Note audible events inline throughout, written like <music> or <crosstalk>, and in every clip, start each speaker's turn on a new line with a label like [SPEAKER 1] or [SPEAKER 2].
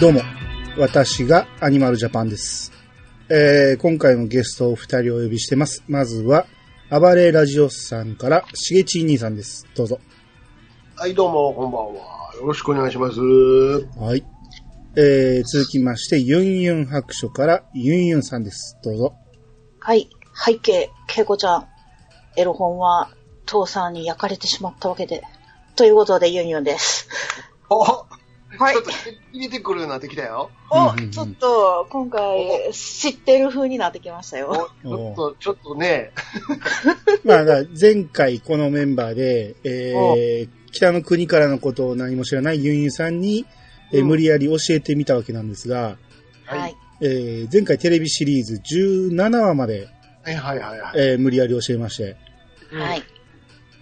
[SPEAKER 1] どうも、私がアニマルジャパンです。えー、今回もゲストを二人お呼びしてます。まずは、暴れラジオさんから、しげちい兄さんです。どうぞ。
[SPEAKER 2] はい、どうも、こんばんは。よろしくお願いします。
[SPEAKER 1] はい。えー、続きまして、ユンユン白書から、ユンユンさんです。どうぞ。 <laughs>
[SPEAKER 3] はい。背景、恵子ちゃん。エロ本は、父さんに焼かれてしまったわけで。ということで、ユンユンです。
[SPEAKER 2] お
[SPEAKER 3] はい
[SPEAKER 2] ちょっ。と入れてくるようになってきたよ。
[SPEAKER 3] お
[SPEAKER 1] うんうんう、ん
[SPEAKER 3] ちょっと、今回、知ってる風になってきました
[SPEAKER 2] お
[SPEAKER 3] よ。
[SPEAKER 2] ちょっと、ちょっとね、
[SPEAKER 1] まあ、だから前回このメンバーで、えー、北の国からのことを何も知らないユンユンさんに、えー
[SPEAKER 2] うん
[SPEAKER 1] 無理やり教えてみたわけなんですが、
[SPEAKER 2] はい
[SPEAKER 3] はい。
[SPEAKER 1] えー前回テレビシリーズ17話まで、
[SPEAKER 2] はいはいはいはい。
[SPEAKER 1] えー無理やり教えまして、
[SPEAKER 2] うん
[SPEAKER 3] はい。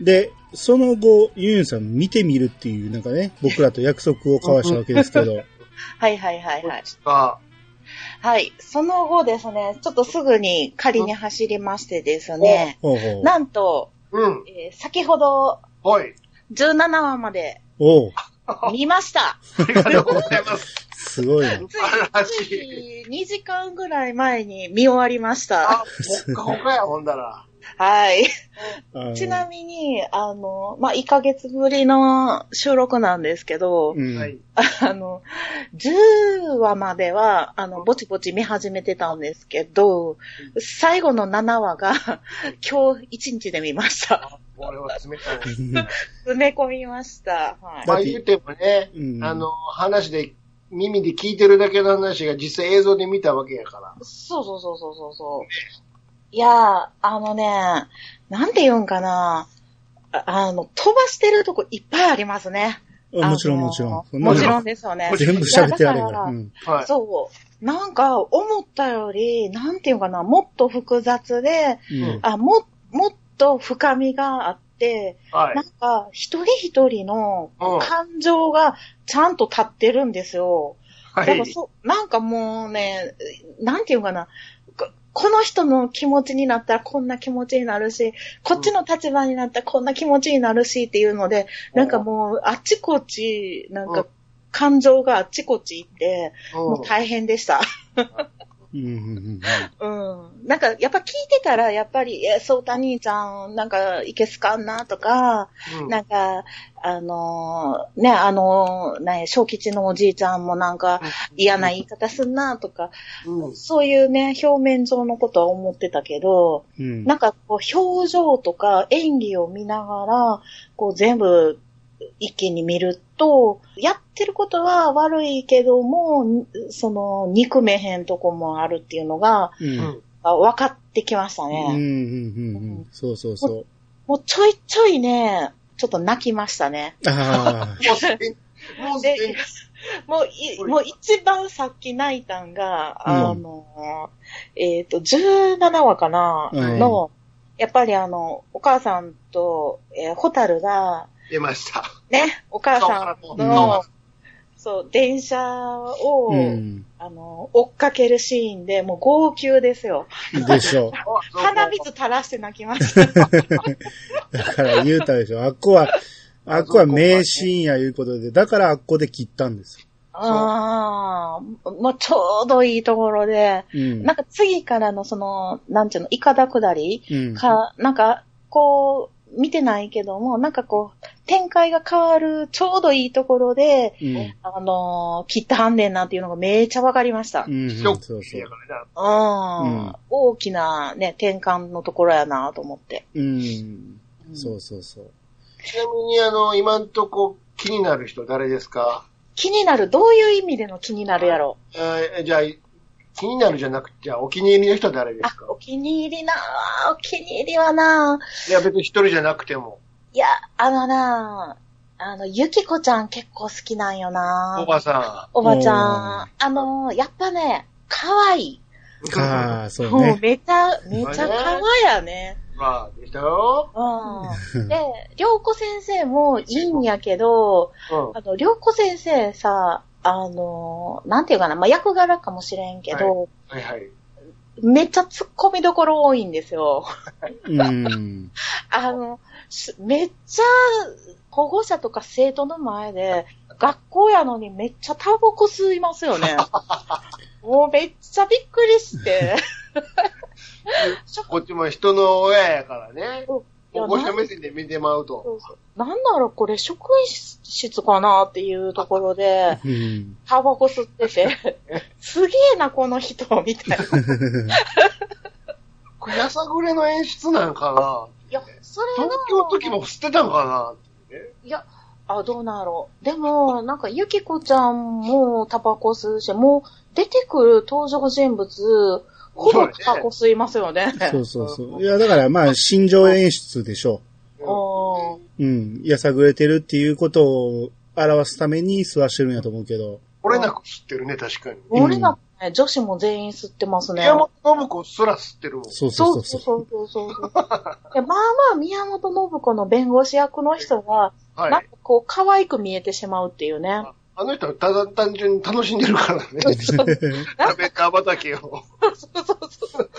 [SPEAKER 1] で、その後、ユンユンさん見てみるっていう、なんかね、僕らと約束を交わしたわけですけ
[SPEAKER 3] <laughs>
[SPEAKER 1] ど、
[SPEAKER 3] はいはいはい
[SPEAKER 2] こ
[SPEAKER 3] はい
[SPEAKER 2] っ。ちか
[SPEAKER 3] はい。その後ですね、ちょっとすぐに仮に走りましてですね、
[SPEAKER 1] ほうほう。
[SPEAKER 3] なんと、
[SPEAKER 2] うん、
[SPEAKER 3] えー先ほど、
[SPEAKER 2] おい。
[SPEAKER 3] 17話ま <laughs> で
[SPEAKER 1] おう
[SPEAKER 3] 見ました。
[SPEAKER 2] ありがとうございます。
[SPEAKER 1] すごいな。
[SPEAKER 2] 素晴ら
[SPEAKER 3] つ
[SPEAKER 2] しい。
[SPEAKER 3] い2時間ぐらい前に見終わりました。
[SPEAKER 2] あ、ほっかほかや、ほんだら。
[SPEAKER 3] はい。
[SPEAKER 1] あの
[SPEAKER 3] ちなみに、あの、まあ、1ヶ月ぶりの収録なんですけど、
[SPEAKER 1] うん、
[SPEAKER 2] はい。
[SPEAKER 3] あの、10話までは、あの、ぼちぼち見始めてたんですけど、最後の7話が、今日1日で見ました。
[SPEAKER 2] これは冷た
[SPEAKER 1] <laughs>
[SPEAKER 2] い。
[SPEAKER 1] うん
[SPEAKER 3] 詰め込みました。はい
[SPEAKER 2] ま。あ言ってもね、
[SPEAKER 1] うん
[SPEAKER 2] あの、話で、耳で聞いてるだけの話が実際映像で見たわけやから。
[SPEAKER 3] そうそうそうそうそうそう。いやー、あのね、なんて言うんかな、ああの、飛ばしてるとこいっぱいありますね。
[SPEAKER 1] あもちろんもち
[SPEAKER 3] あ
[SPEAKER 1] ろ
[SPEAKER 3] の
[SPEAKER 1] ん。そな
[SPEAKER 3] も
[SPEAKER 1] の
[SPEAKER 3] ちろんですよね。
[SPEAKER 1] 全部喋ってやれか
[SPEAKER 3] いやだから
[SPEAKER 1] ら。うん
[SPEAKER 2] はい。
[SPEAKER 3] そう。なんか、思ったより、なんていうかな、もっと複雑で、
[SPEAKER 1] うん
[SPEAKER 3] あ、も、もっと深みがあって、
[SPEAKER 2] は
[SPEAKER 3] なん
[SPEAKER 2] い。
[SPEAKER 3] か、一人一人の
[SPEAKER 2] うん
[SPEAKER 3] 感情がちゃんと立ってるんですよ。だから
[SPEAKER 2] はい。
[SPEAKER 3] そう、なんかもうね、なんていうかな、ここの人の気持ちになったらこんな気持ちになるし、こっちの立場になったらこんな気持ちになるしっていうので、なんかもう、あちこち、なん
[SPEAKER 2] うん
[SPEAKER 3] か、感情があちこち行って、もう
[SPEAKER 2] う
[SPEAKER 3] 大変でした。
[SPEAKER 1] うんうん
[SPEAKER 3] うん。なんか、やっぱ聞いてたら、やっぱり、え、そうた兄ちゃん、なんか、いけすかんな、とか、
[SPEAKER 2] ん。
[SPEAKER 3] なんか、あのーね、あのー、ね、小吉のおじいちゃんもなんか、嫌な言い方すんな、とか、
[SPEAKER 2] うん。
[SPEAKER 3] そういうね、表面上のことは思ってたけど、
[SPEAKER 1] うん
[SPEAKER 3] なんか、こう、表情とか演技を見ながら、こう、全部、一気に見ると、やってることは悪いけども、にその、憎めへんとこもあるっていうのが、
[SPEAKER 1] うん
[SPEAKER 2] うん
[SPEAKER 3] あ分かってきました
[SPEAKER 1] うんうんう
[SPEAKER 3] ね。
[SPEAKER 1] んうんそうそうそう。
[SPEAKER 3] もうちょいちょいね、ちょっと泣きましたね。
[SPEAKER 1] ああ、
[SPEAKER 2] もうすでに、もうす
[SPEAKER 3] で
[SPEAKER 2] でに、、
[SPEAKER 3] もうい、もう一番さっき泣いたんが、あの、えっ、と、17話かな、
[SPEAKER 1] うん
[SPEAKER 3] の、やっぱりあの、お母さんと、えーホタルが、
[SPEAKER 2] 出ました。
[SPEAKER 3] ね、お母さんの、そう、電車 <laughs> を、
[SPEAKER 1] うん。
[SPEAKER 3] あの、追っかけるシーンで、もう号泣ですよ。
[SPEAKER 1] でしょう。
[SPEAKER 3] 鼻水垂らして泣きま
[SPEAKER 1] <laughs>
[SPEAKER 3] した。
[SPEAKER 1] だから言うたでしょ。あっこは、あっこは名シーンやいうことで、だからあっこで切ったんですよ。
[SPEAKER 3] ああ、もうちょうどいいところで、
[SPEAKER 1] うん。
[SPEAKER 3] なんか次からのその、なんちゅうの、いかだ下り
[SPEAKER 1] うん。
[SPEAKER 3] か、なんか、こう、見てないけども、なんかこう、展開が変わる、ちょうどいいところで、
[SPEAKER 1] うん。
[SPEAKER 3] あのー、切ったはんねんなっていうのがめっちゃわかりました。
[SPEAKER 1] う
[SPEAKER 3] う。
[SPEAKER 1] んん。
[SPEAKER 2] ショ
[SPEAKER 1] そう
[SPEAKER 2] ッ
[SPEAKER 1] そ
[SPEAKER 2] ク
[SPEAKER 1] う。
[SPEAKER 2] やから
[SPEAKER 1] う
[SPEAKER 2] な。
[SPEAKER 1] ん
[SPEAKER 3] 大きなね、転換のところやなと思って。
[SPEAKER 1] うん。そうそうそう。
[SPEAKER 2] ちなみに、あの、今んとこ気になる人誰ですか
[SPEAKER 3] 気になる、どういう意味での気になるやろ
[SPEAKER 2] えーじゃあ、気になるじゃなくて、じゃあお気に入りの人は誰で
[SPEAKER 3] あ
[SPEAKER 2] すか、
[SPEAKER 3] お気に入りなお気に入りはない
[SPEAKER 2] や、別に一人じゃなくても、
[SPEAKER 3] いや、あのなあの、ゆきこちゃん結構好きなんよな
[SPEAKER 2] おばさ
[SPEAKER 3] おばちゃん。あの、やっぱね、かわいい。
[SPEAKER 2] ん。
[SPEAKER 1] ああ、そう
[SPEAKER 3] もう
[SPEAKER 1] ね。
[SPEAKER 3] めちゃ、めちゃかわやね。
[SPEAKER 2] まあ、でしたよ。
[SPEAKER 3] うん。で、りょうこ先生もいいんやけど、
[SPEAKER 2] うん。
[SPEAKER 3] あの、りょうこ先生さ、あの、なんていうかな、まあ、役柄かもしれんけど、
[SPEAKER 2] はいはい。
[SPEAKER 3] めっちゃ突っ込みどころ多いんですよ。
[SPEAKER 1] うん。
[SPEAKER 3] <laughs> あの、すめっちゃ保護者とか生徒の前で、学校やのにめっちゃタバコ吸います
[SPEAKER 2] <laughs>
[SPEAKER 3] よね。もうめっちゃびっくりして。
[SPEAKER 2] こっちも人の親やからね。
[SPEAKER 3] いや
[SPEAKER 2] 保護者目線で見てまうと。
[SPEAKER 3] なんだろう、これ職員室かなっていうところで、
[SPEAKER 1] うん。
[SPEAKER 3] タバコ吸って
[SPEAKER 2] <laughs>
[SPEAKER 3] て、すげえな、この人、みたいな。い
[SPEAKER 2] これ、やさぐれの演出なんか
[SPEAKER 3] や、そ
[SPEAKER 2] な
[SPEAKER 3] れ
[SPEAKER 2] 東
[SPEAKER 3] が、
[SPEAKER 2] 京の時も吸ってたんか
[SPEAKER 3] いや、あ、どうなんやろう。でも、なんか、ゆきこちゃんもタバコ吸うし、もう出てくる登場人物、ほぼタバコ吸いますよね。
[SPEAKER 1] そうそうそう。いや、だからまあ、心情演出でしょ
[SPEAKER 2] な
[SPEAKER 3] あ
[SPEAKER 1] う。うん。やさぐれてるっていうことを表すために吸わしてるんやと思うけど。
[SPEAKER 2] これなく吸ってるね、確かに。
[SPEAKER 1] うん
[SPEAKER 3] 俺なんかね、女子も全員吸ってますね。
[SPEAKER 2] 宮本信子すら吸ってるもん。
[SPEAKER 1] そうそ
[SPEAKER 3] そうう
[SPEAKER 1] そ
[SPEAKER 3] そうう
[SPEAKER 1] そう。
[SPEAKER 3] そうそうそう。でまあまあ、宮本信子の弁護士役の人が、
[SPEAKER 2] は
[SPEAKER 3] なん
[SPEAKER 2] い
[SPEAKER 3] か。こう、可愛く見えてしまうっていうね。
[SPEAKER 2] あの人はただ単純に楽しんでるからね。食べか畑を。
[SPEAKER 3] そうそうそう。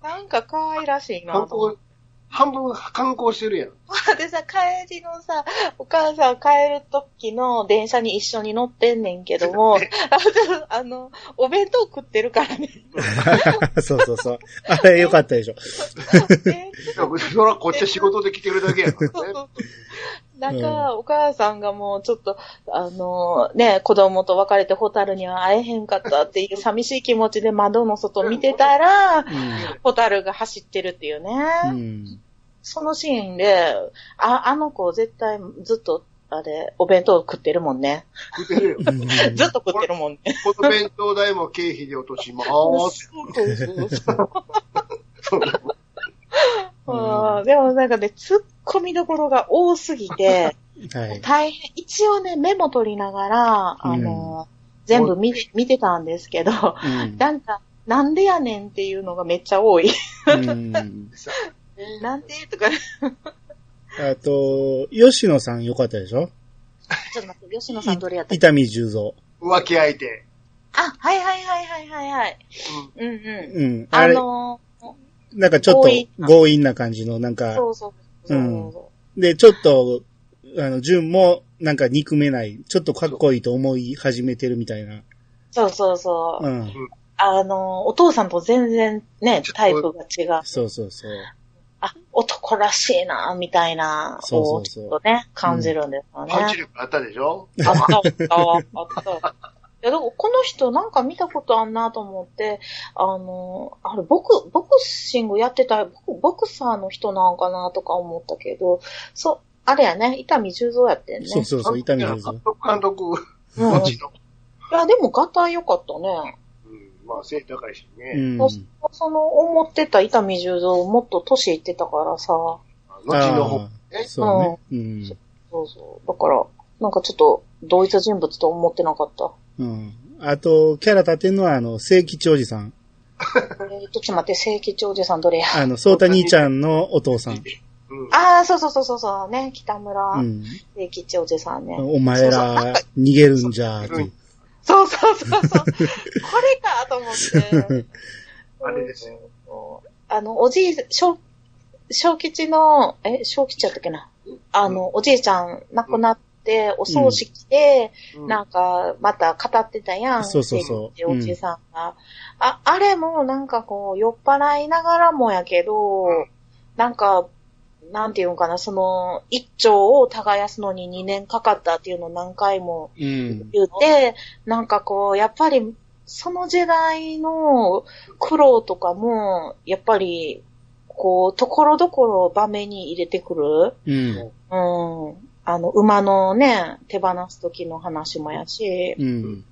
[SPEAKER 3] なんか可愛らしいな
[SPEAKER 2] 観
[SPEAKER 3] と思っ
[SPEAKER 2] 光
[SPEAKER 3] て。、
[SPEAKER 2] 半分観光してるやん。
[SPEAKER 3] でさ、帰りのさ、お母さん帰る時の電車に一緒に乗ってんねんけ
[SPEAKER 1] <laughs>
[SPEAKER 3] ども、あの、お弁当食ってるからね。
[SPEAKER 1] <laughs> そうそうそう。あれ良かったでしょ。
[SPEAKER 2] い
[SPEAKER 3] え
[SPEAKER 2] やそらこっちは仕事で来てるだけやから
[SPEAKER 3] そう
[SPEAKER 2] ね。
[SPEAKER 3] そうそうなんか、お母さんがもうちょっと、あの、ね、子供と別れてホタルには会えへんかったっていう寂しい気持ちで窓の外見てたら、ホタルが走ってるっていうね。
[SPEAKER 1] うん。うん。
[SPEAKER 3] そのシーンで、あ、あの子絶対ずっと、あれ、お弁当食ってるもんね。
[SPEAKER 2] 食ってるよ。
[SPEAKER 1] うん
[SPEAKER 3] ずっと食ってるもんね。
[SPEAKER 2] この弁当代も経費で落としま
[SPEAKER 3] そう
[SPEAKER 2] ーす。
[SPEAKER 3] そうそう
[SPEAKER 2] そう
[SPEAKER 1] うん
[SPEAKER 3] うんでもなんかね、突っ込みどころが多すぎて、
[SPEAKER 1] <laughs> はい。
[SPEAKER 3] 大変、一応ね、メモ取りながら、あの、全部見て見てたんですけど、
[SPEAKER 1] うん
[SPEAKER 3] なんか、なんでやねんっていうのがめっちゃ多い。
[SPEAKER 1] うん。
[SPEAKER 3] なんでとか、ち
[SPEAKER 1] あと、吉野さん良かったでしょ
[SPEAKER 3] ょっと待って、吉野さんどれやったっ
[SPEAKER 1] 伊
[SPEAKER 3] け
[SPEAKER 1] 丹十三。
[SPEAKER 2] 浮気相手。
[SPEAKER 3] あ、はいはいはいはいはいはい。うんうん。
[SPEAKER 1] うん。あ
[SPEAKER 3] あ
[SPEAKER 1] れ、
[SPEAKER 3] のー、
[SPEAKER 1] なんかちょっ
[SPEAKER 3] 強引
[SPEAKER 1] と強引な感じの、なんか、
[SPEAKER 3] そうそうそうそうそう。
[SPEAKER 1] で、ちょっと、あの、純も、なんか憎めない、ちょっとかっこいいと思い始めてるみたいな。
[SPEAKER 3] そうそうそう。
[SPEAKER 1] うん。
[SPEAKER 3] あの、お父さんと全然ね、タイプが違う。
[SPEAKER 1] そうそうそう。
[SPEAKER 3] あ、男らしいな、みたいな、
[SPEAKER 1] そうそ
[SPEAKER 3] を
[SPEAKER 1] う
[SPEAKER 3] ち
[SPEAKER 1] そう
[SPEAKER 3] ょっとね、感じるんですよ
[SPEAKER 2] うん。
[SPEAKER 3] ね。
[SPEAKER 2] パンチ力あったでしょ
[SPEAKER 3] あった、あった、あった。 <laughs> いや、でもこの人なんか見たことあんなと思って、あの、あれ、ボク、ボクシングやってた、ボクボクサーの人なんかなとか思ったけど、そう、あれやね、伊丹十三やってんね。
[SPEAKER 1] そうそうそう、痛み
[SPEAKER 2] 監
[SPEAKER 1] の
[SPEAKER 2] 督、監督、
[SPEAKER 3] うん
[SPEAKER 2] こっ
[SPEAKER 3] い
[SPEAKER 2] ちの。
[SPEAKER 3] や、でもガタイ良かったね。
[SPEAKER 2] うんまあ、背高いし
[SPEAKER 1] う
[SPEAKER 2] ね。
[SPEAKER 1] ん。
[SPEAKER 3] そうその、思ってた伊丹十三もっと年いってたからさ、
[SPEAKER 2] 後の方。
[SPEAKER 1] あーそうね。うん。
[SPEAKER 3] そうそう。だから、なんかちょっと、同一人物と思ってなかった。
[SPEAKER 1] うん。あと、キャラ立てんのは、あの、聖吉おじさん。
[SPEAKER 3] えっと、ちょっと待って、聖吉おじさんどれや。
[SPEAKER 1] あの、そうた兄ちゃんのお父さん。
[SPEAKER 2] うん
[SPEAKER 3] ああ、そうそうそうそうそう、ね、北
[SPEAKER 1] う
[SPEAKER 3] 村
[SPEAKER 1] ん。
[SPEAKER 3] 聖吉おじさんね。
[SPEAKER 1] お前ら、逃げるんじゃーっていう。
[SPEAKER 3] そうそうそうそう。これかと思って。
[SPEAKER 2] あれですよ
[SPEAKER 3] よ。あの、おじい、小、小吉の、え、小吉やったっけな。あの、おじいちゃん亡くなって、お葬式で、
[SPEAKER 2] うん
[SPEAKER 3] なんか、また語ってたやん。
[SPEAKER 1] そうそうそう
[SPEAKER 3] 聖吉おじさんが。あ、あれもなんかこう、酔っ払いながらもやけど、なんか、なんていうんかな、その、一丁を耕すのに2年かかったっていうのを何回も
[SPEAKER 1] うん。
[SPEAKER 3] 言って、なんかこう、やっぱり、その時代の苦労とかも、やっぱり、こう、ところどころ場面に入れてくる。
[SPEAKER 1] うん。
[SPEAKER 3] うん。あの、馬のね、手放す時の話もやし、
[SPEAKER 1] うん。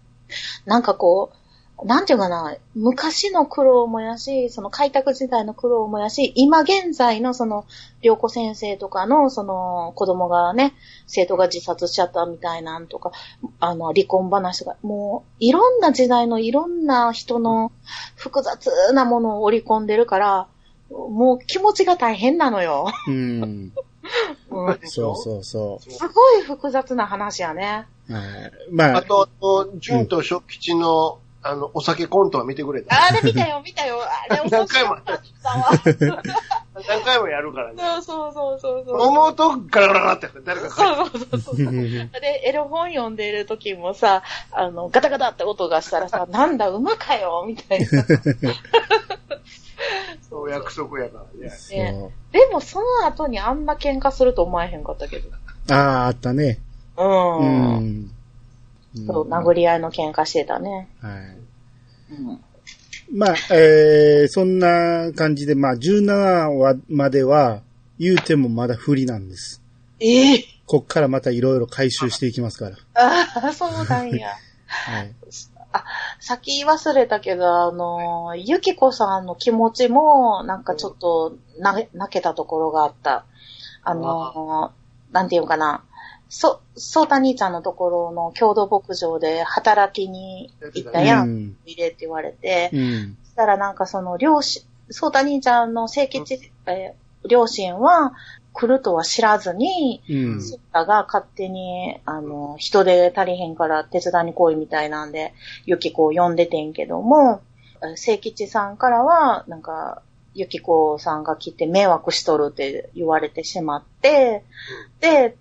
[SPEAKER 3] なんかこう、なんていうかな、昔の苦労もやし、その開拓時代の苦労もやし、今現在のその、良子先生とかの、その、子供がね、生徒が自殺しちゃったみたいなんとか、あの、離婚話とか、もう、いろんな時代のいろんな人の複雑なものを織り込んでるから、もう気持ちが大変なのよ。
[SPEAKER 1] うん。
[SPEAKER 3] うん
[SPEAKER 2] でし
[SPEAKER 1] そう
[SPEAKER 2] ょ
[SPEAKER 1] そうそ
[SPEAKER 3] すごい複雑な話やね。
[SPEAKER 1] う。はい。ま
[SPEAKER 2] あ
[SPEAKER 1] あ、
[SPEAKER 2] と、あと、純と小吉のあの、お酒コントは見てくれた。
[SPEAKER 3] あれ見たよ、見たよ。あれ面白かったわ。
[SPEAKER 2] 何回もやるからね。
[SPEAKER 3] そうそうそう <laughs> そう。
[SPEAKER 2] 思うと、ガラガラガラって誰か書いて
[SPEAKER 3] そうそう
[SPEAKER 1] <laughs>
[SPEAKER 3] そうそう。で、エロ本読んでる時もさ、あの、ガタガタって音がしたらさ、なんだ、馬かよみたいな。
[SPEAKER 2] そう約束やからね。
[SPEAKER 3] ね
[SPEAKER 1] そ
[SPEAKER 3] でも、その後にあんな喧嘩すると思えへんかったけど。
[SPEAKER 1] うああ、あったね。う
[SPEAKER 3] うん。
[SPEAKER 1] ん。
[SPEAKER 3] そう、殴り合いの喧嘩してたね。
[SPEAKER 1] はい。
[SPEAKER 3] うん。
[SPEAKER 1] まあ、えー、そんな感じで、まあ、17話までは、言うてもまだ不利なんです。
[SPEAKER 3] ええ
[SPEAKER 1] こっからまたいろいろ回収していきますから。
[SPEAKER 3] ああ、 <laughs> そうなんや。
[SPEAKER 1] はい。
[SPEAKER 3] 先言い忘れたけど、あの、ゆきこさんの気持ちも、なんかちょっと、な、泣けたところがあった。あの、なんていうかな。そ、そうた兄ちゃんのところの共同牧場で働きに行ったや。
[SPEAKER 1] うんん。
[SPEAKER 3] 入れって言われて、
[SPEAKER 1] うん。
[SPEAKER 3] そしたらなんかその両親、そうた兄ちゃんの清吉、えー両親は来るとは知らずに、
[SPEAKER 1] うん。
[SPEAKER 3] シッタが勝手に、あの、人手足りへんから手伝いに来いみたいなんで、ユキコを呼んでてんけども、え聖吉さんからは、なんか、ユキコさんが来て迷惑しとるって言われてしまって、で、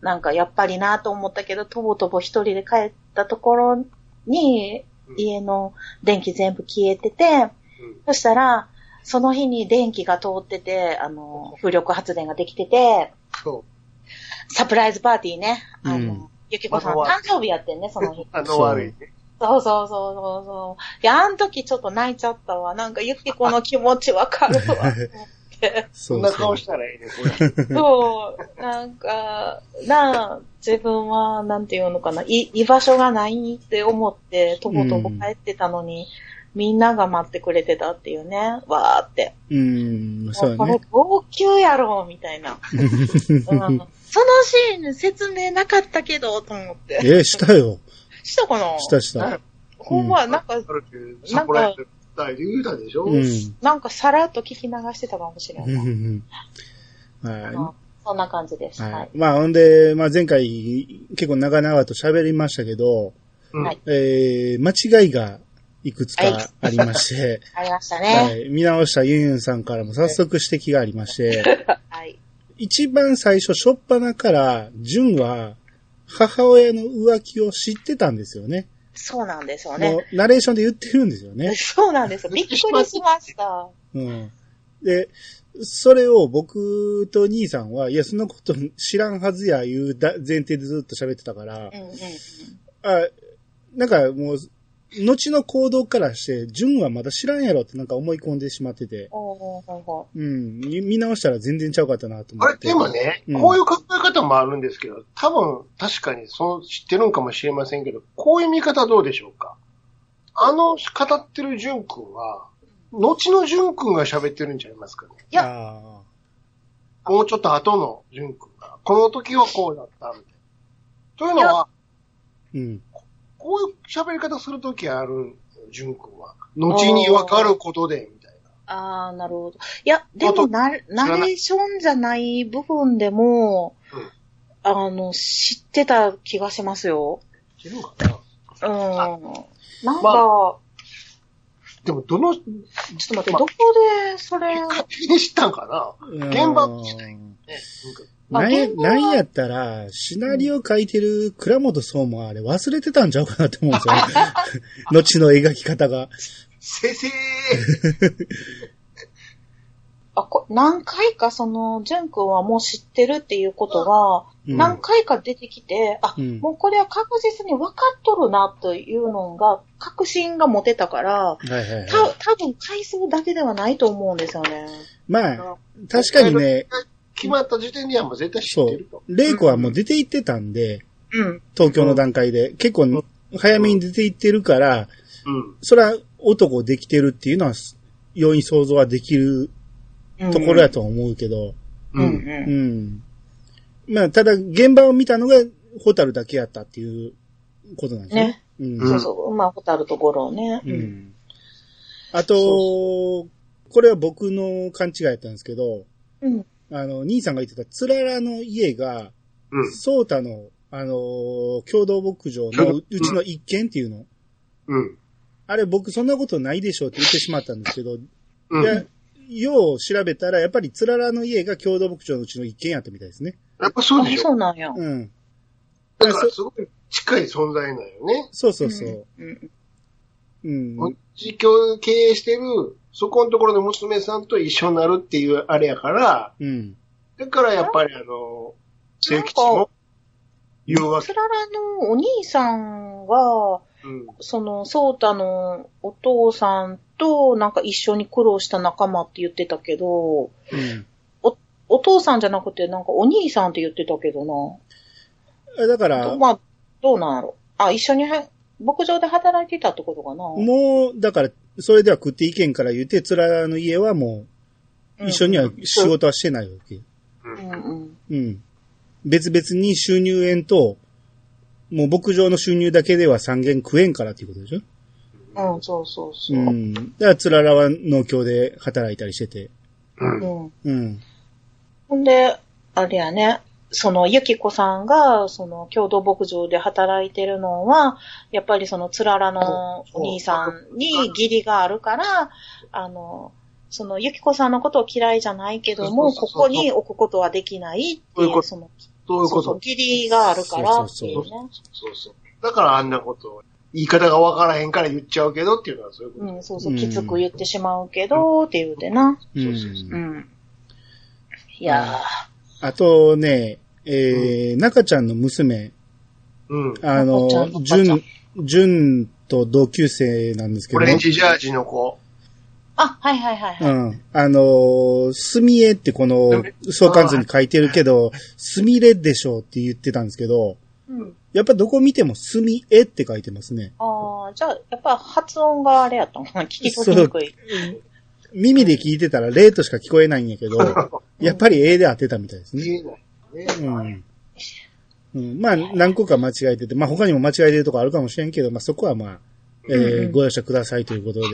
[SPEAKER 3] なんかやっぱりなと思ったけど、とぼとぼ一人で帰ったところに、
[SPEAKER 2] うん
[SPEAKER 3] 家の電気全部消えてて、そしたら、その日に電気が通ってて、あの、風力発電ができてて、
[SPEAKER 2] そ
[SPEAKER 3] サプライズパーティーね。あの、
[SPEAKER 1] うん
[SPEAKER 3] ゆきこさん
[SPEAKER 2] ま
[SPEAKER 3] 誕
[SPEAKER 2] だ
[SPEAKER 3] 生日やってんね、その日 <laughs>
[SPEAKER 2] う。。あの悪いね。
[SPEAKER 3] そうそうそうそうそう。いや、あの時ちょっと泣いちゃったわ。なんかゆきこの気持ちわかる
[SPEAKER 1] <laughs>
[SPEAKER 3] わ。
[SPEAKER 2] そ
[SPEAKER 1] そ
[SPEAKER 2] ん
[SPEAKER 1] う
[SPEAKER 2] な
[SPEAKER 1] そ
[SPEAKER 2] 顔
[SPEAKER 1] う。
[SPEAKER 2] したらいいね、これ。
[SPEAKER 3] そう。なんか、なあ、自分は、なんていうのかな、い、居場所がないって思って、とぼとぼ帰ってたのに、みんなが待ってくれてたっていうね。わーって。
[SPEAKER 1] うん、そうや
[SPEAKER 3] もうこれ
[SPEAKER 1] ね。
[SPEAKER 3] 号泣やろ、みた
[SPEAKER 1] <laughs>
[SPEAKER 3] いな。うん、そのシーン説明なかったけど、と思って。
[SPEAKER 1] えー、したよ。
[SPEAKER 3] したかな
[SPEAKER 1] したした。
[SPEAKER 3] ほんま、なんか、
[SPEAKER 2] サプライズって言うたでしょ
[SPEAKER 1] うん。
[SPEAKER 3] なんかさらっと聞き流してたかもしれ
[SPEAKER 1] うん
[SPEAKER 3] ない。 <laughs>
[SPEAKER 1] はい。
[SPEAKER 3] うんそんな感じです。は
[SPEAKER 1] はい
[SPEAKER 3] い。。
[SPEAKER 1] まあ、ほんで、まあ前回結構長々と喋りましたけど、
[SPEAKER 2] うん
[SPEAKER 3] はい
[SPEAKER 1] えー、間違いがいくつかありま
[SPEAKER 3] <laughs>
[SPEAKER 1] して、
[SPEAKER 3] ありました
[SPEAKER 1] は
[SPEAKER 3] ね。
[SPEAKER 1] い。見直したユンユンさんからも早速指摘がありま
[SPEAKER 3] <laughs>
[SPEAKER 1] して、
[SPEAKER 3] はい。
[SPEAKER 1] 一番最初、初っ端から、ジュンは、母親の浮気を知ってたんですよね。
[SPEAKER 3] そうなんですよ
[SPEAKER 1] も
[SPEAKER 3] ね。
[SPEAKER 1] う、ナレーションで言ってるんですよね。
[SPEAKER 3] <laughs> そうなんですよ。びっくりしました。
[SPEAKER 1] うん。で、それを僕と兄さんは、いや、そんなこと知らんはずや、いうだ前提でずっと喋ってたから
[SPEAKER 3] う、んうんうん。
[SPEAKER 1] あ、なんかもう、後の行動からして、純はまだ知らんやろってなんか思い込んでしまってて、
[SPEAKER 3] おーほんほ
[SPEAKER 1] うん、み見直したら全然ちゃうかったなと思
[SPEAKER 2] あ
[SPEAKER 1] っ
[SPEAKER 2] れ、
[SPEAKER 1] て。
[SPEAKER 2] でもね、
[SPEAKER 1] うん
[SPEAKER 2] こういう考え方もあるんですけど、多分、確かに、その、知ってるんかもしれませんけど、こういう見方どうでしょうかあの、語ってる淳くんは、後の淳くんが喋ってるんちゃいますかね
[SPEAKER 3] いや
[SPEAKER 1] あ
[SPEAKER 2] もうちょっと後の淳くんが、この時はこうだった、みたいな。というのは、
[SPEAKER 1] ーうん。
[SPEAKER 2] こういう喋り方するときある、淳くんは。後にわかることで、みたいな。
[SPEAKER 3] あー、なるほど。いや、で
[SPEAKER 2] あと
[SPEAKER 3] もナレ、ナレーションじゃない部分でも
[SPEAKER 2] うん、
[SPEAKER 3] あの、知ってた気がしますよ。
[SPEAKER 2] 知るんかな
[SPEAKER 3] うん。なん
[SPEAKER 2] まあ
[SPEAKER 3] か、
[SPEAKER 2] でも、どの、ちょ
[SPEAKER 3] ちょっと待って、
[SPEAKER 2] ま
[SPEAKER 3] ど
[SPEAKER 2] あ
[SPEAKER 3] こでそれ、
[SPEAKER 2] 結果的に知ったんかな現場の時代ね淳くん
[SPEAKER 1] な
[SPEAKER 3] あ
[SPEAKER 1] んや、
[SPEAKER 3] 現場
[SPEAKER 1] な
[SPEAKER 3] は
[SPEAKER 1] んやったら、シナリオ書いてる倉本総もあれ忘れてたんちゃうかなって思うんです
[SPEAKER 2] <laughs>
[SPEAKER 1] よね。後の描き方が。
[SPEAKER 2] 先生
[SPEAKER 3] あこ何回かその、ジュン君はもう知ってるっていうことが、
[SPEAKER 1] うん
[SPEAKER 3] 何回か出てきて、あ、
[SPEAKER 1] うん
[SPEAKER 3] もうこれは確実に分かっとるなというのが、確信が持てたから、
[SPEAKER 1] はいはいはい。
[SPEAKER 3] た多分回想だけではないと思うんですよね。
[SPEAKER 1] まあ、確かにね、
[SPEAKER 2] 決まった時点にはもう絶対知っ
[SPEAKER 1] そ
[SPEAKER 2] てる
[SPEAKER 1] う
[SPEAKER 2] と。、
[SPEAKER 1] 玲子はもう出て行ってたんで、
[SPEAKER 3] うん。
[SPEAKER 1] 東京の段階で。結構早めに出て行ってるから、
[SPEAKER 2] うん。
[SPEAKER 1] それは男できてるっていうのは、容易に想像はできるところやとは思うけど、
[SPEAKER 3] うん。うん。
[SPEAKER 1] うん。
[SPEAKER 3] うん
[SPEAKER 1] まあ、ただ、現場を見たのが、ホタルだけやったっていうことなんですね。
[SPEAKER 3] ね。
[SPEAKER 1] うん。
[SPEAKER 3] そうそう。まあ、ホタルとゴロね。
[SPEAKER 1] う。ん。あと、これは僕の勘違いやったんですけど、
[SPEAKER 3] うん。
[SPEAKER 1] あの、兄さんが言ってた、つららの家が、
[SPEAKER 2] うん。
[SPEAKER 1] ソータの、あのー共同牧場のううちの一軒っていうの、
[SPEAKER 2] うん。
[SPEAKER 1] あれ僕そんなことないでしょうって言ってしまったんですけど、
[SPEAKER 2] うん。
[SPEAKER 1] い
[SPEAKER 2] や
[SPEAKER 1] や、よう調べたら、やっぱりつららの家が共同牧場のうちの一軒やったみたいですね。
[SPEAKER 2] っぱそうで
[SPEAKER 3] あ、
[SPEAKER 2] し
[SPEAKER 3] そ
[SPEAKER 2] ょ。
[SPEAKER 3] うなんや。
[SPEAKER 1] うん。
[SPEAKER 2] だからすごい近い存在なんよね。
[SPEAKER 1] そうそうそう。
[SPEAKER 3] ん。
[SPEAKER 1] うん。
[SPEAKER 2] 同じ教経営してる、そこのところの娘さんと一緒になるっていうあれやから、
[SPEAKER 1] うん。
[SPEAKER 2] だからやっぱりあの、聖吉も言うわけ
[SPEAKER 3] つ。ららのお兄さんが、
[SPEAKER 2] うん。
[SPEAKER 3] その、ソータのお父さんとなんか一緒に苦労した仲間って言ってたけど、
[SPEAKER 1] うん
[SPEAKER 3] お父さんじゃなくてなんかお兄さんって言ってたけど
[SPEAKER 1] あ。だか
[SPEAKER 3] な。
[SPEAKER 1] ら、
[SPEAKER 3] まあ、どうなんやろ。あ、一緒には牧場で働いてたってことかな。
[SPEAKER 1] もう、だから、それでは食っていけんから言って、つららの家はもう、一緒には仕事はしてないわけ。
[SPEAKER 2] う。
[SPEAKER 3] うんんうん。
[SPEAKER 1] うん。別々に収入円と、もう牧場の収入だけでは3軒食えんからっていうことでしょ
[SPEAKER 3] うん、そうそうそうう。う
[SPEAKER 1] ん。
[SPEAKER 3] ん。
[SPEAKER 1] だから、つららは農協で働いたりしてて。
[SPEAKER 2] うん。
[SPEAKER 1] うん。
[SPEAKER 3] ほんで、あれやね、その、ゆきこさんが、その、共同牧場で働いてるのは、やっぱりその、つららのお兄さんに義理があるから、あの、その、ゆきこさんのことを嫌いじゃないけども、
[SPEAKER 2] そう
[SPEAKER 3] こ
[SPEAKER 2] そうそうそう
[SPEAKER 3] こに置くことはできないって
[SPEAKER 2] そういう
[SPEAKER 3] い
[SPEAKER 2] こ
[SPEAKER 3] う、
[SPEAKER 2] と
[SPEAKER 3] その、
[SPEAKER 2] そういう
[SPEAKER 3] そ
[SPEAKER 2] こ
[SPEAKER 3] うそう
[SPEAKER 2] と。
[SPEAKER 3] 義理があるからってい
[SPEAKER 1] そ
[SPEAKER 3] うね
[SPEAKER 1] う。
[SPEAKER 2] そうそう。だからあんなことを、言い方がわからへんから言っちゃうけどっていうのはそういうこ
[SPEAKER 3] うん、そうそう、きつく言ってしまうけど、って言うてな。
[SPEAKER 1] う
[SPEAKER 2] そうそうそ
[SPEAKER 1] ん
[SPEAKER 2] う。
[SPEAKER 3] うん。いやー。
[SPEAKER 1] あとね、えー、中ちゃんの娘、
[SPEAKER 2] と。うん。
[SPEAKER 1] あの
[SPEAKER 3] 中ちゃん、中ちゃん
[SPEAKER 1] 純、純と同級生なんですけ
[SPEAKER 2] オ
[SPEAKER 1] ど、
[SPEAKER 2] レンジジャージの子。
[SPEAKER 3] あ、はいはいはいうはい。
[SPEAKER 1] ん。あの、すみえってこの相関図に書いてるけど、すみれでしょうって言ってたんですけど、
[SPEAKER 3] うん。
[SPEAKER 1] やっぱどこ見てもすみえって書いてますね。
[SPEAKER 3] ああ、じゃあ、やっぱ発音があれやったのかな聞き取りにくい。
[SPEAKER 1] 耳で聞いてたらレーとしか聞こえないんやけど、やっぱり A で当てたみたいですね。
[SPEAKER 2] 言えない。ね。
[SPEAKER 1] うん。うん、まあ、何個か間違えてて、まあ他にも間違えてるとこあるかもしれんけど、まあそこはまあ、え
[SPEAKER 3] うんう
[SPEAKER 1] ー、
[SPEAKER 3] ん
[SPEAKER 1] ご容赦くださいということで。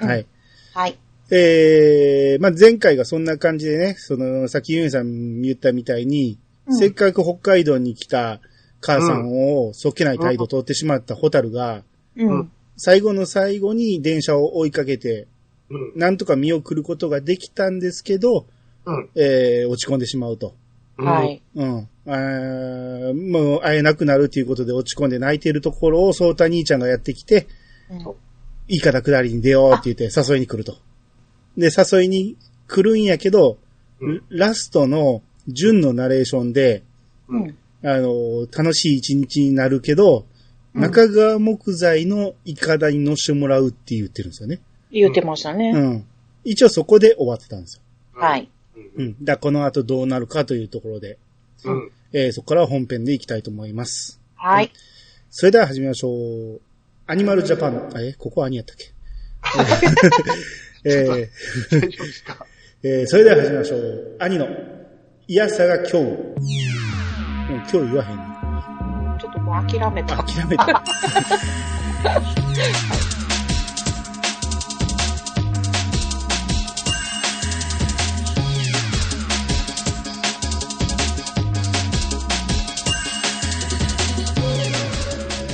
[SPEAKER 3] うん
[SPEAKER 1] はい。
[SPEAKER 3] はい。
[SPEAKER 1] えー、まあ前回がそんな感じでね、その、さっきユンさん言ったみたいに、
[SPEAKER 3] うん
[SPEAKER 1] せっかく北海道に来た母さんをそっけない態度取ってしまったホタルが、
[SPEAKER 3] うん。
[SPEAKER 1] 最後の最後に電車を追いかけて、
[SPEAKER 2] うん。
[SPEAKER 1] なんとか見送ることができたんですけど、
[SPEAKER 2] うん。
[SPEAKER 1] えー、落ち込んでしまうと。
[SPEAKER 2] うん
[SPEAKER 3] は。い。
[SPEAKER 1] うん。あーもう会えなくなるということで落ち込んで泣いているところをソータ兄ちゃんがやってきて、
[SPEAKER 3] うん
[SPEAKER 1] いいから下りに出ようって言って誘いに来ると。で、誘いに来るんやけど、
[SPEAKER 2] うん
[SPEAKER 1] ラストの純のナレーションで、
[SPEAKER 2] う
[SPEAKER 3] うんん。
[SPEAKER 1] あの、楽しい一日になるけど、
[SPEAKER 3] うん
[SPEAKER 1] 中川木材のイカダに乗せてもらうって言ってるんですよね。
[SPEAKER 3] 言ってました
[SPEAKER 1] う
[SPEAKER 3] ね。
[SPEAKER 1] ん。一応そこで終わってたんですよ。
[SPEAKER 3] は。い。
[SPEAKER 1] う
[SPEAKER 2] うん。
[SPEAKER 1] ん。だからこの後どうなるかというところで、
[SPEAKER 2] うん。
[SPEAKER 1] えーそこからは本編でいきたいと思います。
[SPEAKER 3] はい。
[SPEAKER 1] それでは始めましょう。アニマルジャパン、え、ここは何やったっけえー
[SPEAKER 2] 大丈夫ですか
[SPEAKER 1] えーそれでは始めましょう。兄の、いやさが今日。もう今日言わへんね。
[SPEAKER 3] ちょっともう諦めた。
[SPEAKER 1] 諦めた。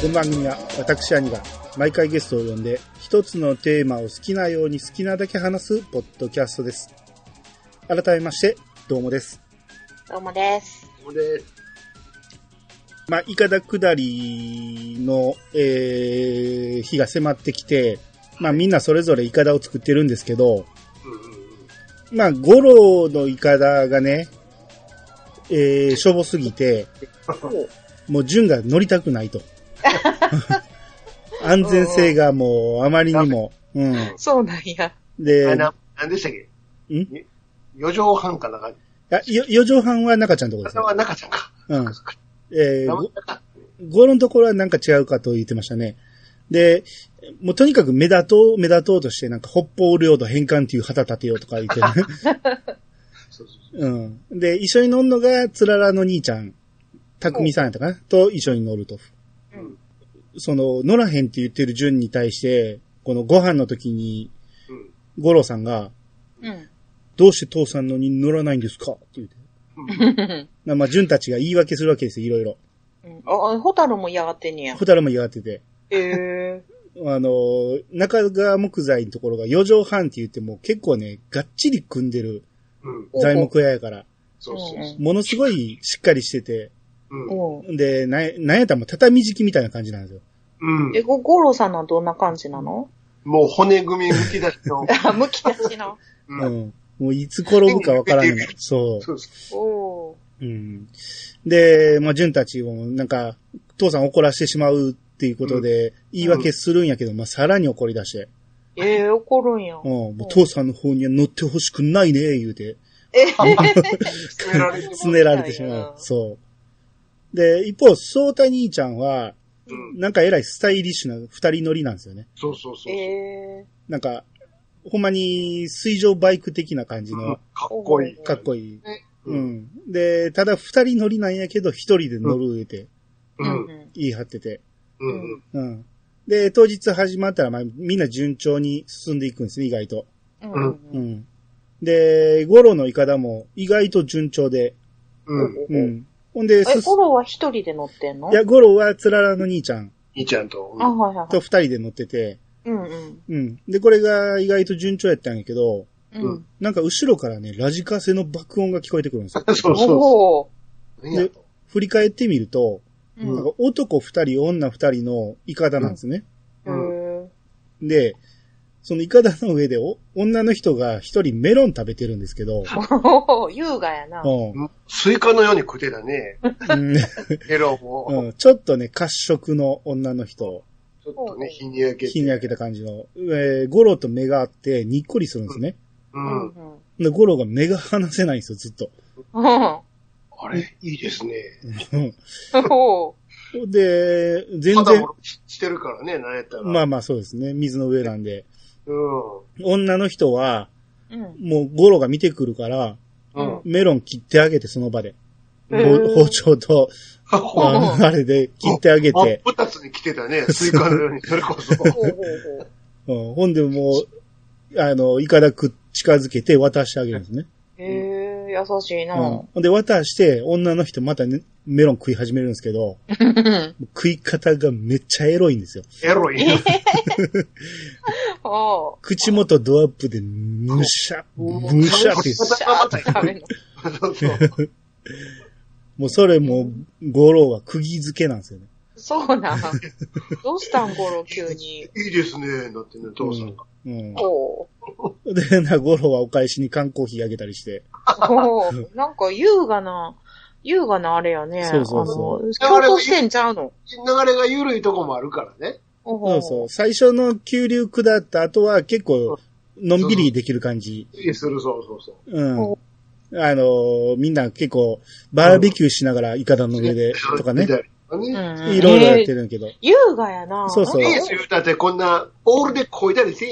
[SPEAKER 1] この番組は私兄が毎回ゲストを呼んで一つのテーマを好きなように好きなだけ話すポッドキャストです。改めまして、どうもです。
[SPEAKER 3] どうもです。
[SPEAKER 2] これ、
[SPEAKER 1] まあ、イカダ下りの、えー日が迫ってきて、まあ、みんなそれぞれイカダを作ってるんですけど、
[SPEAKER 2] うんうん
[SPEAKER 1] まあ、ゴロのイカダがね、えーしょぼすぎて、もう順が乗りたくないと。
[SPEAKER 2] <laughs>
[SPEAKER 1] 安全性がもうあまりにも、うん。
[SPEAKER 3] そうなんや。
[SPEAKER 2] うん。あれ
[SPEAKER 1] で、
[SPEAKER 2] な、なんでしたっけ
[SPEAKER 1] ん
[SPEAKER 2] に四畳半かなんか、
[SPEAKER 1] あよ4畳半は中ちゃんのとこです
[SPEAKER 2] 中は中ちゃんか。
[SPEAKER 1] ね。うん。えー
[SPEAKER 2] 名
[SPEAKER 1] ご
[SPEAKER 2] 前なかったね
[SPEAKER 1] ゴロのところはなんか違うかと言ってましたね。で、もうとにかく目立とう、目立とうとして、なんか北方領土返還っていう旗立てようとか言って
[SPEAKER 3] <laughs>
[SPEAKER 1] ね。
[SPEAKER 2] そうそうそう。
[SPEAKER 1] うん。で、一緒に乗るのが、つららの兄ちゃん、たくみさんやったかなと一緒に乗ると。
[SPEAKER 3] うん。
[SPEAKER 1] その、乗らへんって言ってる順に対して、このご飯の時に、
[SPEAKER 2] うん
[SPEAKER 1] ゴロさんが、
[SPEAKER 3] うん。
[SPEAKER 1] どうして父さんのに乗らないんですかって言って。なまあ、順たちが言い訳するわけですよ、いろいろ。
[SPEAKER 3] うんあ、ホタルも嫌がってんねや。
[SPEAKER 1] ホタルも言われてて。
[SPEAKER 3] へえ。
[SPEAKER 1] あの、中川木材のところが4畳半って言っても結構ね、がっちり組んでる
[SPEAKER 2] うん。
[SPEAKER 1] 材木屋やから、
[SPEAKER 2] そうそうそう。
[SPEAKER 1] ものすごいしっかりしてて、
[SPEAKER 2] うん。
[SPEAKER 3] う
[SPEAKER 1] で、な、なんやったらもう畳敷きみたいな感じなんですよ。
[SPEAKER 2] うん
[SPEAKER 3] ん。え、。ご、ゴロさんのはどんな感じなの
[SPEAKER 2] もう骨組み剥き出しの。
[SPEAKER 3] あ、むき出し <laughs> の。
[SPEAKER 2] う。
[SPEAKER 1] うんん。もういつ転ぶかわからん
[SPEAKER 2] 手に
[SPEAKER 1] の
[SPEAKER 2] 入れて。
[SPEAKER 1] そ
[SPEAKER 2] そうそう
[SPEAKER 3] お
[SPEAKER 1] う。
[SPEAKER 3] ー
[SPEAKER 1] うん。で、まあ、純たちをなんか、父さん怒らしてしまうっていうことで、言い訳するんやけど、まあ、さらに怒り出して、
[SPEAKER 3] ええ怒るんや。
[SPEAKER 1] うん、もう父さんの方には乗ってほしくないね、言うて、
[SPEAKER 3] え <laughs> ー、
[SPEAKER 2] 詰められてる。
[SPEAKER 1] 拗ねられてしまう。そう。で、一方、ソータ兄ちゃんは、
[SPEAKER 2] うん。
[SPEAKER 1] なんかえらいスタイリッシュな二人乗りなんですよね。
[SPEAKER 2] そうそうそう。
[SPEAKER 3] え
[SPEAKER 1] なんか、ほんまに水上バイク的な感じ
[SPEAKER 2] うん
[SPEAKER 1] の、
[SPEAKER 2] かっこいい。
[SPEAKER 1] かっこいい。
[SPEAKER 2] う。
[SPEAKER 1] うんん。で、ただ二人乗りなんやけど、一人で乗る上て
[SPEAKER 2] う
[SPEAKER 3] ー、うん
[SPEAKER 2] ん。
[SPEAKER 3] うん
[SPEAKER 1] 言い張ってて。
[SPEAKER 2] うん。
[SPEAKER 1] うん。で、当日始まったら、まあ、みんな順調に進んでいくんですね、意外と。
[SPEAKER 3] うん
[SPEAKER 2] うん
[SPEAKER 1] う
[SPEAKER 3] うん
[SPEAKER 1] ん。で、ゴロのイカダも意外と順調で。
[SPEAKER 2] うん。
[SPEAKER 1] う
[SPEAKER 3] え、
[SPEAKER 1] ん。ほんで、す
[SPEAKER 3] ゴロは一人で乗ってんの
[SPEAKER 1] いや、ゴロはつららの兄ちゃん
[SPEAKER 2] 兄ちゃんと。
[SPEAKER 3] あ、はいはいは
[SPEAKER 1] と
[SPEAKER 3] い。
[SPEAKER 1] 二人で乗ってて。
[SPEAKER 3] うんうん。
[SPEAKER 1] うん。で、これが意外と順調やったんやけど、
[SPEAKER 3] うん。
[SPEAKER 1] なんか後ろからね、ラジカセの爆音が聞こえてくるんですよ。
[SPEAKER 2] そうそうそ
[SPEAKER 3] おー
[SPEAKER 2] う。何やと
[SPEAKER 1] 振り返ってみると、
[SPEAKER 3] う
[SPEAKER 1] なん
[SPEAKER 3] ん。
[SPEAKER 1] か男二人、女二人のイカダなんですね。
[SPEAKER 3] へー
[SPEAKER 1] で、そのイカダの上でお女の人が一人メロン食べてるんですけど、
[SPEAKER 3] おー <laughs> 優雅やな。
[SPEAKER 1] うん
[SPEAKER 2] うんスイカのように食ってたね。
[SPEAKER 1] うん
[SPEAKER 2] ヘロ
[SPEAKER 1] う
[SPEAKER 2] も。
[SPEAKER 1] んちょっとね、褐色の女の人、
[SPEAKER 2] ちょっとね、日に焼けて。
[SPEAKER 1] 火に焼けた感じの、えーゴロと目があってにっこりするんですね。
[SPEAKER 2] う。
[SPEAKER 3] うんん <laughs>
[SPEAKER 1] でゴロが目が離せないんですよ、ずっと。
[SPEAKER 3] うん。
[SPEAKER 2] あれ、いいですね。
[SPEAKER 3] おー
[SPEAKER 1] うんで、全
[SPEAKER 2] 肌
[SPEAKER 1] 然
[SPEAKER 2] も、してるからね、なんやったら。
[SPEAKER 1] まあまあそうですね、水の上なんで。
[SPEAKER 2] うん。
[SPEAKER 1] 女の人は、
[SPEAKER 3] うん。
[SPEAKER 1] もうゴロが見てくるから、
[SPEAKER 2] うん。
[SPEAKER 1] メロン切ってあげて、その場で。
[SPEAKER 3] へ
[SPEAKER 1] ほ
[SPEAKER 3] ー
[SPEAKER 1] 包丁と、
[SPEAKER 2] あ、
[SPEAKER 3] う
[SPEAKER 2] ほ
[SPEAKER 3] ん
[SPEAKER 1] あのあれで切ってあげ、
[SPEAKER 2] 真って二つに来てたね。スイカのように、それこそ。
[SPEAKER 3] ほうほうほう。
[SPEAKER 1] うん、ほんでもう、あの、いかだく近づけて渡してあげるんですね。
[SPEAKER 3] へえ優しいな。
[SPEAKER 1] うん。ほんで渡して、女の人またね、メロン食い始めるんですけど、
[SPEAKER 3] うん。
[SPEAKER 1] 食い方がめっちゃエロいんですよ。
[SPEAKER 2] エロいね。
[SPEAKER 3] <laughs> おー
[SPEAKER 1] 口元ドアップで、むしゃ、むしゃって言うんです
[SPEAKER 3] シャーって食べるの。
[SPEAKER 2] そうそう。
[SPEAKER 1] もうそれもう、ゴロは釘付けなんですよね。
[SPEAKER 3] そうなん。どうしたん、ゴロ、急に。
[SPEAKER 2] いいですね、だってね、父さんが。
[SPEAKER 1] うん。
[SPEAKER 3] おー
[SPEAKER 1] で、な、ゴロはお返しに缶コーヒーあげたりして。
[SPEAKER 3] おーなんか優雅な、優雅なあれやね。
[SPEAKER 1] そうそうそう
[SPEAKER 3] あの、競争してんちゃうの。
[SPEAKER 2] 流れが緩いとこもあるからね。
[SPEAKER 1] そ
[SPEAKER 3] そう
[SPEAKER 1] そう。最初の急流下った後は結構、のんびりできる感じ。
[SPEAKER 2] いいする、そうそうそう。
[SPEAKER 1] うん。あのーみんな結構、バーベキューしながら、イカダの上で、とかね
[SPEAKER 2] 見。たりとか
[SPEAKER 3] う
[SPEAKER 2] ね。
[SPEAKER 3] ん。
[SPEAKER 1] いろいろやって
[SPEAKER 3] えー
[SPEAKER 1] るんやけど。
[SPEAKER 3] 優雅やな。
[SPEAKER 1] そうそう
[SPEAKER 2] いいですよ、だってこんな、オールでこいだりせえ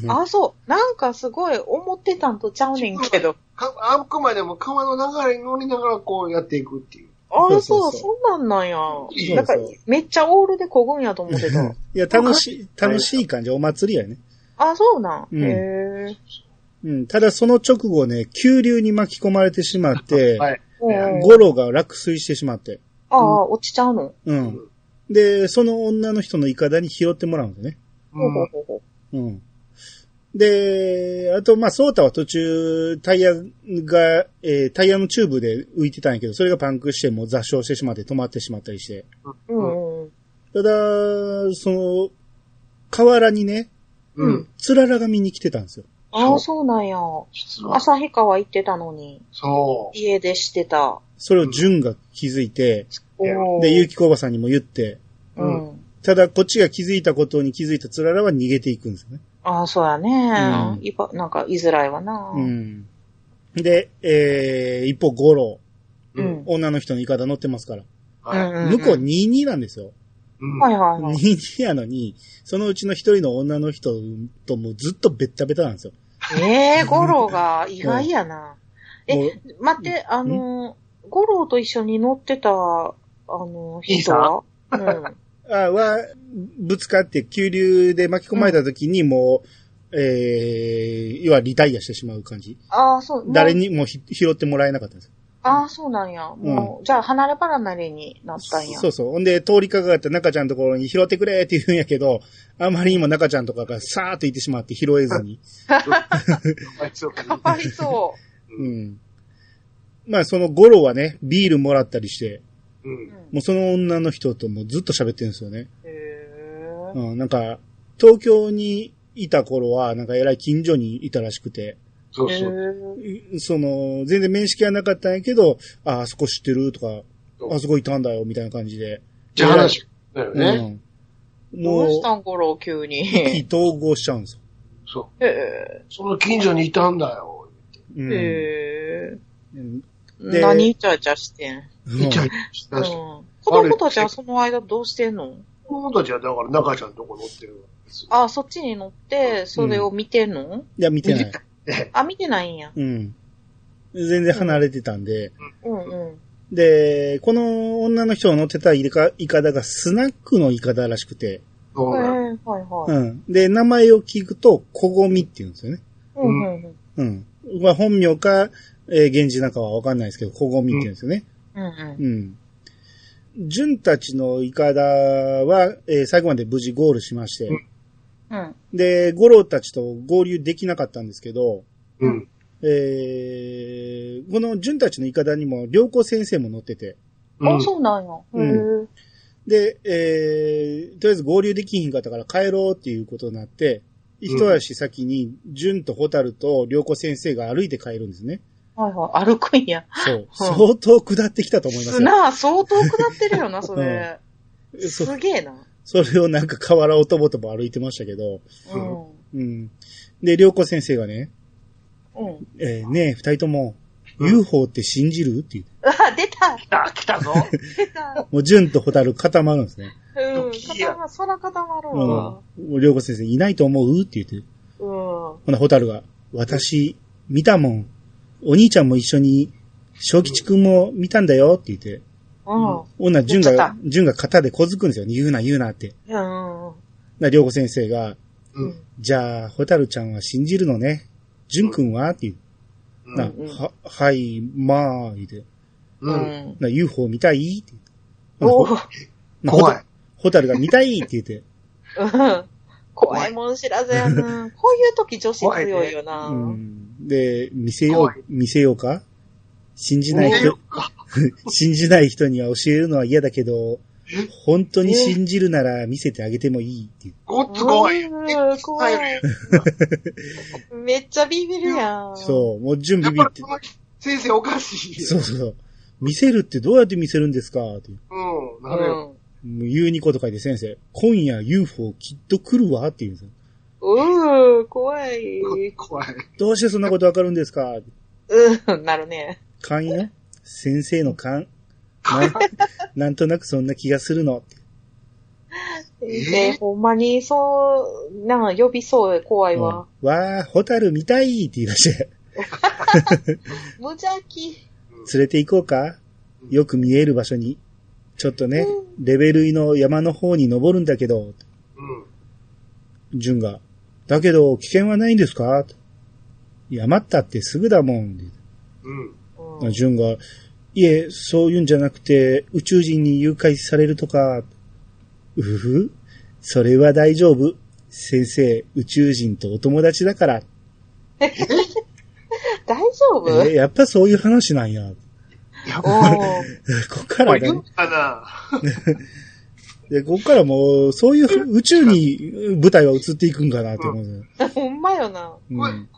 [SPEAKER 2] へん。
[SPEAKER 3] あ、そう。なんかすごい思ってたんとちゃうねんけど。
[SPEAKER 2] かあくまでも川の流れに乗りながらこうやっていくっていう。
[SPEAKER 3] あ
[SPEAKER 1] そう
[SPEAKER 3] あ、
[SPEAKER 1] そ
[SPEAKER 3] そうう、
[SPEAKER 1] そう
[SPEAKER 3] そんなんなんや。
[SPEAKER 1] そう
[SPEAKER 3] なんか
[SPEAKER 1] そう、
[SPEAKER 3] めっちゃオールでこぐんやと思ってた。
[SPEAKER 1] いや、楽しい、楽しい感じ、お祭りやね。
[SPEAKER 3] あ、そうなん。
[SPEAKER 1] うん
[SPEAKER 3] へえ。
[SPEAKER 1] うん。ただ、その直後ね、急流に巻き込まれてしまって、
[SPEAKER 2] はい。
[SPEAKER 3] おー
[SPEAKER 1] ゴロが落水してしまって。
[SPEAKER 3] ああ、落ちちゃうの。
[SPEAKER 1] うん。で、その女の人のイカダに拾ってもらうんだね。
[SPEAKER 3] ほ
[SPEAKER 2] う
[SPEAKER 3] うほうんほうほう。
[SPEAKER 1] うん。で、あと、まあ、ソータは途中、タイヤが、えータイヤのチューブで浮いてたんやけど、それがパンクして、もう座礁してしまって、止まってしまったりして。
[SPEAKER 3] うんうん。
[SPEAKER 1] ただ、その、河原にね、
[SPEAKER 2] うん。
[SPEAKER 1] つららが見に来てたんですよ。
[SPEAKER 3] ああ、そうなんや。
[SPEAKER 2] 実は。
[SPEAKER 3] 旭川行ってたのに、
[SPEAKER 2] そう。
[SPEAKER 3] 家出してた。
[SPEAKER 1] それを純が気づいて、
[SPEAKER 3] おー
[SPEAKER 1] で、ゆうきこおばさんにも言って、
[SPEAKER 3] うん。
[SPEAKER 1] ただ、こっちが気づいたことに気づいたつららは逃げていくんですよね。
[SPEAKER 3] ああ、そうやね
[SPEAKER 1] う。ん
[SPEAKER 3] いば、なんか、居づらいわな。
[SPEAKER 1] う。ん。で、えー、一方、ゴロ、
[SPEAKER 3] う。ん。
[SPEAKER 1] 女の人のイカダ乗ってますから。
[SPEAKER 2] はい。
[SPEAKER 1] 向こう22なんですよ。
[SPEAKER 2] うん。
[SPEAKER 3] はいはいはい。
[SPEAKER 1] 22やのに、そのうちの一人の女の人ともうずっとベッタベタなんですよ。
[SPEAKER 3] ええゴロが意外やな。え
[SPEAKER 1] もう
[SPEAKER 3] 待って、あの、ゴロと一緒に乗ってた、あの、人はうん。 <laughs>
[SPEAKER 1] あは、ぶつかって急流で巻き込まれた時にもう、えー、要はリタイアしてしまう感じ。
[SPEAKER 3] ああ、そう。
[SPEAKER 1] 誰にもひ拾ってもらえなかったんですよ。
[SPEAKER 3] ああ、そうなんや。もう、じゃあ離れ離れになったんや。
[SPEAKER 1] そうそう。ほんで、通りかかった中ちゃんのところに拾ってくれって言うんやけど、あまりにも中ちゃんとかがさーっと行ってしまって拾えずに。
[SPEAKER 2] あいつを
[SPEAKER 3] かわいそう
[SPEAKER 1] うんん。まあ、そのゴロはね、ビールもらったりして、
[SPEAKER 2] う。
[SPEAKER 3] う。うん
[SPEAKER 2] <laughs>
[SPEAKER 3] ん
[SPEAKER 1] もうその女の人ともうずっと喋ってるんですよね。
[SPEAKER 3] へえ。
[SPEAKER 1] うん、なんか、東京にいた頃は、なんかえらい近所にいたらしくて、
[SPEAKER 2] そう
[SPEAKER 3] へ
[SPEAKER 2] そう。
[SPEAKER 3] ー
[SPEAKER 1] いその、全然面識はなかったんやけど、あ、あそこ知ってるとか、あそこいたんだよ、みたいな感じで。
[SPEAKER 2] じゃあ話だよね。
[SPEAKER 1] うん。
[SPEAKER 3] ど
[SPEAKER 1] も
[SPEAKER 3] う
[SPEAKER 1] う、
[SPEAKER 3] したんころ、急に。
[SPEAKER 1] 意
[SPEAKER 3] へ
[SPEAKER 1] 気投合しちゃうんですよ。
[SPEAKER 2] そ
[SPEAKER 3] え
[SPEAKER 2] う。。その近所にいたんだよ。
[SPEAKER 1] うん
[SPEAKER 3] へえ。
[SPEAKER 1] うんで
[SPEAKER 3] 何イチャイチャしてん。
[SPEAKER 2] いちゃい
[SPEAKER 3] うん
[SPEAKER 2] ちゃ。
[SPEAKER 3] 子供たちはその間どうしてんの
[SPEAKER 2] 子供たちはだから中ちゃんのとこ乗ってるわけですよ。
[SPEAKER 3] あ、そっちに乗って、それを見てんの、
[SPEAKER 1] いや、見てな
[SPEAKER 2] 見
[SPEAKER 1] い
[SPEAKER 2] て。ね
[SPEAKER 3] あ、見てないんや。
[SPEAKER 1] うん。全然離れてたんで。
[SPEAKER 3] うんうん。
[SPEAKER 1] で、この女の人を乗ってたイカイカダがスナックのイカダらしくて。
[SPEAKER 2] そう
[SPEAKER 3] へえ
[SPEAKER 2] なの
[SPEAKER 3] はいは
[SPEAKER 1] う
[SPEAKER 3] い。
[SPEAKER 1] ん。で、名前を聞くと、こごみって言うんですよね。
[SPEAKER 3] うんうんうん。
[SPEAKER 1] うん。まあ、本名か、えー、源氏仲はわかんないですけど、こごみって言うんですよね。
[SPEAKER 3] うんうん
[SPEAKER 1] うん。純たちのイカダは、えー最後まで無事ゴールしまして、
[SPEAKER 2] うん
[SPEAKER 3] うん。
[SPEAKER 1] で、ゴロたちと合流できなかったんですけど、
[SPEAKER 2] うん。
[SPEAKER 1] えーこの純たちのイカダにも、良子先生も乗ってて、
[SPEAKER 2] うん
[SPEAKER 3] あ、そうなんや。
[SPEAKER 1] うん
[SPEAKER 3] へ
[SPEAKER 1] で、えーとりあえず合流できひんかったから帰ろうっていうことになって、
[SPEAKER 2] うん
[SPEAKER 1] 一足先に、純とホタルと良子先生が歩いて帰るんですね。
[SPEAKER 3] え。はいはい。歩くんや。
[SPEAKER 1] そう。相当下ってきたと思いますよ。
[SPEAKER 3] 砂、相当下ってるよな、それ。
[SPEAKER 1] そ
[SPEAKER 3] すげえな。
[SPEAKER 1] それをなんか河原をとぼとぼ歩いてましたけど、
[SPEAKER 3] うん。
[SPEAKER 1] うん。で、良子先生がね、
[SPEAKER 3] うん。
[SPEAKER 1] えーねえ、二人とも、
[SPEAKER 2] うん
[SPEAKER 1] UFO って信じるっていう。
[SPEAKER 3] あ、出た
[SPEAKER 2] 来た、来たぞ。
[SPEAKER 3] 出た
[SPEAKER 1] もう、純とホタル固まるんですね。
[SPEAKER 3] うん。
[SPEAKER 2] ドキや
[SPEAKER 3] 固ま、空固まる
[SPEAKER 1] うん。
[SPEAKER 3] わ
[SPEAKER 1] も。う良子先生、いないと思うって言って。
[SPEAKER 3] うん。
[SPEAKER 1] ほな、ホタルが、私、見たもん。お兄ちゃんも一緒に、小吉くんも見たんだよって言って。
[SPEAKER 3] うん。
[SPEAKER 1] 女、純
[SPEAKER 3] 言っちゃ
[SPEAKER 1] が
[SPEAKER 3] っ、
[SPEAKER 1] 純が肩で小づくんですよね。言うな、言うなって。
[SPEAKER 3] うん。
[SPEAKER 1] な、良子先生が、
[SPEAKER 2] うん。
[SPEAKER 1] じゃあ、ホタルちゃんは信じるのね。純くんはって言う。な、
[SPEAKER 3] うんうん
[SPEAKER 1] は、はい、まあ、言って。
[SPEAKER 2] う
[SPEAKER 3] う
[SPEAKER 2] ん。うん
[SPEAKER 3] ん。
[SPEAKER 1] な、UFO 見たいって言って。
[SPEAKER 3] おー
[SPEAKER 1] なほ
[SPEAKER 2] 怖い。
[SPEAKER 1] ホタルが見たいって言って。
[SPEAKER 3] うん怖いもん知らずやな。こういう時女子強いよな。
[SPEAKER 1] うんで、見せよ
[SPEAKER 2] 怖
[SPEAKER 1] う、見せようか信じない人、信じない人には教えるのは嫌だけど、本当に信じるなら見せてあげてもいいっていう。
[SPEAKER 2] ごっつ怖い。
[SPEAKER 3] うん怖い。めっちゃビビるやん。
[SPEAKER 1] そう、もう準
[SPEAKER 2] や
[SPEAKER 1] 備ビっ
[SPEAKER 2] っぱり
[SPEAKER 1] て
[SPEAKER 2] こ。の先生おかしい。
[SPEAKER 1] そうそうそう。見せるってどうやって見せるんですかっていう。
[SPEAKER 2] うん。
[SPEAKER 3] う
[SPEAKER 2] なるよ。
[SPEAKER 3] ん。
[SPEAKER 1] もう言うにこと書いて先生、今夜 UFO きっと来るわって言うんですよ。
[SPEAKER 3] うー、怖い。
[SPEAKER 2] 怖い。
[SPEAKER 1] どうしてそんなことわかるんですか
[SPEAKER 3] うん、なるね。
[SPEAKER 1] 勘よ。先生の勘。なんなんとなくそんな気がするの。
[SPEAKER 3] で、ほんまに、そう、なんか呼びそう、怖いわ。
[SPEAKER 1] うんわー、ホタル見たいって言い出して。
[SPEAKER 3] 無邪気。
[SPEAKER 1] 連れて行こうかよく見える場所に。ちょっとね、
[SPEAKER 3] う
[SPEAKER 1] レベルの山の方に登るんだけど、
[SPEAKER 2] うん。
[SPEAKER 1] ジュンが。だけど、危険はないんですか山ったってすぐだもん。
[SPEAKER 2] うん。
[SPEAKER 3] うん
[SPEAKER 1] ジュンが、いえ、そういうんじゃなくて、宇宙人に誘拐されるとか。うふふ、それは大丈夫。先生、宇宙人とお友達だから。
[SPEAKER 3] 大丈夫
[SPEAKER 1] えーやっぱそういう話なんや。こ
[SPEAKER 2] やっ
[SPEAKER 3] お
[SPEAKER 2] ぱ
[SPEAKER 3] ー
[SPEAKER 1] こから
[SPEAKER 2] り、
[SPEAKER 1] だね
[SPEAKER 2] 言うかな。
[SPEAKER 1] で、ここからもう、そういう宇宙に舞台は移っていくんかなって思う。
[SPEAKER 3] ほんまよな。
[SPEAKER 1] うん。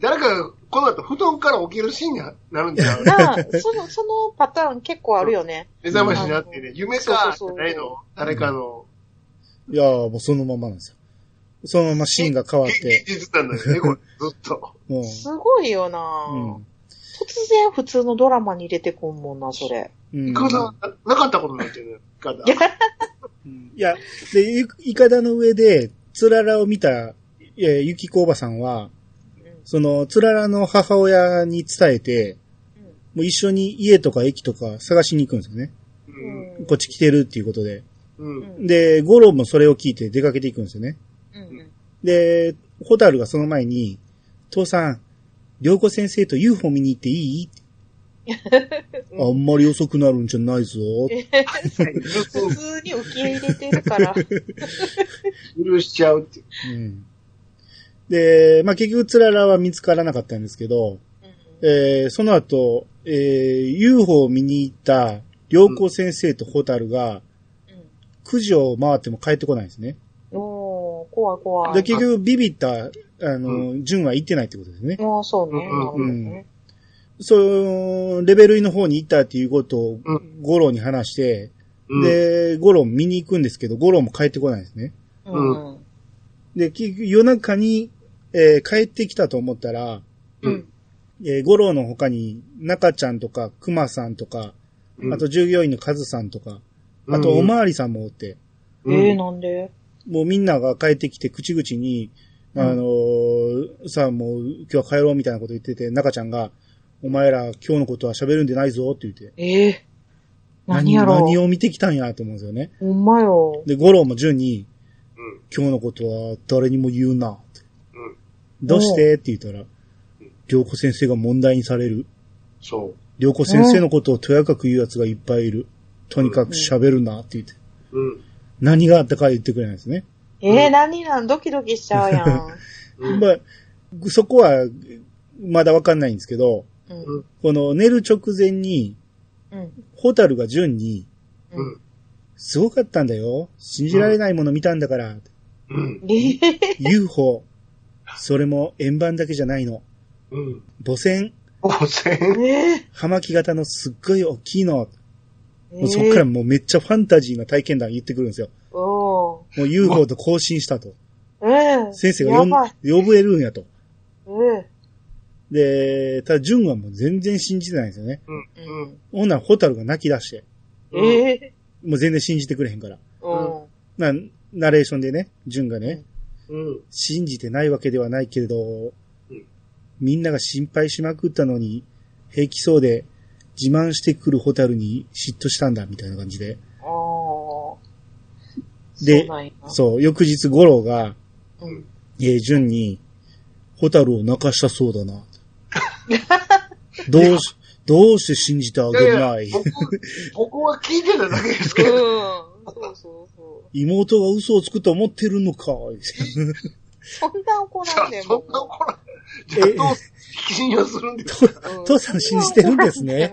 [SPEAKER 2] 誰かがこの後布団から起きるシーンになるんだよ。
[SPEAKER 3] なあ、その、そのパターン結構あるよね。
[SPEAKER 2] 目覚ましになってね、夢か、じゃないの。誰かの、
[SPEAKER 1] いやーもうそのままなんですよ。そのままシーンが変わっ
[SPEAKER 2] 現
[SPEAKER 1] て。
[SPEAKER 2] 実なんだよね、これ。ずっと。
[SPEAKER 1] うん。
[SPEAKER 3] すごいよな、突然普通のドラマに入れてこんもんな、それ。
[SPEAKER 1] うん。うん
[SPEAKER 2] イカダ、なかったことになってるのよ、イカダ。
[SPEAKER 1] いや、で、ゆイカダの上で、つららを見た、えーゆきこおばさんは、その、つららの母親に伝えて、もう一緒に家とか駅とか探しに行くんですよね。
[SPEAKER 2] うん。
[SPEAKER 1] こっち来てるっていうことで。
[SPEAKER 2] うん。
[SPEAKER 1] で、ゴロもそれを聞いて出かけていくんですよね。で、ホタルがその前に、父さん、良子先生と UFO 見に行っていいあんまり遅くなるんじゃないぞ。
[SPEAKER 3] 普通に受け入れてるから。
[SPEAKER 2] 許しちゃうっていう。
[SPEAKER 1] うん。で、まあ、結局、つららは見つからなかったんですけど、えーその後、えー UFO を見に行った良子先生とホタルが、9時を回っても帰ってこないんですね。
[SPEAKER 3] もう、怖い怖
[SPEAKER 1] で、
[SPEAKER 3] い。
[SPEAKER 1] 結局、ビビった、あの、純は行ってないってことですね。
[SPEAKER 3] もうそうね。
[SPEAKER 2] うん
[SPEAKER 1] うんうん
[SPEAKER 3] なる
[SPEAKER 1] その、レベルイの方に行ったっていうことを
[SPEAKER 2] う、
[SPEAKER 1] ゴロに話して、
[SPEAKER 2] うん、
[SPEAKER 1] で、ゴロ見に行くんですけど、ゴロも帰ってこないんですね。
[SPEAKER 3] ほどね
[SPEAKER 1] で、結局夜中に、えー帰ってきたと思ったら、
[SPEAKER 2] う
[SPEAKER 3] うんん。
[SPEAKER 1] えー、五郎の他に、中ちゃんとか、熊さんとか、
[SPEAKER 2] うん
[SPEAKER 1] あと従業員のカズさんとか、あとおまわりさんもおって、
[SPEAKER 3] うん。えー、なんで
[SPEAKER 1] もうみんなが帰ってきて、口々に、あのーさあもう今日は帰ろうみたいなこと言ってて、中ちゃんが、お前ら今日のことは喋るんでないぞって言って。
[SPEAKER 3] ええ何やろう
[SPEAKER 1] 何を見てきたんやと思うんですよね。
[SPEAKER 3] ほんまよ。
[SPEAKER 1] で、五郎も順に、
[SPEAKER 2] うん
[SPEAKER 1] 今日のことは誰にも言うなって。
[SPEAKER 2] うん
[SPEAKER 1] どうしてって言ったら、良子先生が問題にされる。
[SPEAKER 2] そ
[SPEAKER 1] 良子先生のことをとやかく言う奴がいっぱいいる。とにかく喋るなって言って。
[SPEAKER 2] う。うん。
[SPEAKER 1] 何があったか言ってくれないですね。
[SPEAKER 3] えー、何なんドキドキしち
[SPEAKER 1] <laughs>
[SPEAKER 3] ゃうやん。
[SPEAKER 2] うん
[SPEAKER 1] まあ、そこは、まだわかんないんですけど、
[SPEAKER 3] うん。
[SPEAKER 1] この寝る直前に、 <laughs>
[SPEAKER 3] うん。
[SPEAKER 1] ホタルが順に、
[SPEAKER 2] うん。
[SPEAKER 1] すごかったんだよ。信じられないもの見たんだから。
[SPEAKER 2] うん。
[SPEAKER 3] えー
[SPEAKER 1] UFO。それも円盤だけじゃないの。
[SPEAKER 2] うん。
[SPEAKER 1] 母船、
[SPEAKER 2] 五千。
[SPEAKER 3] え
[SPEAKER 1] 葉巻型のすっごい大きいの。も
[SPEAKER 3] ー
[SPEAKER 1] うそっからもうめっちゃファンタジーな体験談言ってくるんですよ。
[SPEAKER 3] お
[SPEAKER 1] もう UFO と交信したと。
[SPEAKER 3] ーえー
[SPEAKER 1] 先生
[SPEAKER 3] や
[SPEAKER 1] が
[SPEAKER 3] ばい。
[SPEAKER 1] 呼ん呼ぶえるんやと。
[SPEAKER 3] えー
[SPEAKER 1] で、ただ、純はもう全然信じてないんですよね。
[SPEAKER 2] うん。うん。
[SPEAKER 1] ほんなら、ホタルが泣き出して、
[SPEAKER 2] うん
[SPEAKER 3] え
[SPEAKER 1] もう全然信じてくれへんから。
[SPEAKER 3] ーうん。
[SPEAKER 1] な、ナレーションでね、純がね、
[SPEAKER 2] うん。
[SPEAKER 1] 信じてないわけではないけれど
[SPEAKER 2] うん、
[SPEAKER 1] みんなが心配しまくったのに、平気そうで、自慢してくるホタルに嫉妬したんだ、みたいな感じで。
[SPEAKER 3] あー
[SPEAKER 1] で
[SPEAKER 3] そうなんや
[SPEAKER 1] そう、翌日、五郎が、
[SPEAKER 3] うん
[SPEAKER 1] えー、純に、ホタルを泣かしたそうだ
[SPEAKER 2] <laughs>
[SPEAKER 1] な。どうし、どうして信じてあ
[SPEAKER 2] い
[SPEAKER 1] げ
[SPEAKER 2] や
[SPEAKER 1] ないい
[SPEAKER 2] や、僕、僕は聞いてただけですけ
[SPEAKER 3] うん。
[SPEAKER 2] ど。
[SPEAKER 3] そうそうそう。
[SPEAKER 1] 妹が嘘をつくと思ってるの
[SPEAKER 2] <laughs>
[SPEAKER 1] か。
[SPEAKER 3] そんな怒
[SPEAKER 2] じゃ
[SPEAKER 3] ら
[SPEAKER 2] あ
[SPEAKER 3] んで
[SPEAKER 2] そ
[SPEAKER 3] も。
[SPEAKER 2] んな怒らない。じゃあどう信用するんですか
[SPEAKER 3] うん
[SPEAKER 1] 父さん信じてるんですね。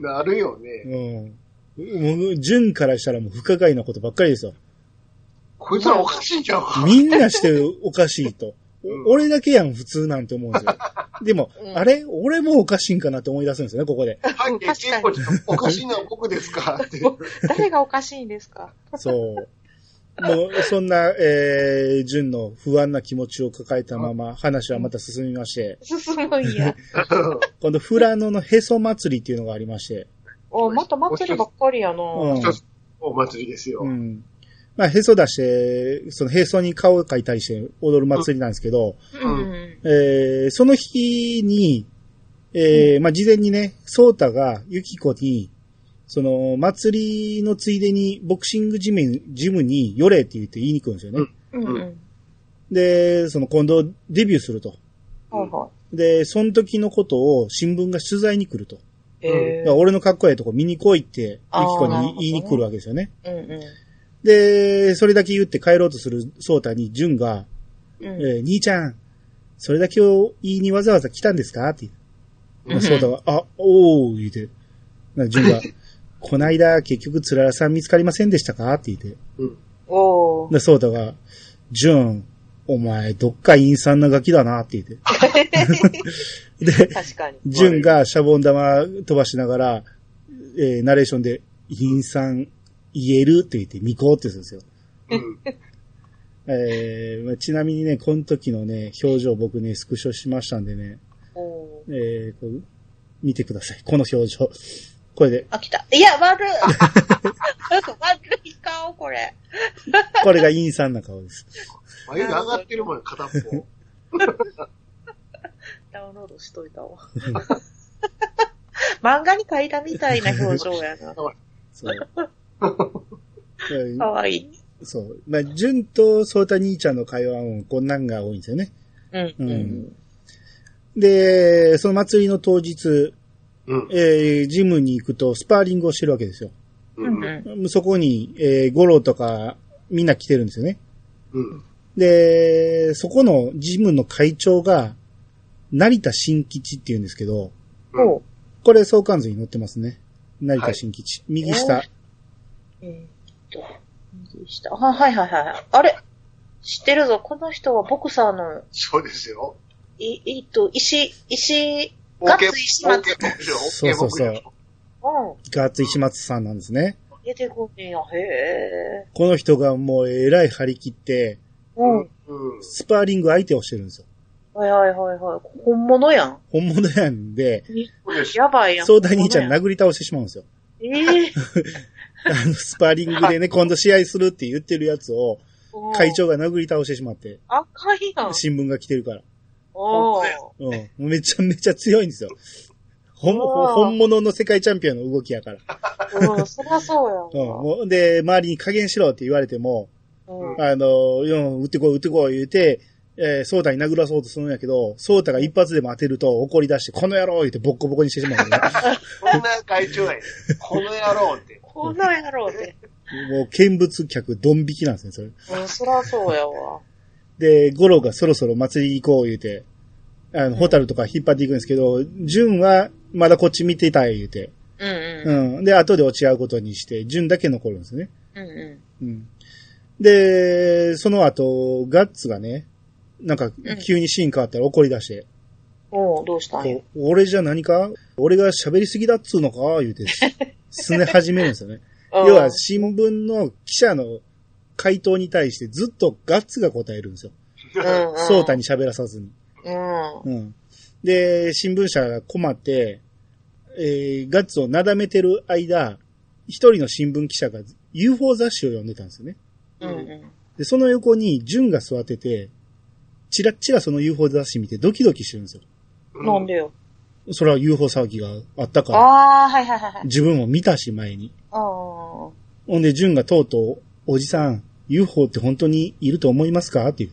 [SPEAKER 2] なるよね。
[SPEAKER 1] うん。もう、純からしたらもう不可解なことばっかりですよ。
[SPEAKER 2] こいつらおかしいんちゃうか。
[SPEAKER 1] みんなしておかしいと。
[SPEAKER 2] うん
[SPEAKER 1] お俺だけやん、普通なんて思うんですよ。でも、
[SPEAKER 3] うん
[SPEAKER 1] あれ俺もおかしいんかなって思い出すんですよね、ここで。
[SPEAKER 2] 半径結構ちょっとおかしいのは僕ですかって。
[SPEAKER 1] <laughs>
[SPEAKER 3] 誰がおかしいんですか
[SPEAKER 1] そう。もう、そんな、えー、純の不安な気持ちを抱えたまま、話はまた進みまして、
[SPEAKER 3] 進むんや。
[SPEAKER 1] 今度、フラノのへそ祭りっていうのがありまして、
[SPEAKER 3] おまた待ってるばっかりやな。
[SPEAKER 1] うん。
[SPEAKER 2] お祭りですよ。
[SPEAKER 1] う
[SPEAKER 2] うん。
[SPEAKER 1] ん。まあ、へそ出して、そのへそに顔を描いたりして踊る祭りなんですけど、
[SPEAKER 3] うん。
[SPEAKER 1] えーその日に、えーまあ、事前にね、ソータがユキコに、その、祭りのついでに、ボクシングジム、ジムに寄れって言って言いに行くんですよね。
[SPEAKER 2] うん
[SPEAKER 3] うんうん。
[SPEAKER 1] で、その、今度デビューすると。
[SPEAKER 3] はいは
[SPEAKER 1] で、その時のことを新聞が取材に来ると。
[SPEAKER 3] い。え
[SPEAKER 1] だから俺のかっこいいとこ見に来いって、ユキ
[SPEAKER 3] あー
[SPEAKER 1] コ
[SPEAKER 3] なるほ
[SPEAKER 1] に
[SPEAKER 3] どね
[SPEAKER 1] 言いに来るわけですよね。
[SPEAKER 3] え。うんうん。
[SPEAKER 1] で、それだけ言って帰ろうとするソータに、ジュンが、
[SPEAKER 3] うん
[SPEAKER 1] えー兄ちゃん、それだけを言いにわざわざ来たんですかって言う
[SPEAKER 2] うん
[SPEAKER 1] そうだが、あ、おー、言うて。なんか、順
[SPEAKER 2] <laughs>
[SPEAKER 1] が、こないだ結局、つららさん見つかりませんでしたかって言って。
[SPEAKER 3] おー。
[SPEAKER 1] で、そうだが、順、お前、どっか陰惨なガキだなって
[SPEAKER 2] <laughs>
[SPEAKER 1] 言って。で、
[SPEAKER 3] 確かに。
[SPEAKER 1] 順がシャボン玉飛ばしながら、えーナレーションで、陰惨言えるって言って、未行って言うんですよ。
[SPEAKER 2] うん。
[SPEAKER 1] えーまあちなみにね、この時のね、表情僕ね、スクショしましたんでね、
[SPEAKER 3] おー。
[SPEAKER 1] えーこう見てください。この表情。これで、
[SPEAKER 3] あ、来た。いや、 <laughs> 悪い。悪い顔、これ。
[SPEAKER 1] これが陰惨な顔です。
[SPEAKER 2] 眉毛上がってるもん、片っぽ。
[SPEAKER 3] ダウンロードしといた <laughs> わ。漫画に書いたみたいな表情やな。
[SPEAKER 1] そう。
[SPEAKER 3] かわいい。
[SPEAKER 1] そう。まあ、純とソータ兄ちゃんの会話もこんなんが多いんですよね。
[SPEAKER 3] うん。
[SPEAKER 1] うん
[SPEAKER 3] うん。
[SPEAKER 1] で、その祭りの当日、
[SPEAKER 2] うん。
[SPEAKER 1] えージムに行くとスパーリングをしてるわけですよ。
[SPEAKER 2] うん。うん。
[SPEAKER 1] そこに、えー、ゴロとかみんな来てるんですよね。
[SPEAKER 2] うん。
[SPEAKER 1] で、そこのジムの会長が、成田新吉って言うんですけど、
[SPEAKER 2] うん。
[SPEAKER 3] そ
[SPEAKER 1] これ相関図に載ってますね。成田新吉。右下。
[SPEAKER 3] う。えーっと、右下。あ、はいはいはい。あれ知ってるぞ。この人はボクサーの、
[SPEAKER 2] そうですよ。
[SPEAKER 3] い、えーっと、石、石、ガッツ石松。
[SPEAKER 2] OK 牧場。
[SPEAKER 1] そうそうそう
[SPEAKER 2] OK 牧場
[SPEAKER 3] うん。
[SPEAKER 1] ガーツ石松さんなんですね。
[SPEAKER 3] 出てこねえよ。へえ。
[SPEAKER 1] この人がもうえらい張り切って、
[SPEAKER 3] うん。
[SPEAKER 2] うん。
[SPEAKER 1] スパーリング相手をしてるんですよ。
[SPEAKER 3] はいはいはいはい。本物やん。
[SPEAKER 1] 本物やんで、
[SPEAKER 2] そうです。
[SPEAKER 3] やばいやん。
[SPEAKER 1] 相談兄ちゃん
[SPEAKER 3] な。
[SPEAKER 1] 殴り倒してしまうんですよ。
[SPEAKER 3] ええ
[SPEAKER 1] あの、スパーリングで
[SPEAKER 3] <laughs>
[SPEAKER 1] ね、今度試合するって言ってるやつを、
[SPEAKER 3] うん
[SPEAKER 1] 会。長が殴り倒してしまって、
[SPEAKER 3] 赤いやん。
[SPEAKER 1] 新聞が来てるから。
[SPEAKER 3] おー
[SPEAKER 1] うん。めちゃめちゃ強いんですよ。ほん、
[SPEAKER 3] おー
[SPEAKER 1] 本物の世界チャンピオンの動きやから。
[SPEAKER 3] うん、そりゃそう
[SPEAKER 1] うん。
[SPEAKER 3] やんか。
[SPEAKER 1] もうで、周りに加減しろって言われても、
[SPEAKER 3] うん。
[SPEAKER 1] あの、うん、打ってこい、打ってこい言うて、えー、ソータに殴らそうとするんやけど、ソータが一発でも当てると怒り出して、この野郎言うてボッコボコにしてしまうんだよね
[SPEAKER 2] こんな会長やねこの野郎って。
[SPEAKER 3] こんなんやろうて。
[SPEAKER 1] もう見物客ドン引きなんですね、それ。
[SPEAKER 3] うん、そりゃそうやわ。
[SPEAKER 1] で、ゴロがそろそろ祭り行こう言うて、あの、ホタルとか引っ張っていくんですけど、ジュンはまだこっち見てたい言うて、
[SPEAKER 3] うん
[SPEAKER 1] う。
[SPEAKER 3] うん
[SPEAKER 1] で、後で落ち合うことにして、ジュンだけ残るんですね。
[SPEAKER 3] ん。うん
[SPEAKER 1] う
[SPEAKER 3] う
[SPEAKER 1] ん。で、その後、ガッツがね、なんか
[SPEAKER 3] うん
[SPEAKER 1] 急にシーン変わったら怒り出して、
[SPEAKER 3] ん。おうどうしたんや。
[SPEAKER 1] こう俺じゃ何か俺が喋りすぎだっつうのか言
[SPEAKER 3] <laughs>
[SPEAKER 1] うて、すね始めるんですよね。
[SPEAKER 3] うん
[SPEAKER 1] 要は新聞の記者の回答に対してずっとガッツが答えるんですよ。
[SPEAKER 3] うんうん
[SPEAKER 1] ソータに喋らさずに。
[SPEAKER 3] うん。
[SPEAKER 1] うん。で、新聞社が困って、えー、ガッツをなだめてる間、一人の新聞記者が UFO 雑誌を読んでたんですよね。
[SPEAKER 3] うんうん。
[SPEAKER 1] で、その横に、ジュンが座ってて、チラッチラその UFO 雑誌見てドキドキしてるんですよ。
[SPEAKER 3] なんでよ。
[SPEAKER 1] それは UFO 騒ぎがあったから、
[SPEAKER 3] ああ、はいはいはいはい。
[SPEAKER 1] 自分も見たし前に。
[SPEAKER 3] あ
[SPEAKER 1] ほんで、ジュンがとうとう、おじさん、UFO って本当にいると思いますかっていう。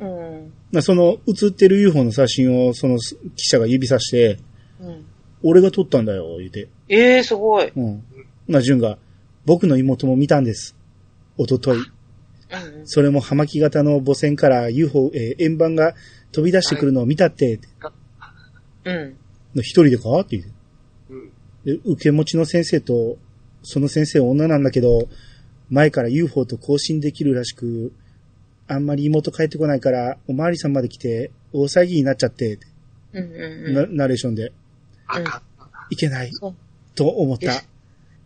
[SPEAKER 3] あ。うん。
[SPEAKER 1] まあその写ってる UFO の写真をその記者が指さして、
[SPEAKER 3] うん。
[SPEAKER 1] 俺が撮ったんだよ、言うて。
[SPEAKER 3] ええ、すごい。
[SPEAKER 1] うん。まあ、純が、僕の妹も見たんです。おととい。
[SPEAKER 3] うん
[SPEAKER 1] それも葉巻型の母船から UFO、えー円盤が飛び出してくるのを見たって、
[SPEAKER 3] うん。
[SPEAKER 1] の一人でかって言
[SPEAKER 2] うん。
[SPEAKER 1] う。で受け持ちの先生と、その先生は女なんだけど、前から UFO と交信できるらしく、あんまり妹帰ってこないから、おまわりさんまで来て、大騒ぎになっちゃって、
[SPEAKER 3] うんうんう。
[SPEAKER 1] なんナレーションで、
[SPEAKER 2] あかん。
[SPEAKER 1] いけない
[SPEAKER 3] そう、
[SPEAKER 1] と思った。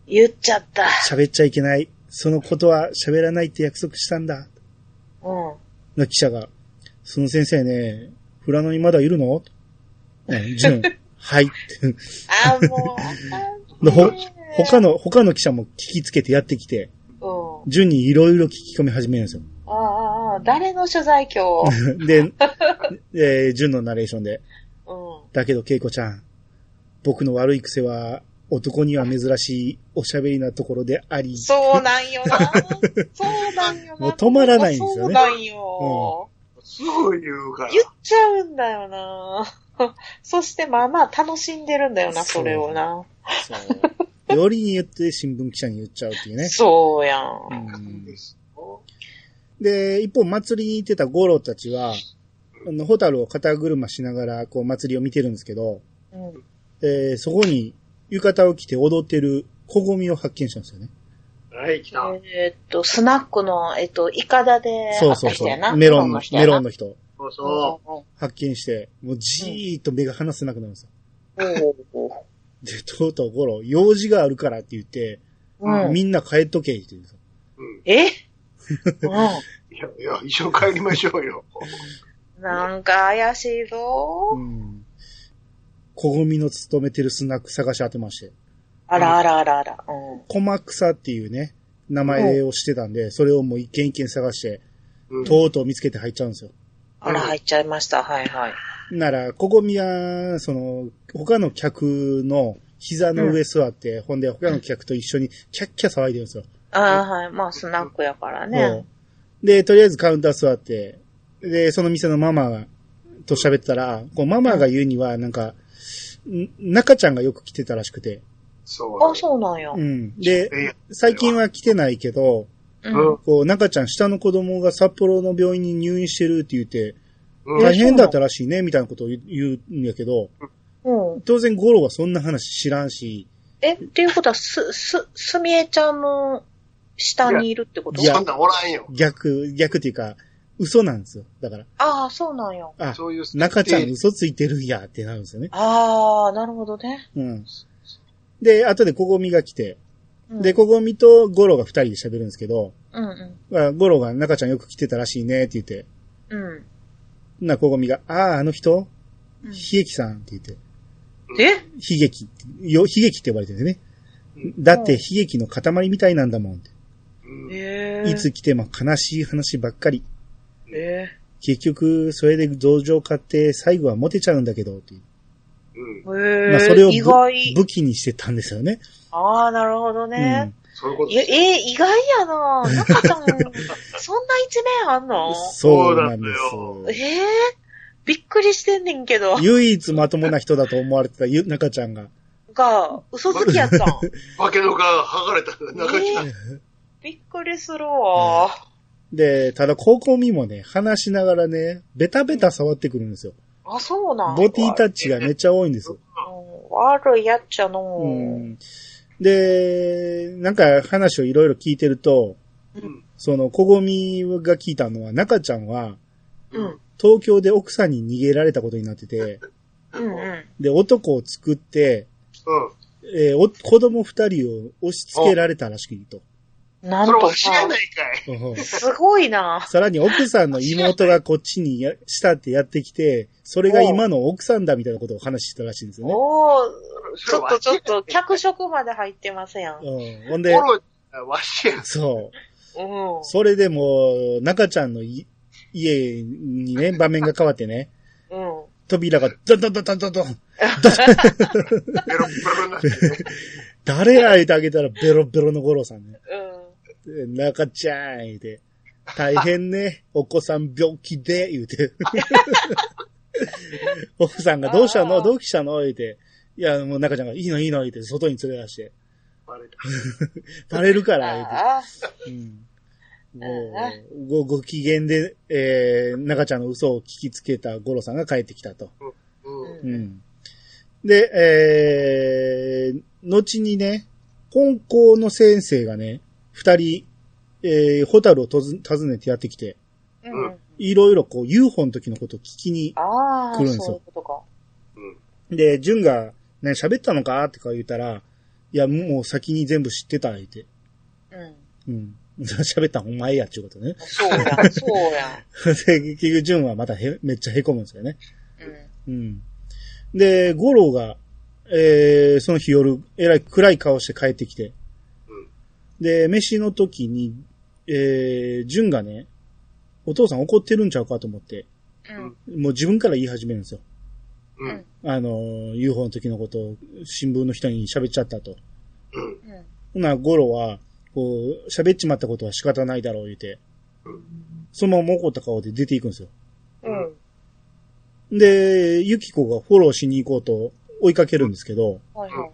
[SPEAKER 3] 言っちゃった。
[SPEAKER 1] 喋っちゃいけない。そのことは喋らないって約束したんだ。
[SPEAKER 3] うん。
[SPEAKER 1] の記者が、その先生ね、フラノにまだいるのうん、ジュン、はいって。
[SPEAKER 3] ああ、もうあか
[SPEAKER 1] <laughs>
[SPEAKER 3] ん
[SPEAKER 1] のほ
[SPEAKER 3] ね
[SPEAKER 1] 他の、他の記者も聞きつけてやってきて、
[SPEAKER 3] うん。
[SPEAKER 1] ジュンにいろいろ聞き込み始めるんですよ。
[SPEAKER 3] ああああ、誰の取材
[SPEAKER 1] <laughs>
[SPEAKER 3] 今日
[SPEAKER 1] で、えー、ジュンのナレーションで、
[SPEAKER 3] うん。
[SPEAKER 1] だけど、ケイコちゃん、僕の悪い癖は、男には珍しいおしゃべりなところであり、
[SPEAKER 3] そうな
[SPEAKER 1] <laughs>
[SPEAKER 3] んよな。そうなんよな。
[SPEAKER 1] もう止まらないんですよね
[SPEAKER 3] そうなんよ。
[SPEAKER 2] すぐ言うから。
[SPEAKER 3] 言っちゃうんだよな。 <laughs> そしてまあまあ楽しんでるんだよな、
[SPEAKER 1] そう
[SPEAKER 3] それをな。
[SPEAKER 1] そうよりによって新聞記者に言っちゃうっていう
[SPEAKER 3] <laughs>
[SPEAKER 1] ね。
[SPEAKER 3] そうや。
[SPEAKER 1] うんん
[SPEAKER 2] ですよ
[SPEAKER 1] で、一方祭りに行ってたゴロたちは、あの、ホタルを肩車しながら、こう祭りを見てるんですけど、
[SPEAKER 3] うん。
[SPEAKER 1] えーそこに浴衣を着て踊ってる小ゴミを発見したんですよね。
[SPEAKER 2] はい、来た。
[SPEAKER 3] えーっと、スナックの、えっと、イカダで、
[SPEAKER 1] そうそうそ
[SPEAKER 3] あった人やな
[SPEAKER 1] う。メロン、
[SPEAKER 3] 人や
[SPEAKER 1] メ
[SPEAKER 3] な
[SPEAKER 1] ロンの人
[SPEAKER 2] そうそ
[SPEAKER 1] 発見して、もうじーっと目が離せなくなるんですよ。
[SPEAKER 3] うんおー
[SPEAKER 1] で、とうとうゴロ、用事があるからって言って、
[SPEAKER 3] うん
[SPEAKER 1] みんな帰っとけって言うんですよ。
[SPEAKER 2] う。うん。
[SPEAKER 3] えう
[SPEAKER 2] いや、いや、一緒帰りましょうよ。
[SPEAKER 3] ん。なんか怪しいぞ、
[SPEAKER 1] うん。小ゴミの勤めてるスナック探し当てまして、
[SPEAKER 3] あらあらあらあら。うん。
[SPEAKER 1] コマクサっていうね、名前をしてたんで、それをもう一軒一軒探して、
[SPEAKER 2] うん。
[SPEAKER 1] とうとう見つけて入っちゃうんですよ。
[SPEAKER 3] あら、入っちゃいました。はいはい。
[SPEAKER 1] なら、ここみは、その、他の客の膝の上座って、ほんで他の客と一緒にキャッキャ騒いでるんですよ。
[SPEAKER 3] ああ、はい。まあ、スナックやから
[SPEAKER 1] も
[SPEAKER 3] ね。
[SPEAKER 1] うで、とりあえずカウンター座って、で、その店のママが、と喋ってたら、こうママが言うには、なんか、ん中ちゃんがよく来てたらしくて。
[SPEAKER 2] そう。
[SPEAKER 3] あ、そうなんや。
[SPEAKER 1] うん。で、
[SPEAKER 2] え
[SPEAKER 1] 最近は来てないけど、
[SPEAKER 3] う
[SPEAKER 2] え
[SPEAKER 3] ん。
[SPEAKER 1] こう、中ちゃん下の子供が札幌の病院に入院してるって言って、
[SPEAKER 2] うん。
[SPEAKER 1] 大変だったらしいね、みたいなことを言う言うんやけど、
[SPEAKER 3] うん。
[SPEAKER 1] 当然ゴロはそんな話知らんし、
[SPEAKER 3] え、っていうことは、す、す、すみえちゃんの下にいるってこと
[SPEAKER 1] いや
[SPEAKER 2] そんなんおらんよ。
[SPEAKER 1] 逆、逆っていうか、嘘なんですよ。だから、
[SPEAKER 3] ああ、そうなんや。
[SPEAKER 1] あ、
[SPEAKER 2] そういう。
[SPEAKER 1] 中ちゃん
[SPEAKER 2] ええ
[SPEAKER 1] 嘘ついてるんやってなるんですよね。
[SPEAKER 3] ああ、なるほどね。
[SPEAKER 1] うん。で、後でこごみが来て、
[SPEAKER 3] うん
[SPEAKER 1] で、こごみとゴロが二人で喋るんですけど、
[SPEAKER 3] うんう
[SPEAKER 1] あゴロが中ちゃんよく来てたらしいねって言って、
[SPEAKER 3] ん。うん。
[SPEAKER 1] な、こごみが、ああ、あの人
[SPEAKER 3] うん
[SPEAKER 1] 悲劇さんって言って、
[SPEAKER 3] え
[SPEAKER 1] 悲劇って、よ悲劇って呼ばれてるんですね。だって悲劇の塊みたいなんだもんって。
[SPEAKER 2] うん
[SPEAKER 3] えー、
[SPEAKER 1] いつ来ても悲しい話ばっかり。
[SPEAKER 3] え
[SPEAKER 1] 結局、それで同情買って最後はモテちゃうんだけどっていう。
[SPEAKER 2] うん。
[SPEAKER 3] ー、えー、
[SPEAKER 1] まあ、それを
[SPEAKER 3] 意
[SPEAKER 1] ぶ
[SPEAKER 3] 外。
[SPEAKER 1] 武器にしてたんですよね。
[SPEAKER 3] ああ、なるほどね。
[SPEAKER 2] そういうこと
[SPEAKER 3] いや
[SPEAKER 2] です。
[SPEAKER 3] えー、意外やな。中
[SPEAKER 1] <laughs>
[SPEAKER 3] ちゃん、そんな一面あん
[SPEAKER 1] う
[SPEAKER 3] の
[SPEAKER 1] ん。そうなんで
[SPEAKER 2] そう
[SPEAKER 3] え
[SPEAKER 1] すよ。
[SPEAKER 3] ー、びっくりしてんねんけど。
[SPEAKER 1] 唯一まともな人だと思われてたゆ中ちゃんが。
[SPEAKER 3] が、嘘つきやったん。
[SPEAKER 2] 化けの皮が剥がれた中ちゃん。
[SPEAKER 3] えーびっくりするわ。
[SPEAKER 1] で、ただ、高校みもね、話しながらね、ベタベタ触ってくるんですよ。
[SPEAKER 3] あ、そうなん
[SPEAKER 1] ボディタッチがめっちゃ多いんですよ。
[SPEAKER 3] うん悪いやっちゃの。
[SPEAKER 1] う
[SPEAKER 3] うん。
[SPEAKER 1] ん。で、なんか話をいろいろ聞いてると、
[SPEAKER 2] うん。
[SPEAKER 1] その、小ごみが聞いたのは、中ちゃんは、
[SPEAKER 3] うん。
[SPEAKER 1] 東京で奥さんに逃げられたことになってて、
[SPEAKER 3] うん。うん。
[SPEAKER 1] で、男を作って、
[SPEAKER 2] うん。
[SPEAKER 1] えーお子供二人を押し付けられたらしいと。
[SPEAKER 3] なん
[SPEAKER 2] それ
[SPEAKER 3] と
[SPEAKER 2] は知ら
[SPEAKER 3] さ
[SPEAKER 2] な、いかい。
[SPEAKER 1] うん
[SPEAKER 3] すごいな。
[SPEAKER 1] さらに奥さんの妹がこっちにやしたってやってきて、それが今の奥さんだみたいなことを話してたらしいんですよね。
[SPEAKER 3] おー、ち
[SPEAKER 2] それ
[SPEAKER 3] ょっと
[SPEAKER 2] わし
[SPEAKER 3] ちょっと、脚色まで入ってません。うん。
[SPEAKER 1] うん、ほんで
[SPEAKER 2] や、コロ、わしや。
[SPEAKER 1] そう。それでもう、中ちゃんのい家にね、場面が変わってね、
[SPEAKER 3] うん。
[SPEAKER 1] 扉がドンドンドンドンドンドン、
[SPEAKER 2] ベロッベロになってね。
[SPEAKER 1] 誰や言うてあげたらベロベロの五郎さんね。
[SPEAKER 3] うん。
[SPEAKER 1] で中ちゃん言うて、大変
[SPEAKER 3] <laughs>
[SPEAKER 1] ね、お子さん病気で、言うて。 <laughs> 奥さんがどうした
[SPEAKER 3] あ
[SPEAKER 1] の
[SPEAKER 3] ー
[SPEAKER 1] どうしたの言うて。いや、もう中ちゃんがいいのいいの言うて、外に連れ出して。
[SPEAKER 2] バレた
[SPEAKER 1] バレるから、言うて。
[SPEAKER 3] ああ、
[SPEAKER 1] うんもうごご機嫌で、えー、中ちゃんの嘘を聞きつけた五郎さんが帰ってきたと。
[SPEAKER 2] うん。
[SPEAKER 1] うん。で、えー、後にね、本校の先生がね、二人、えー、ホタルをとず訪ねてやってきて、
[SPEAKER 3] う
[SPEAKER 2] うんん。
[SPEAKER 1] いろいろこう、UFO の時のことを聞きに、
[SPEAKER 3] ああ、
[SPEAKER 1] 来る
[SPEAKER 3] そうい
[SPEAKER 1] んで
[SPEAKER 3] う
[SPEAKER 1] すよ
[SPEAKER 3] ことか。
[SPEAKER 1] で、ジュンが、ね、喋ったのかってか言ったら、いや、もう先に全部知ってた、言って。
[SPEAKER 3] うん。
[SPEAKER 1] うん。 <laughs> 喋ったんお前や、っていうことね。 <laughs>
[SPEAKER 3] そうや、そう
[SPEAKER 1] で、
[SPEAKER 3] や。
[SPEAKER 1] 結局、ジュンはまたへ、めっちゃ凹むんですよね。
[SPEAKER 3] うん。
[SPEAKER 1] うん。で、ゴロが、えー、その日夜、えらい暗い顔して帰ってきて、
[SPEAKER 2] うん
[SPEAKER 1] で、飯の時に、えー、ジュンがね、お父さん怒ってるんちゃうかと思って、
[SPEAKER 3] うん。
[SPEAKER 1] もう自分から言い始めるんですよ。
[SPEAKER 2] うん。
[SPEAKER 1] あのー、UFO の時のことを新聞の人に喋っちゃったと。
[SPEAKER 2] うん。
[SPEAKER 3] うん。
[SPEAKER 1] ほな、ゴロは、こう、喋っちまったことは仕方ないだろう言うて
[SPEAKER 2] うん、
[SPEAKER 1] そのまま怒った顔で出ていくんですよ。
[SPEAKER 3] うん。
[SPEAKER 1] で、ユキコがフォローしに行こうと追いかけるんですけど、
[SPEAKER 3] はいはい。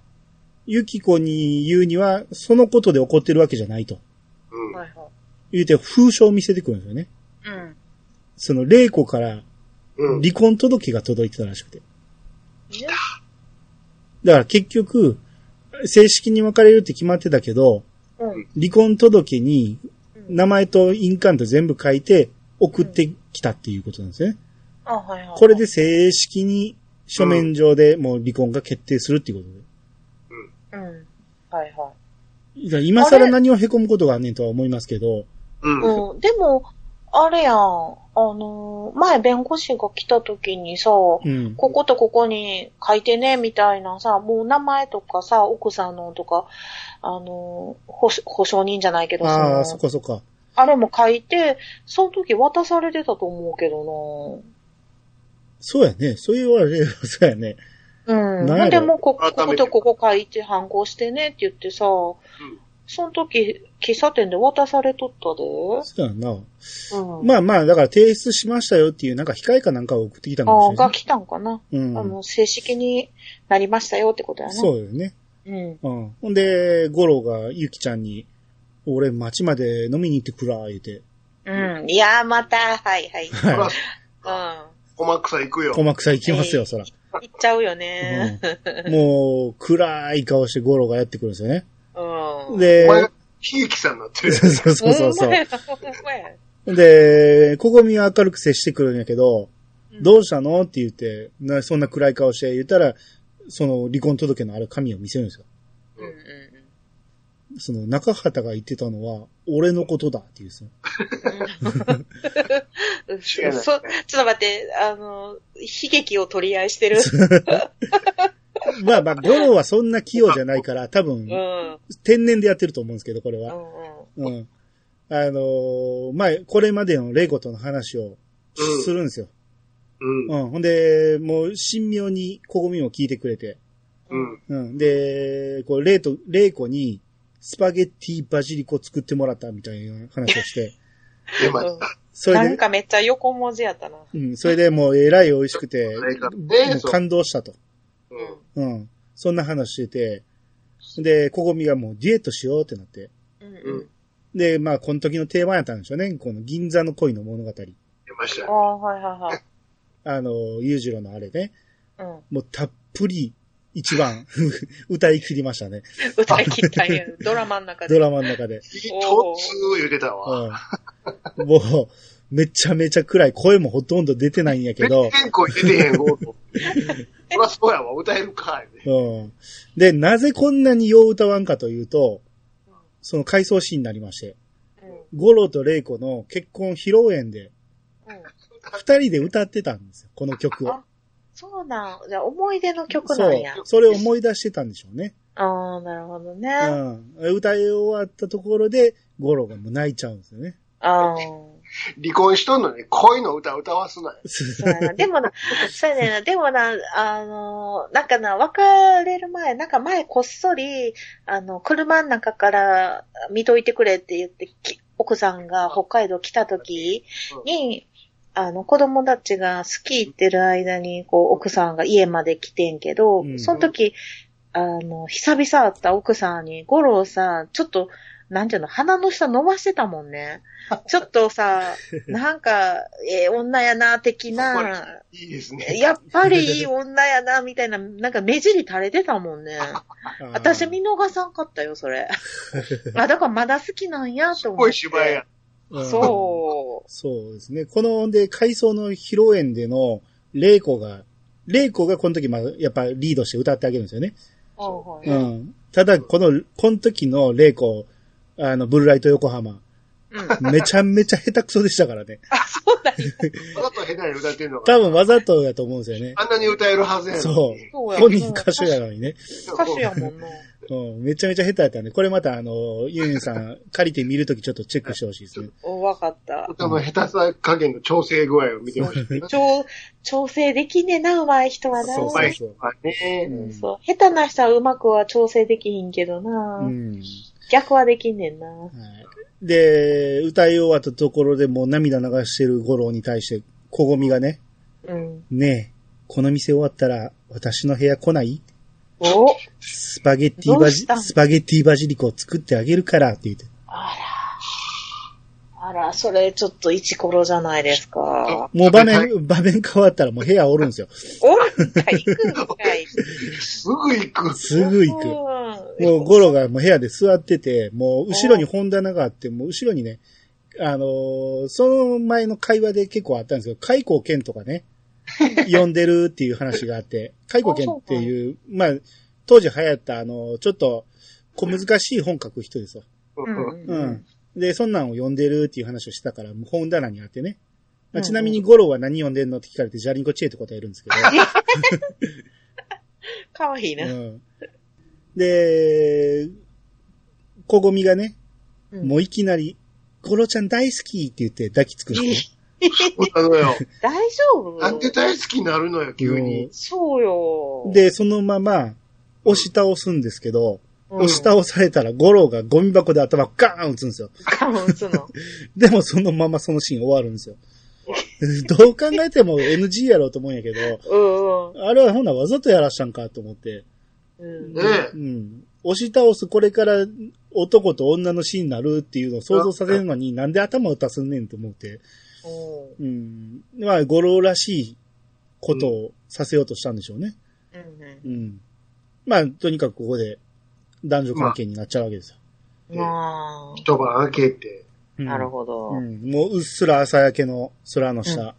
[SPEAKER 1] ユキコに言うには、そのことで怒ってるわけじゃないと。
[SPEAKER 2] うん。
[SPEAKER 3] はいは
[SPEAKER 1] 言うて、封書を見せてくるんですよね。
[SPEAKER 3] い。うん。
[SPEAKER 1] その、玲子から
[SPEAKER 2] うん。
[SPEAKER 1] 離婚届が届いてたらしくて。
[SPEAKER 3] ね
[SPEAKER 1] だから結局、正式に別れるって決まってたけど、
[SPEAKER 3] うん。
[SPEAKER 1] 離婚届に
[SPEAKER 3] うん。
[SPEAKER 1] 名前と印鑑と全部書いて送ってきたっていうことなんですね。
[SPEAKER 3] あ、はいはい。
[SPEAKER 1] これで正式に書面上でもう離婚が決定するっていうことで。
[SPEAKER 3] うん。はいはい。
[SPEAKER 1] だから今更何を凹むことがあんねんとは思いますけど、
[SPEAKER 2] うん。うん。
[SPEAKER 3] うん、でも、あれやん、あのー、前弁護士が来た時にさ、こ
[SPEAKER 1] うん。
[SPEAKER 3] ことここに書いてね、みたいなさ、もう名前とかさ、奥さんのとか、あのー、保保証人じゃないけど
[SPEAKER 1] ああ、
[SPEAKER 3] そ
[SPEAKER 1] そ
[SPEAKER 3] の
[SPEAKER 1] こそこ。
[SPEAKER 3] あれも書いて、その時渡されてたと思うけど
[SPEAKER 1] そうやね。そう言われればそうやね。
[SPEAKER 3] なうん。
[SPEAKER 1] なんやろ
[SPEAKER 3] ほんでもうこ、こ
[SPEAKER 2] 改め
[SPEAKER 3] こ
[SPEAKER 2] て
[SPEAKER 3] とここ書いて、反抗してねって言ってさ、その時、喫茶店で渡されとったで。
[SPEAKER 1] そうやんな。
[SPEAKER 3] うん。
[SPEAKER 1] まあまあ、だから提出しましたよっていう、なんか控えかなんかを送ってきたん
[SPEAKER 3] ああ、
[SPEAKER 1] ですよ
[SPEAKER 3] が
[SPEAKER 1] ね。
[SPEAKER 3] 来たんかな。あ
[SPEAKER 1] う
[SPEAKER 3] の、正式になりましたよってことや
[SPEAKER 1] ん。
[SPEAKER 3] な。
[SPEAKER 1] そうよね。
[SPEAKER 3] うん。
[SPEAKER 1] うん。ほんで、ゴロがゆきちゃんに、俺町まで飲みに行ってくら、言うて。
[SPEAKER 3] うん。いやー、また、はい
[SPEAKER 1] <laughs>
[SPEAKER 3] はい。うん。
[SPEAKER 1] は
[SPEAKER 3] 行
[SPEAKER 2] おまくさ行く
[SPEAKER 1] い。
[SPEAKER 2] よ。
[SPEAKER 1] 細草行きますよ、そら。
[SPEAKER 3] っちゃうよね。
[SPEAKER 1] うん、もう、暗い顔してゴロがやってくるんですよね。
[SPEAKER 3] うん。
[SPEAKER 2] お
[SPEAKER 1] で、
[SPEAKER 2] 前が、ひいきさんになってる。
[SPEAKER 1] そうそうそうそう
[SPEAKER 3] ほんまやほんまや
[SPEAKER 1] で、ここみは明るく接してくるんやけど、
[SPEAKER 3] うん
[SPEAKER 1] どうしたのって言って、なそんな暗い顔して言ったら、その離婚届のある紙を見せるんですよ。
[SPEAKER 3] うんうんうん。
[SPEAKER 1] その中畑が言ってたのは、俺のことだって言うんですよ。
[SPEAKER 3] うん
[SPEAKER 2] 知らない
[SPEAKER 3] そうちょっと待って、あの、悲劇を取り合いしてる。
[SPEAKER 1] まあまあ、ゴロはそんな器用じゃないから、多分
[SPEAKER 3] う、ん。うん
[SPEAKER 1] 天然でやってると思うんですけど、これ
[SPEAKER 3] う
[SPEAKER 1] は。
[SPEAKER 3] ん。
[SPEAKER 1] うん。あのーまあ、これまでのレゴとの話をするんですよ。
[SPEAKER 2] うん。
[SPEAKER 1] うん。ほんで、もう、神妙に、こごみを聞いてくれて。
[SPEAKER 2] うん。
[SPEAKER 1] うん。で、こう、レイと、レイコに、スパゲッティバジリコ作ってもらったみたいな話をして。
[SPEAKER 2] で、まあ、
[SPEAKER 3] うん
[SPEAKER 1] そ
[SPEAKER 3] な
[SPEAKER 1] れ
[SPEAKER 3] ん
[SPEAKER 1] で、
[SPEAKER 3] かめっちゃ横文字やったな。
[SPEAKER 1] うん。それでもう、えらい美味しくて、
[SPEAKER 2] レイコね
[SPEAKER 1] もう
[SPEAKER 2] そう
[SPEAKER 1] 感動したと。
[SPEAKER 2] う。
[SPEAKER 3] うん
[SPEAKER 1] うん。そんな話してて。で、こごみがもう、デュエットしようってなって。
[SPEAKER 3] ん。うんうん。
[SPEAKER 1] で、まあ、この時の定番やったんでしょうね。この銀座の恋の物語。
[SPEAKER 2] 出ました
[SPEAKER 3] あ。あ、はいはいはい。
[SPEAKER 1] あの、裕次郎のあれね。
[SPEAKER 3] うん。
[SPEAKER 1] もうたっぷり一番 <laughs> 歌い切りましたね。
[SPEAKER 3] 歌い切ったんや。ドラマの中
[SPEAKER 1] ド
[SPEAKER 3] で。
[SPEAKER 1] ラマの中で。
[SPEAKER 2] 一
[SPEAKER 3] おー
[SPEAKER 2] つ言うてたわ。
[SPEAKER 1] うん、もう、めちゃめちゃ暗い。声もほとんど出てないんやけど。
[SPEAKER 2] 全声出てへん、ゴー
[SPEAKER 1] <laughs>
[SPEAKER 2] ルド。そらそうやわ、歌えるか、ね。
[SPEAKER 1] うん、で、なぜこんなによう歌わんかというと、その回想シーンになりまして、
[SPEAKER 3] うん。うん。
[SPEAKER 1] ゴロとレイコの結婚披露宴で、二人で歌ってたんですよ、この曲を
[SPEAKER 3] あ。そうなん。じゃあ思い出の曲
[SPEAKER 1] そ
[SPEAKER 3] な
[SPEAKER 1] うん
[SPEAKER 3] や。。
[SPEAKER 1] それを思い出してたんでしょうね。
[SPEAKER 3] ああ、なるほどね。
[SPEAKER 1] う
[SPEAKER 3] あ
[SPEAKER 1] ん。歌い終わったところで、ゴロがもう泣いちゃうんですよね。
[SPEAKER 3] あー。
[SPEAKER 2] 離婚しとんのに恋の歌歌わすなよ。
[SPEAKER 3] そうやなでもな、そうやねんな。でもな、あの、なんかな、別れる前、なんか前こっそり、あの、車の中から見といてくれって言って、き奥さんが北海道来た時に、あの、子供たちがスキー行ってる間に、こう、奥さんが家まで来てんけど、
[SPEAKER 1] うん
[SPEAKER 3] その時、あの、久々会った奥さんに、五郎さん、ちょっと、なんていうの、鼻の下伸ばしてたもんね。ちょっとさ、なんか、ええ女やな、的な、
[SPEAKER 2] いいですね。
[SPEAKER 3] やっぱりいい女やな、みたいな、なんか目尻垂れてたもんね。私見逃さんかったよ、それ。あ、だからまだ好きなんや、
[SPEAKER 2] す
[SPEAKER 3] と思っ
[SPEAKER 2] ご
[SPEAKER 3] て。
[SPEAKER 2] い芝居や。
[SPEAKER 1] うん
[SPEAKER 3] そう。
[SPEAKER 1] そうですね。この、で、回想の披露宴での、玲子が、玲子がこの時、まあ、やっぱリードして歌ってあげるんですよね。
[SPEAKER 3] はいは
[SPEAKER 1] う
[SPEAKER 3] い
[SPEAKER 1] ん。ただ、この、この時の玲子、あの、ブルーライト横浜、
[SPEAKER 3] うん。
[SPEAKER 1] めちゃめちゃ下手くそでしたからね。
[SPEAKER 3] あ、そうだよ。
[SPEAKER 2] わざと下手に歌ってるのが。
[SPEAKER 1] 多分わざとだと思うんですよね。
[SPEAKER 2] あんなに歌えるはずやのに。
[SPEAKER 1] そう
[SPEAKER 3] そうや
[SPEAKER 1] 本人歌手やのにね。
[SPEAKER 3] 歌手やもんな。
[SPEAKER 1] うん。めちゃめちゃ下手やったんで、これまた、あの、ユンユンさん、 <laughs> 借りて見るときちょっとチェックしてほしいですね。
[SPEAKER 3] お、わかった。
[SPEAKER 2] 歌の下手さ加減の調整具合を見てほしい。
[SPEAKER 3] 調、調整できねえな、上手い人はな。
[SPEAKER 1] そう
[SPEAKER 2] 上手い
[SPEAKER 1] そう
[SPEAKER 2] 人はね。
[SPEAKER 1] うん
[SPEAKER 3] そう下手な人は上手くは調整できひんけどな。
[SPEAKER 1] うん。
[SPEAKER 3] 逆はできんねんな。
[SPEAKER 1] はいで、歌い終わったところでもう涙流してる五郎に対して、小ゴミがね、
[SPEAKER 3] うん。
[SPEAKER 1] ねえ、この店終わったら私の部屋来ない
[SPEAKER 3] お
[SPEAKER 1] スパゲッティバジ、
[SPEAKER 3] どうしたん
[SPEAKER 1] スパゲッティバジリコを作ってあげるからって言って。
[SPEAKER 3] あら。あら、それちょっとイチコロじゃないですか。
[SPEAKER 1] もう場面、場面変わったらもう部屋おるんですよ。
[SPEAKER 3] おるんかい、行くんかい。
[SPEAKER 2] すぐ行く。
[SPEAKER 1] すぐ行く。
[SPEAKER 3] く
[SPEAKER 1] もうゴロがもう部屋で座ってて、もう後ろに本棚があって、もう後ろにね、あのーその前の会話で結構あったんですけど、海光健とかね、呼んでるっていう話があって、海光健っていう、まあ、当時流行ったあのーちょっと小難しい本書く人ですわ。
[SPEAKER 2] <laughs> うん
[SPEAKER 1] う
[SPEAKER 3] うん
[SPEAKER 1] ん。で、そんなんを呼んでるっていう話をしてたから、もう本棚にあってね。まあ、ちなみにゴロは何呼んでんのって聞かれて、ジャリンコチエって答えるんですけど。
[SPEAKER 3] かわいいな。
[SPEAKER 1] うん、で、こごみがね、
[SPEAKER 3] うん
[SPEAKER 1] もういきなり、ゴロちゃん大好きって言って抱きつくんですよ
[SPEAKER 2] そうなのよ。
[SPEAKER 3] 大丈夫
[SPEAKER 2] なんで大好きになるのよ、急に。
[SPEAKER 3] そうよ。、
[SPEAKER 1] で、そのまま、押し倒すんですけど、押し倒されたら、ゴロがゴミ箱で頭ガーン打つんですよ。
[SPEAKER 3] ガン打つの。
[SPEAKER 1] でもそのままそのシーン終わるん <laughs> ですよ。どう考えても NG やろうと思うんやけど、
[SPEAKER 3] うんうん
[SPEAKER 1] あれはほなわざとやらしたんかと思って。
[SPEAKER 3] うん。
[SPEAKER 2] ね
[SPEAKER 1] うん。押し倒すこれから男と女のシーンになるっていうのを想像させるのに、なんで頭打たすんねんと思って。
[SPEAKER 3] うん
[SPEAKER 1] うん。まあ、ゴロらしいことをさせようとしたんでしょうね。
[SPEAKER 3] うん
[SPEAKER 1] うん。まあ、とにかくここで男女関係になっちゃうわけですよ。
[SPEAKER 3] うん。まあ、
[SPEAKER 2] 一晩開けて、
[SPEAKER 1] うん
[SPEAKER 3] なるほど。
[SPEAKER 1] うん。もううっすら朝焼けの空の下。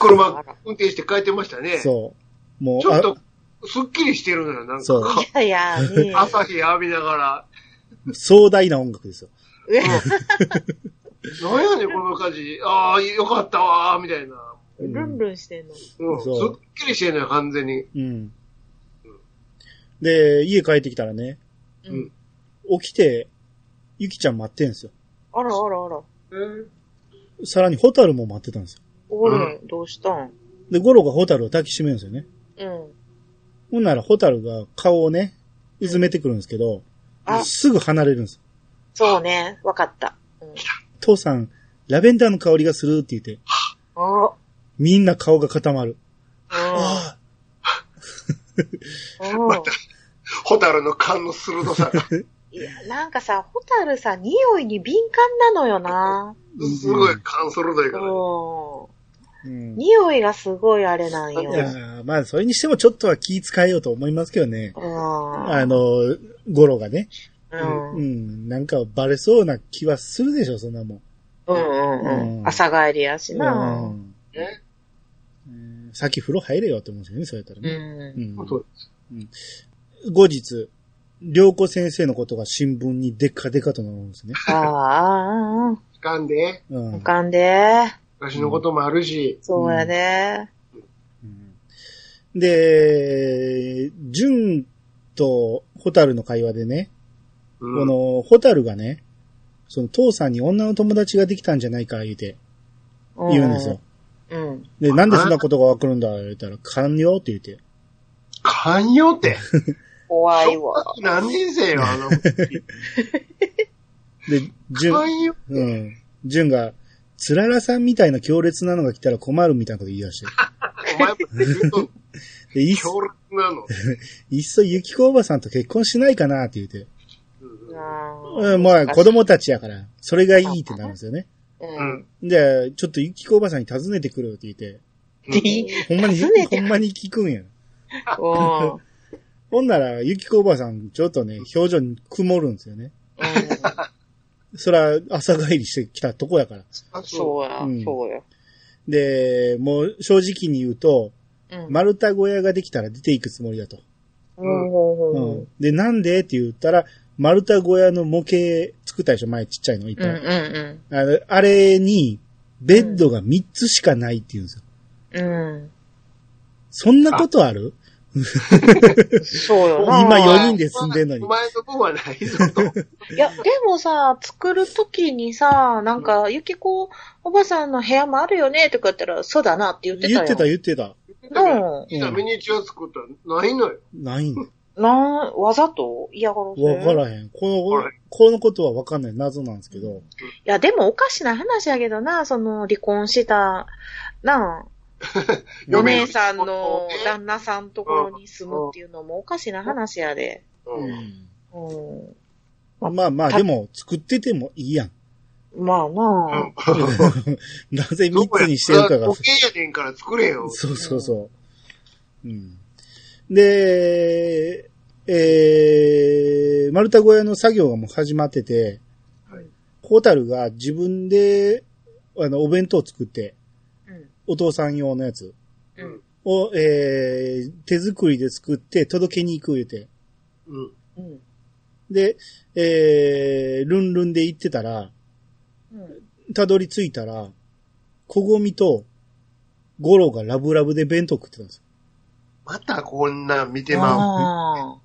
[SPEAKER 2] 車運転して帰ってましたね。
[SPEAKER 1] そう。もう、
[SPEAKER 2] ちょっと、すっきりしてるのよ、なん
[SPEAKER 1] そう
[SPEAKER 2] か。
[SPEAKER 3] いやいや、 <laughs> ねえ
[SPEAKER 2] 朝日浴びながら。
[SPEAKER 1] あ壮大な音楽ですよ。
[SPEAKER 2] なんやねん、この火事。ああ、よかったわー、みたいな。
[SPEAKER 1] うん
[SPEAKER 3] ルンルンしてんの。
[SPEAKER 2] うん。す
[SPEAKER 1] そう
[SPEAKER 2] っきりしてるのよ、完全に。
[SPEAKER 1] うん。で、家帰ってきたらね、
[SPEAKER 2] うん。
[SPEAKER 1] 起きて、ゆきちゃん待ってんすよ。
[SPEAKER 3] あらあらあら。
[SPEAKER 1] さらにホタルも待ってたんですよ。
[SPEAKER 3] おれ、どうしたん
[SPEAKER 1] で、ゴロがホタルを抱きしめるんですよね。
[SPEAKER 3] うん。
[SPEAKER 1] ほんならホタルが顔をね、うずめてくるんですけど、
[SPEAKER 3] あ、
[SPEAKER 1] すぐ離れるんですよ。
[SPEAKER 3] そうね。わかった。うん。
[SPEAKER 1] 父さん、ラベンダーの香りがするって言って、
[SPEAKER 3] あ、
[SPEAKER 1] みんな顔が固まる。
[SPEAKER 3] うん
[SPEAKER 1] ああ、 <laughs>
[SPEAKER 3] うん
[SPEAKER 2] ホタルの勘の鋭さが。
[SPEAKER 3] いや、なんかさ、ホタルさ、匂いに敏感なのよな。
[SPEAKER 2] すごい勘鋭いからね。
[SPEAKER 3] う
[SPEAKER 1] うん
[SPEAKER 3] ん。。匂いがすごいあれなんよ
[SPEAKER 1] い。やーまあ、それにしてもちょっとは気遣えようと思いますけどね。
[SPEAKER 3] うん。
[SPEAKER 1] あの、ゴロがね。
[SPEAKER 3] うん。
[SPEAKER 1] う
[SPEAKER 3] うん
[SPEAKER 1] ん、なんかバレそうな気はするでしょ、そんなもん。
[SPEAKER 3] うん
[SPEAKER 1] う
[SPEAKER 3] うんん。朝帰りやし
[SPEAKER 1] う
[SPEAKER 3] な。
[SPEAKER 1] ん
[SPEAKER 2] ね
[SPEAKER 1] うん。先風呂入れよって思うんですよね、そうやったら
[SPEAKER 3] う
[SPEAKER 1] ね。
[SPEAKER 3] ん。
[SPEAKER 1] うん
[SPEAKER 2] そう
[SPEAKER 1] 後日、良子先生のことが新聞にデカデカと載るんですね。
[SPEAKER 3] ああ、うん
[SPEAKER 2] つかんで、
[SPEAKER 1] うん
[SPEAKER 3] 浮かんで。
[SPEAKER 2] 昔のこともあるし、
[SPEAKER 3] そうやね。
[SPEAKER 1] うんで、純とホタルの会話でね、
[SPEAKER 2] うん
[SPEAKER 1] このホタルがね、その父さんに女の友達ができたんじゃないか言うて、
[SPEAKER 3] う
[SPEAKER 1] 言うんですよ。。
[SPEAKER 3] うん。
[SPEAKER 1] で、なんでそんなことがわかるんだ言うたら、勘よって言うて。
[SPEAKER 2] 勘よって。
[SPEAKER 3] 怖い
[SPEAKER 2] 小
[SPEAKER 3] わ
[SPEAKER 2] 学。何年生よ、あの。
[SPEAKER 1] で、 <laughs> 純、
[SPEAKER 2] 勘よ。
[SPEAKER 1] うん。純が、つららさんみたいな強烈なのが来たら困るみたいなこと言い出して。
[SPEAKER 2] お前も言うと
[SPEAKER 1] で、いっそ、
[SPEAKER 2] 強烈なの。
[SPEAKER 1] いっそゆきこおばさんと結婚しないかなって言って。
[SPEAKER 2] うん
[SPEAKER 1] う、
[SPEAKER 3] うん
[SPEAKER 1] まあ子
[SPEAKER 3] 供。
[SPEAKER 1] 供たちやから、それがいいってなるんですよね。
[SPEAKER 3] う。
[SPEAKER 2] うんん。
[SPEAKER 1] で、ちょっとゆきこおばさんに尋ねてくるって言って。
[SPEAKER 3] でいい
[SPEAKER 1] ほんまに、
[SPEAKER 3] 尋ねて
[SPEAKER 1] ほんまに聞くんや。
[SPEAKER 3] うん。うん
[SPEAKER 1] ほんなら、ゆきこおばさん、ちょっとね、表情に曇るんですよね。そら、朝帰りしてきたとこやから。
[SPEAKER 2] あそ
[SPEAKER 3] そうや
[SPEAKER 1] うん、
[SPEAKER 3] そうや。
[SPEAKER 1] で、もう正直に言うと、
[SPEAKER 3] うん。
[SPEAKER 1] 丸太小屋ができたら出ていくつもりだと。
[SPEAKER 3] うんうんうん
[SPEAKER 1] うん。で、なんでって言ったら、丸太小屋の模型作ったでしょ前ちっちゃいのいっ
[SPEAKER 3] う
[SPEAKER 1] ぱい。
[SPEAKER 3] んうん
[SPEAKER 1] あのあれに、ベッドが3つしかないって言うんですよ。
[SPEAKER 3] うん。
[SPEAKER 1] そんなことある
[SPEAKER 3] うん。そうよな。
[SPEAKER 1] 今
[SPEAKER 2] う
[SPEAKER 1] 4人で住んでんのに
[SPEAKER 2] お。前の分はないぞと。
[SPEAKER 3] いや、でもさ、作るときにさ、なんか、ゆきこおばさんの部屋もあるよね、とか言ったら、そうだなって言ってたよ。
[SPEAKER 1] 言ってた言ってた。
[SPEAKER 2] だから、
[SPEAKER 3] うん。
[SPEAKER 2] 実はミニチュア作ったらないのよ。
[SPEAKER 1] ないんだ。
[SPEAKER 3] なん、わざと嫌がらせ
[SPEAKER 1] わから
[SPEAKER 3] い
[SPEAKER 1] へん。こ
[SPEAKER 2] は
[SPEAKER 1] の
[SPEAKER 2] い、
[SPEAKER 1] このことはわかんない。謎なんですけど。
[SPEAKER 3] や、でもおかしな話やけどな、その、離婚した、なあ、
[SPEAKER 1] うん
[SPEAKER 3] お
[SPEAKER 2] 嫁
[SPEAKER 3] 姉さんの
[SPEAKER 2] ね
[SPEAKER 3] 旦那さんところに住むっていうのもおかしな話やで。
[SPEAKER 2] うん
[SPEAKER 3] うん。
[SPEAKER 1] まあまあ、
[SPEAKER 3] た
[SPEAKER 1] でも、作っててもいいやん。
[SPEAKER 3] まあな
[SPEAKER 1] なぜ3つにしてるかが
[SPEAKER 2] 時。計やねんから作れよ。
[SPEAKER 1] そうそうそう。うん。で、えー、丸太小屋の作業がもう始まってて、
[SPEAKER 2] はい
[SPEAKER 1] ホタルが自分で、あの、お弁当を作って、
[SPEAKER 3] あ。うん。
[SPEAKER 1] お父さん用のやつ
[SPEAKER 3] うん。
[SPEAKER 1] を、えー、手作りで作って届けに行く言うて。
[SPEAKER 2] うん。
[SPEAKER 3] うん。
[SPEAKER 1] で、えー、ルンルンで行ってたら、
[SPEAKER 3] うん。
[SPEAKER 1] たどり着いたら、小ゴミと、ゴロがラブラブで弁当食ってたんですよ
[SPEAKER 2] またこんなん見てまう。
[SPEAKER 3] あ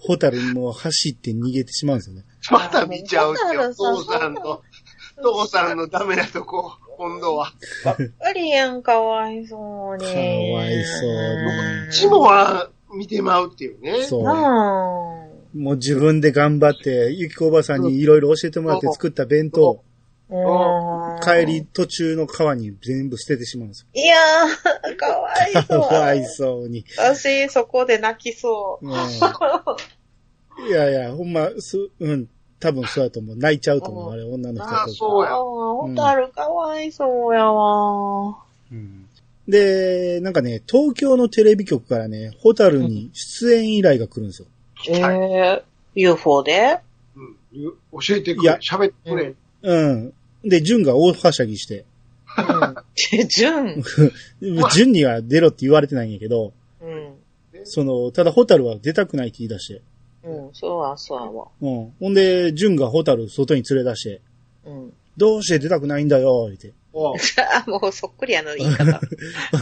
[SPEAKER 1] ホタルにもう走って逃げてしまうんですよね。
[SPEAKER 2] <laughs> また見ちゃうって
[SPEAKER 3] あ
[SPEAKER 2] よ、
[SPEAKER 3] ー
[SPEAKER 2] 父さんの。
[SPEAKER 3] あ。
[SPEAKER 2] 父さんのダメなとこ、今度は。
[SPEAKER 3] ありやん、かわいそうに。
[SPEAKER 1] かわいそうに
[SPEAKER 2] うちもは、見てまうっていうね。
[SPEAKER 1] そうう。
[SPEAKER 3] ん。
[SPEAKER 1] もう自分で頑張って、ゆきこおばさんにいろいろ教えてもらって作った弁当、
[SPEAKER 3] うん。
[SPEAKER 1] 帰り。途中の川に全部捨ててしまうんです
[SPEAKER 3] いやー、かわい
[SPEAKER 1] よ。か
[SPEAKER 3] そう。
[SPEAKER 1] わいそうに。
[SPEAKER 3] 私、そこで泣きそう。
[SPEAKER 1] うんいやいや、ほんま、す、うん、多分そうやと思う。泣いちゃうと思う、
[SPEAKER 3] うん
[SPEAKER 1] あれ、女の人
[SPEAKER 2] あ
[SPEAKER 1] だ
[SPEAKER 2] あ、
[SPEAKER 1] と。
[SPEAKER 2] そう
[SPEAKER 3] あ
[SPEAKER 2] や
[SPEAKER 3] あ、。ホタルかわいそうやわ。
[SPEAKER 1] うんで、なんかね、東京のテレビ局からね、ホタルに出演依頼が来るんですよ。
[SPEAKER 3] え
[SPEAKER 2] はい
[SPEAKER 3] え UFO で
[SPEAKER 2] うんゆ教えてく
[SPEAKER 1] いや
[SPEAKER 2] れ、喋ってくれ。
[SPEAKER 1] うん。で、ジュンが大はしゃぎして、
[SPEAKER 3] <laughs> ジュン。
[SPEAKER 1] ジュンには出ろって言われてないんやけど、
[SPEAKER 3] うん。
[SPEAKER 1] その、ただホタルは出たくないって言い出して。
[SPEAKER 3] うん、そうは、そうやわ。
[SPEAKER 1] うん。ほんで、ジュンがホタル外に連れ出して、
[SPEAKER 3] うん。 <laughs>
[SPEAKER 1] どうして出たくないんだよ、って。 <laughs>
[SPEAKER 2] おう
[SPEAKER 3] あ、もうそっくりあの言い方。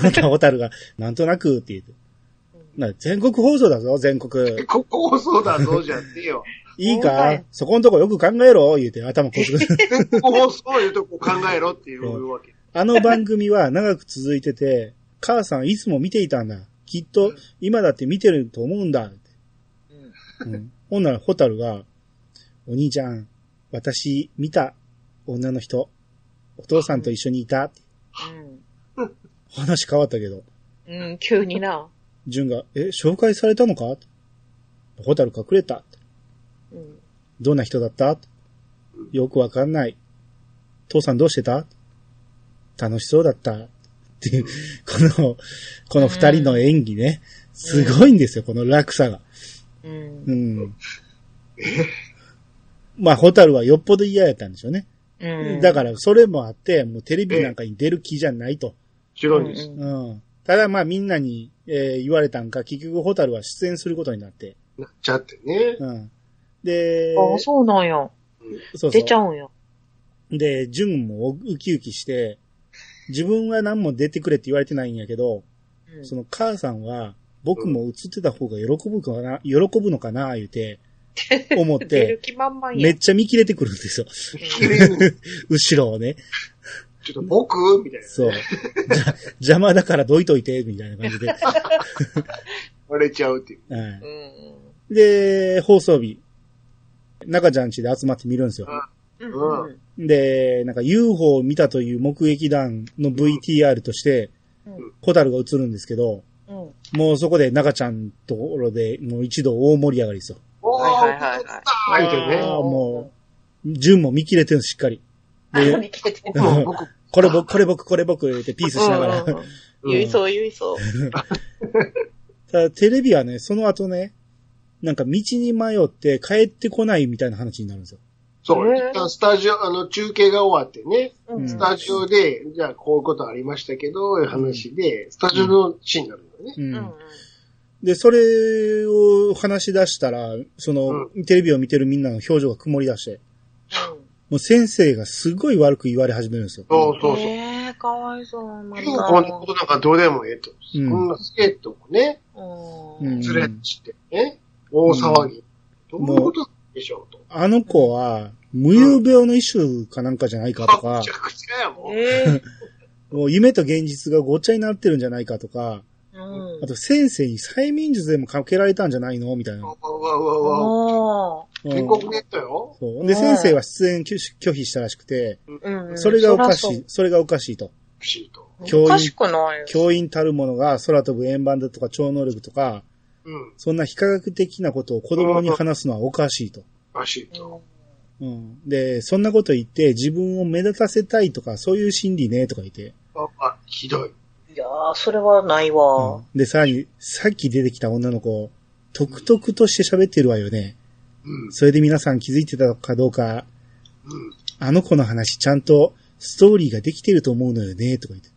[SPEAKER 1] またホタルが、なんとなくって言って。な全国放送だぞ、全国。
[SPEAKER 2] ここ放送だぞ、じゃねえよ。
[SPEAKER 1] いい
[SPEAKER 3] 本当や
[SPEAKER 1] かそこんとこよく考えろ、言うて頭こすぐ。
[SPEAKER 2] 全国放送いうとこ考えろっていうわけ。
[SPEAKER 1] <laughs> あの番組は長く続いてて、母さんいつも見ていたんだ。きっと今だって見てると思うんだ。
[SPEAKER 3] うん
[SPEAKER 1] うん、ほんならホタルが、お兄ちゃん、私見た女の人、お父さんと一緒にいた。話変わったけど、
[SPEAKER 3] うん。うん、急にな。
[SPEAKER 1] ジュンが、え、紹介されたのかホタル隠れた。
[SPEAKER 3] うん。
[SPEAKER 1] どんな人だったよくわかんない。父さんどうしてた楽しそうだった。っていう、この、この二人の演技ね。すごいんですよ、この落差が。
[SPEAKER 3] う。
[SPEAKER 1] うんん。まあ、ホタルはよっぽど嫌やったんでしょうね。
[SPEAKER 3] うん。
[SPEAKER 1] だから、それもあって、もうテレビなんかに出る気じゃないと。
[SPEAKER 2] 白いんです。
[SPEAKER 1] うん。ただ、まあ、みんなに、えー言われたんか、結局ホタルは出演することになって。
[SPEAKER 2] なっちゃってね。
[SPEAKER 1] うん。で、
[SPEAKER 3] ああ、そうなんや。
[SPEAKER 1] そうそう
[SPEAKER 3] 出ちゃうんや。
[SPEAKER 1] で、ジュンもウキウキして、自分は何も出てくれって言われてないんやけど、
[SPEAKER 3] うん
[SPEAKER 1] その母さんは、僕も映ってた方が喜ぶかな、喜ぶのかな、言う
[SPEAKER 3] <laughs>
[SPEAKER 1] て、思っ
[SPEAKER 3] 出る
[SPEAKER 1] て、
[SPEAKER 3] 気満々や。
[SPEAKER 1] めっちゃ見切れてくるんですよ。
[SPEAKER 2] 綺麗に、
[SPEAKER 1] 後ろをね。
[SPEAKER 2] ちょっと僕みたいな。
[SPEAKER 1] そう。じゃ、邪魔だからどいといて、みたいな感じ
[SPEAKER 3] <laughs>
[SPEAKER 1] で。は
[SPEAKER 2] 割れちゃうっていう。
[SPEAKER 3] う
[SPEAKER 1] い
[SPEAKER 3] ん。
[SPEAKER 1] で、放送日、中ちゃん家で集まって見るんですよ。
[SPEAKER 3] うん。
[SPEAKER 2] う
[SPEAKER 3] うん。
[SPEAKER 1] で、なんか UFO を見たという目撃談の VTR として、
[SPEAKER 3] うん
[SPEAKER 1] ホタルが映るんですけど、
[SPEAKER 3] うん。
[SPEAKER 1] もうそこで中ちゃんところで、もう一度大盛り上がりですよ。
[SPEAKER 2] お
[SPEAKER 3] はいはいはい
[SPEAKER 2] ー、
[SPEAKER 3] はい。
[SPEAKER 2] 言うてね
[SPEAKER 1] ああ、もう、順も見切れてるしっかり。
[SPEAKER 3] うん。 <laughs>
[SPEAKER 1] で、
[SPEAKER 3] 見切れてる
[SPEAKER 2] もう僕、
[SPEAKER 1] これ僕、これ僕、これ僕、言ってピースしながら。
[SPEAKER 3] うんうんうん言いそう、言いそう。
[SPEAKER 1] ただテレビはね、その後ね、なんか道に迷って帰ってこないみたいな話になるんですよ。
[SPEAKER 2] そう、
[SPEAKER 3] えー
[SPEAKER 2] 一旦スタジオ、あの、中継が終わってね、
[SPEAKER 3] うん
[SPEAKER 2] スタジオで、じゃあこういうことありましたけど、いう話で、スタジオのシーンになるのね。
[SPEAKER 1] う。
[SPEAKER 3] うんん。
[SPEAKER 1] で、それを話し出したら、その、テレビを見てるみんなの表情が曇り出して、もう先生がすごい悪く言われ始めるんですよ。
[SPEAKER 2] そうそうそう。
[SPEAKER 3] ええ、かわいそう。ま
[SPEAKER 2] 今こんなことなんかどうでもええと。
[SPEAKER 1] う
[SPEAKER 2] こん
[SPEAKER 1] ん。
[SPEAKER 2] なスケートもね、
[SPEAKER 3] う
[SPEAKER 1] うん
[SPEAKER 3] ん。
[SPEAKER 2] 連れしてね、大騒ぎ。ど
[SPEAKER 1] ん
[SPEAKER 2] ういうことでしょうと。
[SPEAKER 1] あの子は、無遊病の一種かなんかじゃないかと
[SPEAKER 2] あ
[SPEAKER 1] か
[SPEAKER 2] むちゃ、くちゃやもん。
[SPEAKER 3] ええ。
[SPEAKER 1] もう夢と現実がごっちゃになってるんじゃないかとか、
[SPEAKER 3] うん
[SPEAKER 1] あ。と先生に催眠術でもかけられたんじゃないのみたいな。
[SPEAKER 2] わわわわわ。
[SPEAKER 3] おー
[SPEAKER 1] うん
[SPEAKER 2] 全国ネットよ。
[SPEAKER 1] そうで、先生は出演拒拒否したらしくて、
[SPEAKER 3] うんうん
[SPEAKER 1] それがおかし
[SPEAKER 3] そ
[SPEAKER 1] い
[SPEAKER 3] ら、
[SPEAKER 1] それがおかしいと。
[SPEAKER 2] ピシーと。
[SPEAKER 1] 教
[SPEAKER 3] そう
[SPEAKER 1] 員
[SPEAKER 3] おかしくないよ。
[SPEAKER 1] 教員たるものが空飛ぶ円盤だとか超能力とか、
[SPEAKER 2] うん。
[SPEAKER 1] そんな非科学的なことを子供に話すのはおかしいと。
[SPEAKER 2] らしいと。
[SPEAKER 1] うん、で、そんなこと言って自分を目立たせたいとか、そういう心理ね、とか言って。
[SPEAKER 2] あ、あひどい。
[SPEAKER 3] いやー、それはないわ。
[SPEAKER 1] で、さらに、さっき出てきた女の子、独特として喋ってるわよね。
[SPEAKER 2] うん。
[SPEAKER 1] それで皆さん気づいてたかどうか、
[SPEAKER 2] うん。
[SPEAKER 1] あの子の話ちゃんとストーリーができてると思うのよね、とか言って。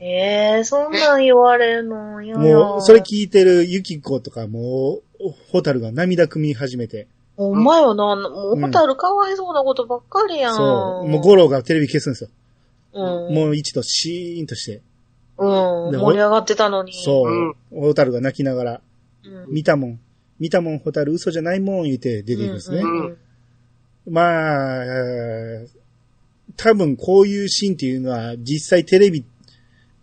[SPEAKER 3] ええ、そんなん言われるの嫌や。
[SPEAKER 1] もう、それ聞いてるユキコとかもう、ホタルが涙汲み始めて。
[SPEAKER 3] ほんまよな、もうホタルかわいそうなことばっかりやん。
[SPEAKER 1] そう。もうゴロがテレビ消すんですよ。
[SPEAKER 3] うん。
[SPEAKER 1] もう一度シーンとして。
[SPEAKER 3] うん。
[SPEAKER 1] で
[SPEAKER 3] 盛り上がってたのに。
[SPEAKER 1] そう。ホタルが泣きながら、
[SPEAKER 3] うん。
[SPEAKER 1] 見たもん。見たもん、ホタル嘘じゃないもん、言って出ていくんですね
[SPEAKER 3] う。ん
[SPEAKER 1] まあ、えー多分こういうシーンっていうのは実際テレビ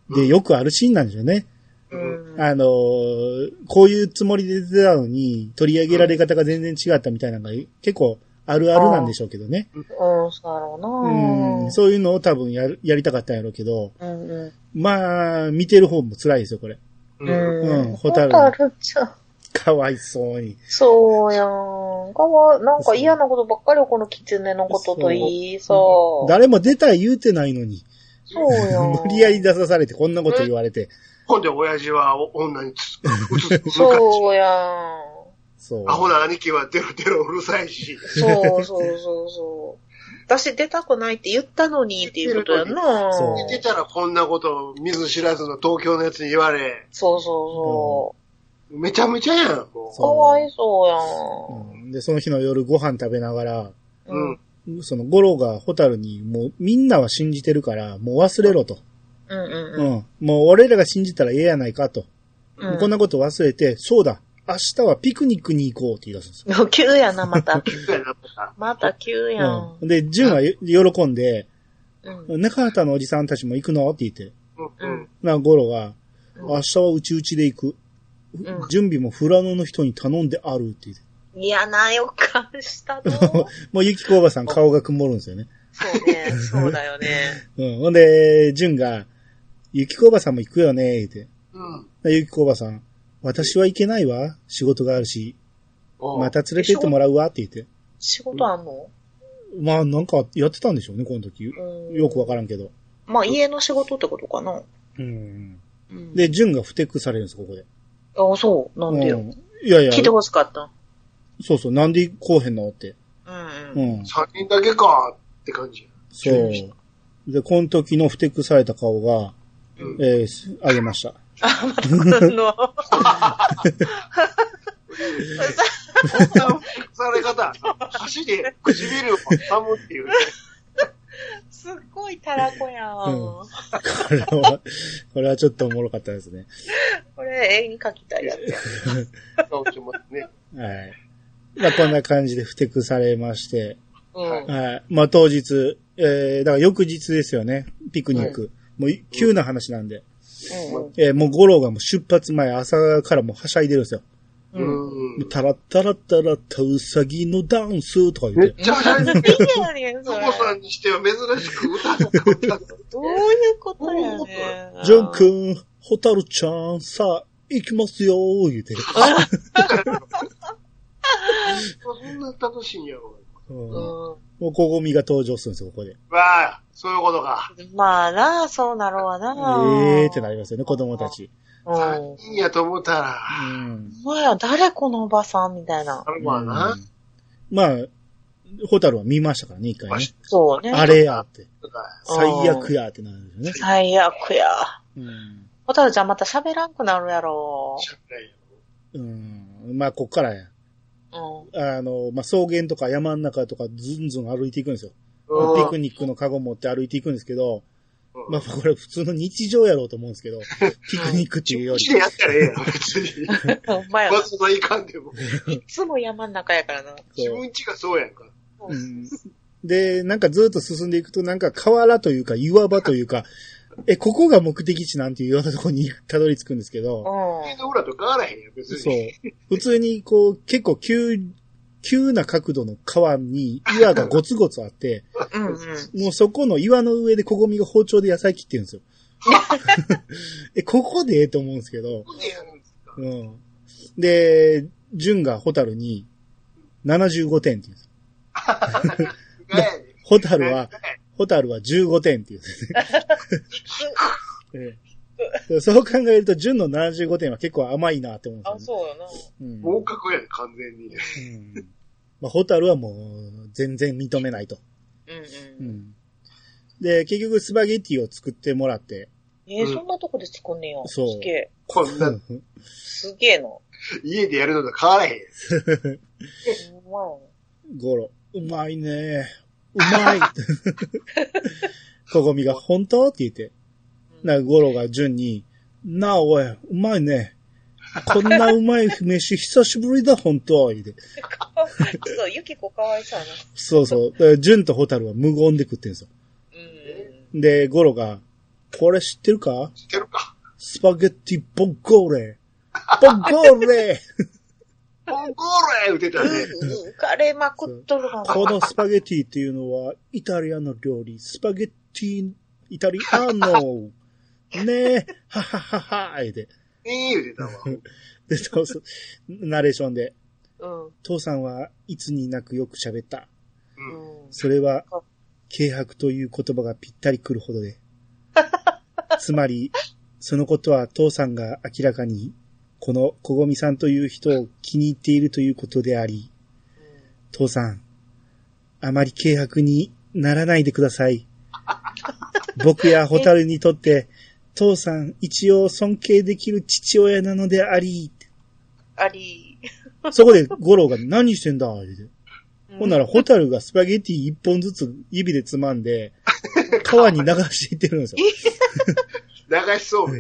[SPEAKER 1] でよくあるシーンなんですよね。
[SPEAKER 3] うん
[SPEAKER 1] あのー、こういうつもりで出てたのに、取り上げられ方が全然違ったみたいなのが結構あるあるなんでしょうけどね。
[SPEAKER 3] うん、そうだろう
[SPEAKER 1] うん、
[SPEAKER 3] な
[SPEAKER 1] そういうのを多分やるやりたかったんやろうけど、
[SPEAKER 3] うんう。
[SPEAKER 1] まあ、見てる方も辛いですよ、これ。
[SPEAKER 2] うん
[SPEAKER 3] うん
[SPEAKER 1] うん
[SPEAKER 3] ホ
[SPEAKER 1] ホ
[SPEAKER 3] タ
[SPEAKER 1] タ
[SPEAKER 3] ル
[SPEAKER 1] ル
[SPEAKER 3] ちゃん。
[SPEAKER 1] かわいそうに。
[SPEAKER 3] そうやん。かわ、なんか嫌なことばっかりよこの狐のことといいさ。そう
[SPEAKER 1] 誰も出たい言うてないのに、
[SPEAKER 3] やん。
[SPEAKER 1] 無理やり出さされてこんなこと言われて、
[SPEAKER 2] ほんで、親父は女につうつつむか
[SPEAKER 3] そうやん。
[SPEAKER 1] そう。
[SPEAKER 2] アホな兄貴はデロデロうるさいし。
[SPEAKER 3] そうそうそう
[SPEAKER 1] <laughs>
[SPEAKER 3] そう。私出たくないって言ったのにっていうことやんな。
[SPEAKER 1] そう
[SPEAKER 2] 出てたらこんなことを見ず知らずの東京のやつに言われ、
[SPEAKER 3] そうそう
[SPEAKER 2] めちゃめちゃやん、も
[SPEAKER 3] そう。
[SPEAKER 1] そ
[SPEAKER 3] かわいそ
[SPEAKER 1] う
[SPEAKER 3] う
[SPEAKER 1] んで、その日の夜ご飯食べながら、
[SPEAKER 2] う。
[SPEAKER 3] やん。
[SPEAKER 2] うん。。
[SPEAKER 1] そのゴロがホタルにもうみんなは信じてるから、もう忘れろと。
[SPEAKER 3] うん
[SPEAKER 1] う
[SPEAKER 3] うん
[SPEAKER 1] ん。もう俺らが信じたらええやないかと。
[SPEAKER 3] うん。うん、
[SPEAKER 1] こんなこと忘れて、そうだ、明日はピクニックに行こうって言い出すんですよ。
[SPEAKER 3] 急やな、また。
[SPEAKER 2] みたいなことか
[SPEAKER 3] また急やん。
[SPEAKER 1] うん、で、ジュンはよ喜んで、
[SPEAKER 3] うん。
[SPEAKER 1] 中畑のおじさんたちも行くのって言って。
[SPEAKER 2] うんうん。
[SPEAKER 1] な、ゴロが、
[SPEAKER 3] うん
[SPEAKER 1] 明日はうちうちで行く。
[SPEAKER 3] うん
[SPEAKER 1] 準備もフラノの人に頼んであるって言って。
[SPEAKER 3] 嫌な予感したの。
[SPEAKER 1] <laughs> もうゆきこおばさん顔が曇るんですよね。
[SPEAKER 3] そうね、そうだよね。
[SPEAKER 1] うん。ほんで、ジュンが、ゆきこおばさんも行くよね、って。
[SPEAKER 2] うん。
[SPEAKER 1] でゆきこおばさん、私は行けないわ。仕事があるし、
[SPEAKER 2] おう
[SPEAKER 1] また連れて行ってもらうわって言って。
[SPEAKER 3] 仕事あんの
[SPEAKER 1] まあなんかやってたんでしょうね、この時。
[SPEAKER 3] うん。
[SPEAKER 1] よくわからんけど。
[SPEAKER 3] まあ家の仕事ってことかな。
[SPEAKER 1] うん。
[SPEAKER 3] うん、
[SPEAKER 1] で、ジュンがふてくされるんです、ここで。
[SPEAKER 3] あ、そう、なんで
[SPEAKER 1] う
[SPEAKER 3] よ。
[SPEAKER 1] んいやいや、
[SPEAKER 3] 聞いてほしかった。
[SPEAKER 1] そうそう、なんでこうへんのって。
[SPEAKER 3] うんう。
[SPEAKER 1] うんん。
[SPEAKER 2] 三人だけかって感じ。
[SPEAKER 1] そう。で、この時のふてくされた顔が、
[SPEAKER 2] うん
[SPEAKER 1] えーすあげました。 <laughs>
[SPEAKER 3] あ、また来んの。
[SPEAKER 2] され方、箸で唇を噛むっていうね。
[SPEAKER 3] すっごいたらこや
[SPEAKER 1] う
[SPEAKER 3] ん。
[SPEAKER 1] んこれは、これはちょっとおもろかったですね。
[SPEAKER 3] これ、絵に描きたいやつや。
[SPEAKER 2] 顔してますね。
[SPEAKER 1] はい。まあ、こんな感じでふてくされまして、
[SPEAKER 3] うん。
[SPEAKER 1] はい。まあ、当日、えー、だから翌日ですよね、ピクニック。もうい、急な話なんで。えー、もう五郎がもう出発前、朝からもうはしゃいでるんですよ。
[SPEAKER 3] う。
[SPEAKER 2] うん
[SPEAKER 3] うん。
[SPEAKER 2] ん。
[SPEAKER 1] タラッタラッタラッタウサギのダンスとか
[SPEAKER 2] め
[SPEAKER 1] 言っ。
[SPEAKER 2] ってちゃ早い。
[SPEAKER 3] いいやねん、
[SPEAKER 2] ゾ
[SPEAKER 3] それ
[SPEAKER 2] コ。さんにしては珍しく歌って歌 <laughs> って
[SPEAKER 3] どういうことやねん。
[SPEAKER 1] ジョン君、ホタルちゃん、さあ、行きますよ言うて。
[SPEAKER 2] そんな楽しいんやろ。
[SPEAKER 1] うんも
[SPEAKER 3] う
[SPEAKER 1] う、こごみが登場するんですよ、ここで。
[SPEAKER 2] わあ、そういうことか。
[SPEAKER 3] ん。まあな、そうなろうわな。
[SPEAKER 1] ええーってなりますよね、子供たち。
[SPEAKER 3] うん。
[SPEAKER 2] いいやと思ったら、
[SPEAKER 1] うん。
[SPEAKER 3] お前は誰このおばさんみたいな
[SPEAKER 2] あ。るわな
[SPEAKER 1] う。んまあ、ホタルは見ましたからね、一回
[SPEAKER 2] わ
[SPEAKER 1] ね
[SPEAKER 2] し。
[SPEAKER 3] そうね。
[SPEAKER 1] あれやって。最
[SPEAKER 3] うん
[SPEAKER 1] 悪やってなるんですよね。
[SPEAKER 3] 最悪や。
[SPEAKER 1] うん
[SPEAKER 3] ホタルちゃんまた喋らんくなるやろ。
[SPEAKER 2] しゃべらんや
[SPEAKER 1] うん。まあ、こっからや。
[SPEAKER 3] うん。
[SPEAKER 1] あの、まあ、草原とか山の中とかずんずん歩いていくんですよ。
[SPEAKER 2] ろ
[SPEAKER 1] ピクニックのカゴ持って歩いていくんですけど、
[SPEAKER 2] うん
[SPEAKER 1] まあ、これ普通の日常やろうと思うんですけど、ピクニックっていうよ
[SPEAKER 2] うち
[SPEAKER 1] り。
[SPEAKER 2] でやったらええやん、別
[SPEAKER 1] <laughs>
[SPEAKER 2] に。
[SPEAKER 3] お前
[SPEAKER 2] ま
[SPEAKER 3] は、
[SPEAKER 2] ずはいかんでも。
[SPEAKER 3] いつも山ん中やからな。
[SPEAKER 2] 自
[SPEAKER 1] そう
[SPEAKER 2] 分ちがそうやんか。
[SPEAKER 1] うんで、なんかずっと進んでいくと、なんか河原というか岩場というか、え、ここが目的地なんていうようなとこにたどり着くんですけど、
[SPEAKER 2] 家
[SPEAKER 3] う
[SPEAKER 2] の裏と変わらへんやん、別
[SPEAKER 1] そう
[SPEAKER 2] に。。
[SPEAKER 1] 普通にこう、結構急、急な角度の川に岩がゴツゴツあって、
[SPEAKER 3] ん。うんうん。
[SPEAKER 1] もうそこの岩の上でこごみが包丁で野菜切ってるんですよ。え、ここでと思うんですけど、
[SPEAKER 2] そうでやるんですか。
[SPEAKER 1] うん。で、ジュンがホタルに75点って言うんです。
[SPEAKER 2] ガヤで。
[SPEAKER 1] ホタルは、ホタルは15点って言うんですね。ええそう考えると、ジュンの75点は結構甘いなって思うん
[SPEAKER 3] あ、
[SPEAKER 1] ですよ、ね。
[SPEAKER 3] そうよな。
[SPEAKER 1] うん
[SPEAKER 2] 合格やん、完全に。
[SPEAKER 1] うんまあ、ホタルはもう、全然認めないと。
[SPEAKER 3] う
[SPEAKER 1] う
[SPEAKER 3] んうん。
[SPEAKER 1] ん。で、結局スパゲティを作ってもらって、
[SPEAKER 3] えー
[SPEAKER 2] うん
[SPEAKER 3] そんなとこで作んねんよ。
[SPEAKER 1] そう
[SPEAKER 3] すげえ。
[SPEAKER 2] こんな、
[SPEAKER 3] すげえ
[SPEAKER 2] <laughs>
[SPEAKER 3] な。
[SPEAKER 2] 家でやるのと変わらへんやん。
[SPEAKER 3] うまいよね
[SPEAKER 1] ゴロ、うまいねうまい <laughs> こごみが本当って言って、な、ゴロが順に、なあ、おい、うまいね。こんなうまい飯久しぶりだ、本当言うて。
[SPEAKER 3] そう、ゆきこかわいそうやな。
[SPEAKER 1] そうそう。だから順とホタルは無言で食ってんすよ。
[SPEAKER 3] うん。
[SPEAKER 1] で、ゴロが、これ知ってるか
[SPEAKER 2] 知ってるか。
[SPEAKER 1] スパゲッティボッゴーレボッゴーレ
[SPEAKER 2] ボンゴーレ打てたね。
[SPEAKER 3] 浮かれまくっとるがな。
[SPEAKER 1] このスパゲッティっていうのは、イタリアの料理、スパゲッティ、イタリアの、ねえ、はははは、えで。
[SPEAKER 2] いい打てたわ。
[SPEAKER 1] で、そうそうナレーションで、
[SPEAKER 3] うん。
[SPEAKER 1] 父さんはいつになくよく喋った。
[SPEAKER 2] うん。
[SPEAKER 3] うん
[SPEAKER 1] それは、軽薄という言葉がぴったりくるほどで。つまり、そのことは父さんが明らかに、この小ごみさんという人を気に入っているということであり、父さん、あまり軽薄にならないでください。僕やホタルにとって、父さん一応尊敬できる父親なのであり、
[SPEAKER 3] あり。
[SPEAKER 1] そこで五郎が何してんだってほんな
[SPEAKER 3] ら。
[SPEAKER 1] ら、ホタルがスパゲティ一本ずつ指でつまんで、川に流していってるんですよ。
[SPEAKER 2] 流しそうめ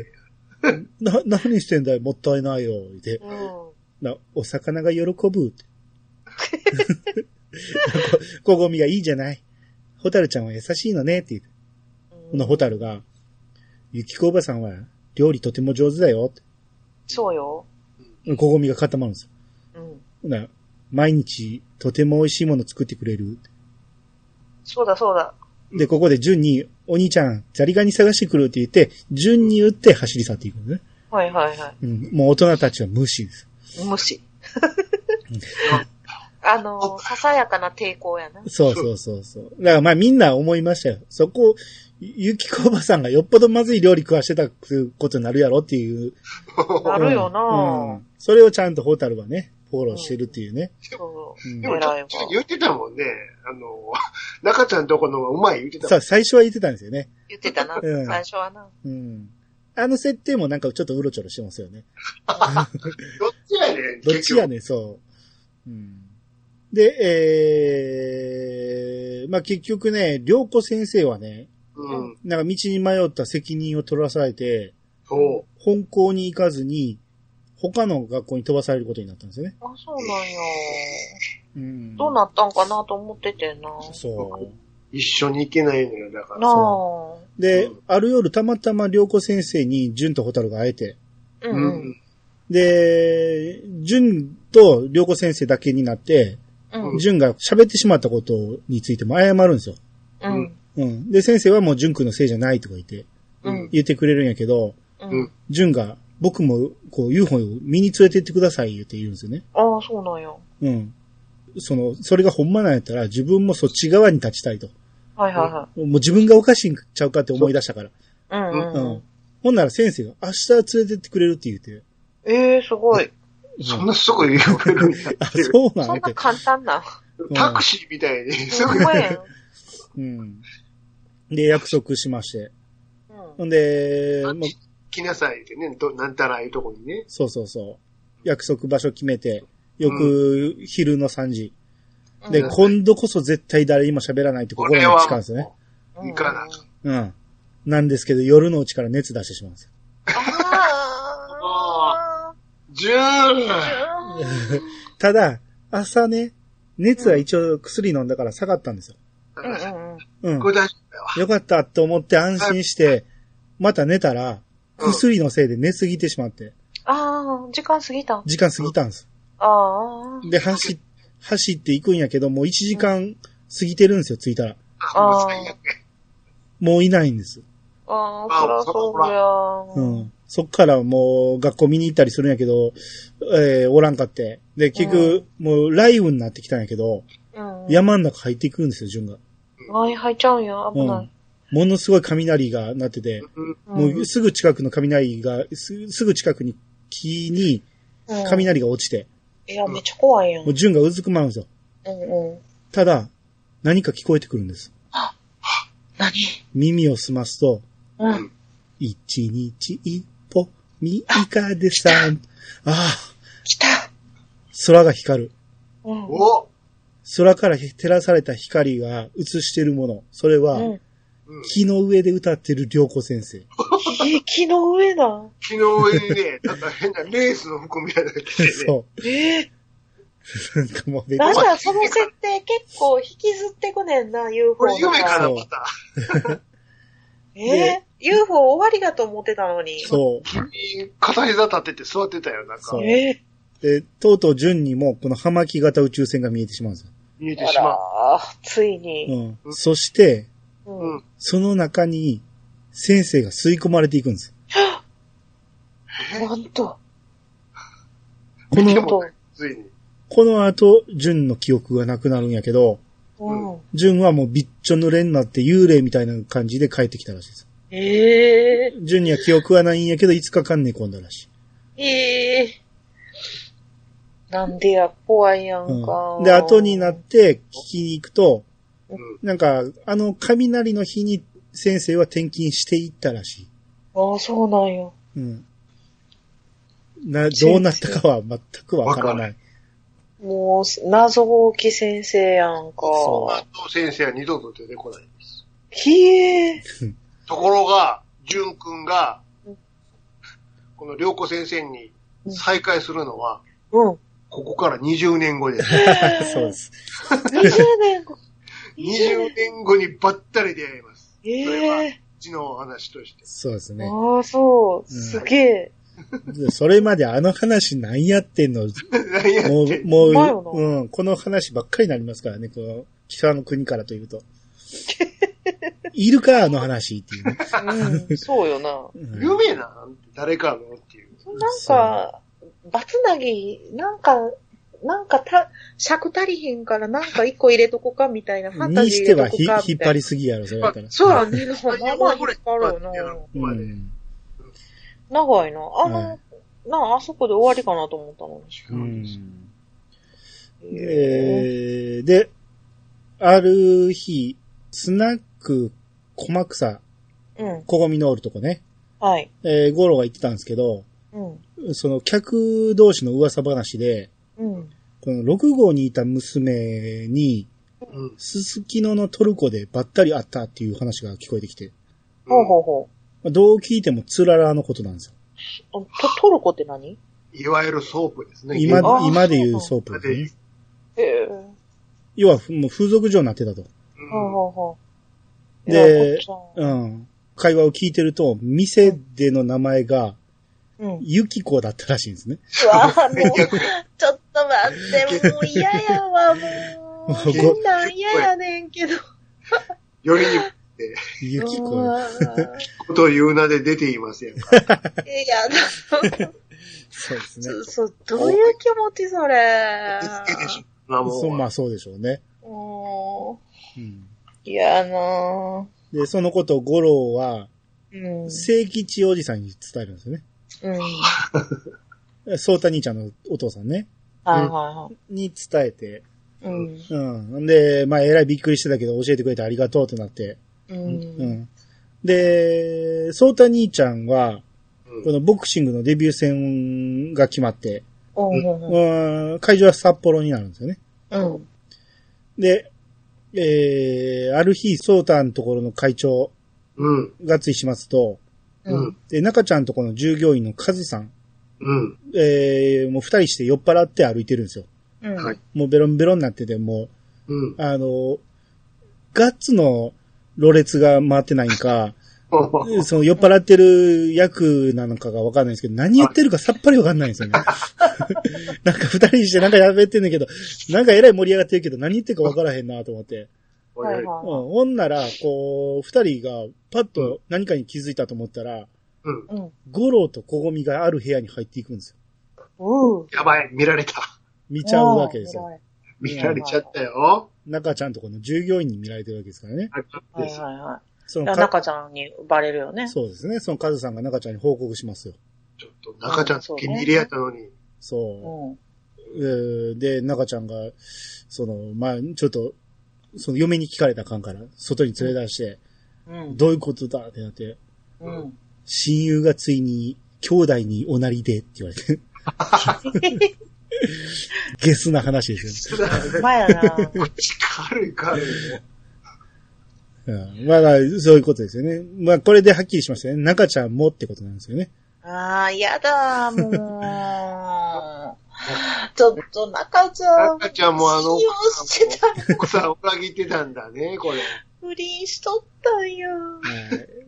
[SPEAKER 2] ん。
[SPEAKER 1] な、何してんだよ、もったいないよ、で。
[SPEAKER 3] うん。
[SPEAKER 1] な、お魚が喜ぶ。 <laughs> こごみがいいじゃない。ホタルちゃんは優しいのね、って言って。
[SPEAKER 3] う
[SPEAKER 1] ほ
[SPEAKER 3] ん
[SPEAKER 1] な、ホタルが、ゆきこおばさんは料理とても上手だよ、
[SPEAKER 3] そうよ。
[SPEAKER 1] って。こごみが固まるんですよ。
[SPEAKER 3] うん。
[SPEAKER 1] ほな、毎日とても美味しいもの作ってくれる。
[SPEAKER 3] そうだそうだ。
[SPEAKER 1] で、ここで順に、お兄ちゃん、ザリガニ探してくるって言って、順に打って走り去っていくんですね。
[SPEAKER 3] はいはいは
[SPEAKER 1] うん、もう大人たちは無視です。
[SPEAKER 3] い。無視。 <laughs> あの、ささやかな抵抗やな。
[SPEAKER 1] そうそうそうそう。だからまあみんな思いましたよ。そこ、ゆきこおばさんがよっぽどまずい料理食わしてたことになるやろっていう。
[SPEAKER 3] なるよな
[SPEAKER 1] うんうんそれをちゃんとホタルはね、フォローしてるっていうね。
[SPEAKER 3] そうう。
[SPEAKER 1] ん
[SPEAKER 2] でもちょ
[SPEAKER 3] 偉い
[SPEAKER 2] っ
[SPEAKER 3] わ
[SPEAKER 2] と。言ってたもんね。あの、中ちゃんとこのうまい言ってたも
[SPEAKER 1] さ
[SPEAKER 2] ん。
[SPEAKER 1] あ、最初は言ってたんですよね。
[SPEAKER 3] 言ってたな。
[SPEAKER 1] うん
[SPEAKER 3] 最初はな。
[SPEAKER 1] うん。あの設定もなんかちょっとうろちょろしてますよね。
[SPEAKER 2] どっちやねん、
[SPEAKER 1] どっちや
[SPEAKER 2] ね
[SPEAKER 1] ねん、そう。うん。で、えー、まあ結局ね、良子先生はね、
[SPEAKER 2] うん。
[SPEAKER 1] なんか道に迷った責任を取らされて、
[SPEAKER 2] そう。
[SPEAKER 1] 本校に行かずに、他の学校に飛ばされることになったんですよね。
[SPEAKER 3] あ、そうなんよ。
[SPEAKER 1] うん
[SPEAKER 3] どうなったんかなと思っててんな。
[SPEAKER 1] そ
[SPEAKER 2] 一緒に行けないのよ、だから。
[SPEAKER 3] なあ。
[SPEAKER 1] う。で
[SPEAKER 2] うん、
[SPEAKER 1] ある夜たまたま良子先生に純と蛍が会えて、
[SPEAKER 2] う
[SPEAKER 3] う
[SPEAKER 2] ん
[SPEAKER 3] うんん。。
[SPEAKER 1] で、純と良子先生だけになって、
[SPEAKER 3] うん。
[SPEAKER 1] 純が喋ってしまったことについても謝るんですよ。
[SPEAKER 3] うん。
[SPEAKER 1] うん。で、先生はもう純くんのせいじゃないとか言って、
[SPEAKER 3] うん。
[SPEAKER 1] 言ってくれるんやけど、
[SPEAKER 3] うん。
[SPEAKER 1] 純が僕もこう UFO を見に連れてってください言って言うんですよね。
[SPEAKER 3] ああ、そうなんよ。
[SPEAKER 1] うん。その、それがほんまなんやったら自分もそっち側に立ちたいと。
[SPEAKER 3] はいはいは
[SPEAKER 1] もう自分がおかしいんちゃうかって思い出したから。
[SPEAKER 3] い。う
[SPEAKER 1] う。
[SPEAKER 3] んうんん。
[SPEAKER 1] ほんなら先生が明日連れてってくれるって言って。
[SPEAKER 3] ええ、すごい。
[SPEAKER 2] そんなすぐ呼べるんだ
[SPEAKER 1] あ、
[SPEAKER 2] っていう。
[SPEAKER 1] そうな
[SPEAKER 3] そ
[SPEAKER 1] ん
[SPEAKER 3] ん
[SPEAKER 1] や
[SPEAKER 3] な
[SPEAKER 1] て。
[SPEAKER 3] 簡単な。
[SPEAKER 2] タクシーみたいに、す
[SPEAKER 3] ほ
[SPEAKER 2] ぐ
[SPEAKER 3] んまやん。
[SPEAKER 1] うん。で、約束しまして。
[SPEAKER 3] うん
[SPEAKER 1] ほんで、もう
[SPEAKER 2] 来なさいってね、どなんたらいうとこにね。
[SPEAKER 1] そうそうそう。約束場所決めて、翌昼の3時。
[SPEAKER 3] うん
[SPEAKER 1] で、
[SPEAKER 2] うん
[SPEAKER 1] 今度こそ絶対誰にも喋らないって心に誓うんですよね。
[SPEAKER 2] 行かな。
[SPEAKER 1] うん。なんですけど、夜のうちから熱出してしまうんですよ。
[SPEAKER 3] あ
[SPEAKER 2] ジューン
[SPEAKER 3] あ。
[SPEAKER 1] ただ、朝ね、熱は一応薬飲んだから下がったんですよ。
[SPEAKER 3] うんうんうん。
[SPEAKER 1] うん。
[SPEAKER 2] これ大丈
[SPEAKER 1] よかったと思って安心して、また寝たら、
[SPEAKER 2] うん
[SPEAKER 1] 薬のせいで寝すぎてしまって、
[SPEAKER 3] ああ、時間過ぎた。あ
[SPEAKER 1] 時間過ぎたんです。
[SPEAKER 3] あ。
[SPEAKER 1] で、走、走っていくんやけど、もう1時間過ぎてるんですよ、着いたら。
[SPEAKER 2] 夫あ、もう最悪
[SPEAKER 1] もういないんです。
[SPEAKER 3] ああ、そらそう
[SPEAKER 1] う
[SPEAKER 3] や。
[SPEAKER 1] ん。そっからもう学校見に行ったりするんやけど、えー、おらんかって。で、結局、もう雷雨になってきたんやけど、
[SPEAKER 3] うん。
[SPEAKER 1] 山ん中入ってくるんですよ、順が。
[SPEAKER 3] あい、入っちゃうんや。危ない。
[SPEAKER 1] ものすごい雷が鳴ってて、
[SPEAKER 2] うん
[SPEAKER 1] もうすぐ近くの雷が、すすぐ近くに木に
[SPEAKER 3] うん。
[SPEAKER 1] 雷が落ちて、
[SPEAKER 3] いや、めっちゃ怖いやん。う
[SPEAKER 1] もうん順がうずくまるんですよ。
[SPEAKER 3] うん。
[SPEAKER 1] ただ、何か聞こえてくるんです。
[SPEAKER 3] 何
[SPEAKER 1] 耳を澄ますと、
[SPEAKER 3] うん。
[SPEAKER 1] 一日一歩、三日で
[SPEAKER 3] <laughs>
[SPEAKER 1] 三。ああ、
[SPEAKER 3] 来た。
[SPEAKER 1] 空が光る。
[SPEAKER 3] うん。
[SPEAKER 2] お
[SPEAKER 1] 空から照らされた光が映してるもの。それは、
[SPEAKER 3] うん。
[SPEAKER 2] うん
[SPEAKER 1] 木の上で歌ってる良子先生。
[SPEAKER 3] え、木の上だ。
[SPEAKER 2] 昨日ね、なんか変なレースの服みたいなの着てね。
[SPEAKER 1] <laughs> そ
[SPEAKER 3] ええ。
[SPEAKER 1] う。なんかもうめっち
[SPEAKER 3] なん
[SPEAKER 1] ゃ、
[SPEAKER 3] かその設定結構引きずってくねんな、UFO
[SPEAKER 2] これ夢かな、
[SPEAKER 1] そう
[SPEAKER 2] また。
[SPEAKER 3] ええ UFO 終わりだと思ってたのに。
[SPEAKER 1] そう。
[SPEAKER 2] 君、片膝立てて座ってたよ、なんか
[SPEAKER 1] そう。
[SPEAKER 3] え
[SPEAKER 1] で、とうとう順にも、この葉巻型宇宙船が見えてしまうんですよ。
[SPEAKER 2] 見え
[SPEAKER 3] ー、
[SPEAKER 2] て
[SPEAKER 3] あ
[SPEAKER 2] しまう。
[SPEAKER 3] らー、ついに。
[SPEAKER 1] うん。そして、
[SPEAKER 3] う
[SPEAKER 2] うんん。
[SPEAKER 1] その中に、先生が吸い込まれていくんです。
[SPEAKER 3] なんと。
[SPEAKER 1] こ
[SPEAKER 2] 見て
[SPEAKER 1] の、
[SPEAKER 2] もないついに。
[SPEAKER 1] この後、順の記憶がなくなるんやけど、
[SPEAKER 3] うん。
[SPEAKER 1] 順はもうびっちょ濡れになって幽霊みたいな感じで帰ってきたらしいです。
[SPEAKER 3] ええ
[SPEAKER 1] 順には記憶はないんやけど、5日間寝込んだらしい。
[SPEAKER 3] ー、ええー。なんでや、怖いやんか。
[SPEAKER 1] うん。で、後になって聞きに行くと、
[SPEAKER 2] うん。
[SPEAKER 1] なんか、あの、雷の日に先生は転勤していったらしい。
[SPEAKER 3] ああ、そうなんや。
[SPEAKER 1] うん。な、どうなったかは全くわから
[SPEAKER 2] わか
[SPEAKER 1] な。
[SPEAKER 2] らない
[SPEAKER 3] もう、謎多き先生やんか。
[SPEAKER 2] まあ、先生は二度と出てこないです。
[SPEAKER 3] ひえ
[SPEAKER 2] ところが、淳くんが
[SPEAKER 3] うん、
[SPEAKER 2] この良子先生に
[SPEAKER 3] うん
[SPEAKER 2] 再会するのは、
[SPEAKER 3] うん。
[SPEAKER 2] ここから20年後です。
[SPEAKER 1] <laughs> そうです。
[SPEAKER 3] 20年後。
[SPEAKER 2] 20年後にばったり出会います。
[SPEAKER 3] え
[SPEAKER 2] それは
[SPEAKER 3] え
[SPEAKER 2] うちのお話と
[SPEAKER 1] <laughs>
[SPEAKER 2] して。
[SPEAKER 1] そうですね。
[SPEAKER 3] ああ、そう。
[SPEAKER 1] うん
[SPEAKER 3] すげえ。
[SPEAKER 1] でそれまであの話何やってんの
[SPEAKER 2] 何や
[SPEAKER 1] も
[SPEAKER 2] って
[SPEAKER 3] <laughs>
[SPEAKER 1] う、
[SPEAKER 2] ん
[SPEAKER 1] も
[SPEAKER 3] 前よな
[SPEAKER 1] う、うん、この話ばっかりになりますからね、この、北の国からという
[SPEAKER 3] <laughs>
[SPEAKER 1] と。いるか、あの話っていうね。
[SPEAKER 3] うん、 <laughs> そうよな。
[SPEAKER 1] うん
[SPEAKER 3] <laughs>
[SPEAKER 2] 有名なんて誰かのっていう。
[SPEAKER 3] なんか、バツナギ、なんか、なんかた、尺足りへんからなんか一個入れとこかみたいな、ファンタ
[SPEAKER 1] に
[SPEAKER 3] ジ
[SPEAKER 1] し
[SPEAKER 3] ー
[SPEAKER 1] て
[SPEAKER 3] 入れ
[SPEAKER 1] は
[SPEAKER 3] とこ
[SPEAKER 1] ひ
[SPEAKER 3] か
[SPEAKER 1] 引
[SPEAKER 3] み
[SPEAKER 1] った張
[SPEAKER 3] いな
[SPEAKER 1] り。すぎやろ、それやったら。
[SPEAKER 3] そうや、ね、まあまあ引っ張る
[SPEAKER 2] や
[SPEAKER 3] よ
[SPEAKER 2] ろ
[SPEAKER 3] な。
[SPEAKER 2] ここまで
[SPEAKER 1] うん
[SPEAKER 3] 長いな。あの、
[SPEAKER 1] は
[SPEAKER 3] なあ、あそこで終わりかなと思ったのに。
[SPEAKER 1] うんえーで、ある日、スナック、小マ草、
[SPEAKER 3] うん。
[SPEAKER 1] 小ゴミのおるとこね、
[SPEAKER 3] はい。
[SPEAKER 1] えー、ゴロが言ってたんですけど、
[SPEAKER 3] うん。
[SPEAKER 1] その客同士の噂話で、
[SPEAKER 3] うん。
[SPEAKER 1] この6号にいた娘に、
[SPEAKER 2] うん。
[SPEAKER 1] すすきののトルコでばったり会ったっていう話が聞こえてきて、
[SPEAKER 3] ほうほうほ
[SPEAKER 1] まあどう聞いてもツララのことなんですよ。
[SPEAKER 3] う。とトルコって何
[SPEAKER 2] いわゆるソープですね。
[SPEAKER 1] 今
[SPEAKER 2] 現場
[SPEAKER 3] あ、ー
[SPEAKER 1] 今で言うソープですね、
[SPEAKER 2] 今で言う
[SPEAKER 3] へえ。ほ
[SPEAKER 1] 要は、もう風俗嬢になってたと。
[SPEAKER 3] うほうほう。
[SPEAKER 1] で
[SPEAKER 3] いやこっち
[SPEAKER 1] うん。会話を聞いてると、店での名前が、
[SPEAKER 3] ゃんうん。
[SPEAKER 1] ユキコだったらしいんですね。
[SPEAKER 3] うわぁ、もう、ちょっと待って、もう嫌やわ、も
[SPEAKER 1] こ
[SPEAKER 3] う。そんなん嫌やねんけど。
[SPEAKER 2] よりに
[SPEAKER 1] ユキ
[SPEAKER 3] う
[SPEAKER 1] コ。
[SPEAKER 3] わぁ
[SPEAKER 2] こと言う名で出ていますやんか。
[SPEAKER 3] いや、
[SPEAKER 1] そうですね。
[SPEAKER 3] そ、そ、どういう気持ちそれ。
[SPEAKER 2] まあも
[SPEAKER 1] そう
[SPEAKER 2] う、
[SPEAKER 1] まあそうでしょうね。
[SPEAKER 3] も
[SPEAKER 1] うん
[SPEAKER 3] う、嫌やなぁ。
[SPEAKER 1] で、そのことを五郎は、
[SPEAKER 3] うん。
[SPEAKER 1] 聖吉おじさんに伝えるんですよ
[SPEAKER 3] うん。はい
[SPEAKER 1] ね。ソータ兄ちゃんのお父さんね。
[SPEAKER 3] はいは
[SPEAKER 1] に伝えて。
[SPEAKER 3] い。うん。
[SPEAKER 1] うん。で、まあ、えらいびっくりしてたけど、教えてくれてありがとうってなって。
[SPEAKER 3] う。
[SPEAKER 1] うんん。で、ソータ兄ちゃんは、
[SPEAKER 2] う
[SPEAKER 1] こ
[SPEAKER 2] ん
[SPEAKER 1] のボクシングのデビュー戦が決まって、
[SPEAKER 3] うん。
[SPEAKER 1] うん、会場は札幌になるんですよね。
[SPEAKER 3] うん。
[SPEAKER 1] で、えー、ある日、ソータのところの会長、
[SPEAKER 2] うん。
[SPEAKER 1] がついしますと、
[SPEAKER 2] う
[SPEAKER 3] うん
[SPEAKER 2] ん。。
[SPEAKER 1] で、中ちゃんとこの従業員のカズさん、
[SPEAKER 2] うん。
[SPEAKER 1] えー、もう二人して酔っ払って歩いてるんですよ。
[SPEAKER 3] うん。
[SPEAKER 2] はい
[SPEAKER 1] もうベロンベロンになってて、も
[SPEAKER 2] う
[SPEAKER 1] う、。
[SPEAKER 2] ん <laughs>
[SPEAKER 1] あの、ガッツのろれつが回ってないんか、その酔っ払ってる役なのかがわかんないんですけど、何言ってるかさっぱりわかんないんですよね。なんか二人してなんかやべってんだけど、なんかえらい盛り上がってるけど、何言ってるかわからへんなと思って。
[SPEAKER 3] はい
[SPEAKER 1] うん、
[SPEAKER 3] は
[SPEAKER 1] ほんなら、こう、二人がパッと何かに気づいたと思ったら、
[SPEAKER 2] うん。
[SPEAKER 3] い。うん。
[SPEAKER 1] ゴロとコゴミがある部屋に入っていくんですよ。
[SPEAKER 3] うん。
[SPEAKER 2] やばい、見られた。
[SPEAKER 1] 見ちゃうわけですよ。
[SPEAKER 3] はい
[SPEAKER 2] 見られちゃったよ。
[SPEAKER 1] 中ちゃんとこの従業員に見られてるわけですからね。
[SPEAKER 2] あ
[SPEAKER 3] はい
[SPEAKER 2] です
[SPEAKER 3] はい。
[SPEAKER 1] その
[SPEAKER 3] あ
[SPEAKER 1] か
[SPEAKER 3] 中ちゃんにバレるよね。
[SPEAKER 1] そうですね。そのカズさんが中ちゃんに報告しますよ。
[SPEAKER 2] ちょっと、中ちゃんと気に入りやったのに。
[SPEAKER 1] そうう。えーで、中ちゃんが、その、まあ、ちょっと、その嫁に聞かれた感から、外に連れ出して、
[SPEAKER 3] ん。うん。
[SPEAKER 1] どういうことだってなって、
[SPEAKER 3] うん。
[SPEAKER 1] 親友がついに、兄弟におなりでって言われ
[SPEAKER 3] <laughs>
[SPEAKER 1] て、ゲスな話です
[SPEAKER 2] そうだね
[SPEAKER 3] 前やな。
[SPEAKER 2] 口軽い軽いよ。
[SPEAKER 1] よ。うん、まあまあ、そういうことですよね。まあ、これではっきりしましたね。中ちゃんもってことなんですよね。
[SPEAKER 3] ああ、やだ、もう。ちょっと中ちゃん。
[SPEAKER 2] 中ちゃんもあの
[SPEAKER 3] 信用してた。
[SPEAKER 2] 奥さん裏切ってたんだね、これ。
[SPEAKER 3] 不倫しとったんや。
[SPEAKER 1] は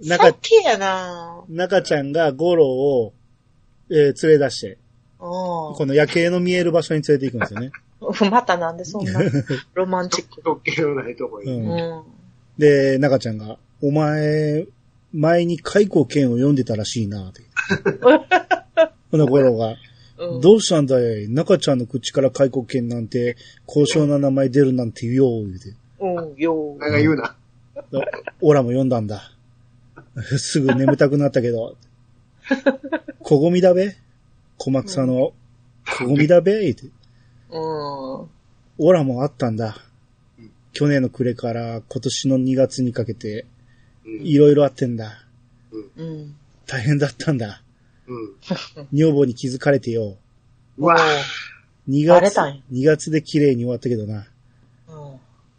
[SPEAKER 1] い中、
[SPEAKER 3] 先やな
[SPEAKER 1] 中ちゃんがゴロを、えー連れ出して、
[SPEAKER 3] う
[SPEAKER 1] この夜景の見える場所に連れて行くんですよね。
[SPEAKER 3] ん。またなんでそんなロマンチック。
[SPEAKER 2] どっけのないとこ
[SPEAKER 1] う。
[SPEAKER 2] に。
[SPEAKER 3] うんん。
[SPEAKER 1] で、中ちゃんが、お前、前に解雇剣を読んでたらしいな、って。ほな、ゴロが、
[SPEAKER 3] うん、
[SPEAKER 1] どうしたんだい中ちゃんの口から解雇権なんて、高尚な名前出るなんて言おう、言うて。
[SPEAKER 3] うん、よう
[SPEAKER 2] な。んか言うな。
[SPEAKER 1] オラも読んだんだ。すぐ眠たくなったけど。小ゴミだべ小松さんの、小ゴミだべ言うて。
[SPEAKER 3] うん。
[SPEAKER 1] オラもあったんだ。去年の暮れから今年の2月にかけて、
[SPEAKER 2] うん
[SPEAKER 1] いろいろあってんだ。
[SPEAKER 3] うん。
[SPEAKER 1] 大変だったんだ。
[SPEAKER 2] うん。
[SPEAKER 1] 女房に気づかれてよ。
[SPEAKER 2] うわぁ。
[SPEAKER 1] 2
[SPEAKER 3] バレ
[SPEAKER 1] 月、
[SPEAKER 3] たんや
[SPEAKER 1] 2月で綺麗に終わったけどな。
[SPEAKER 3] うん。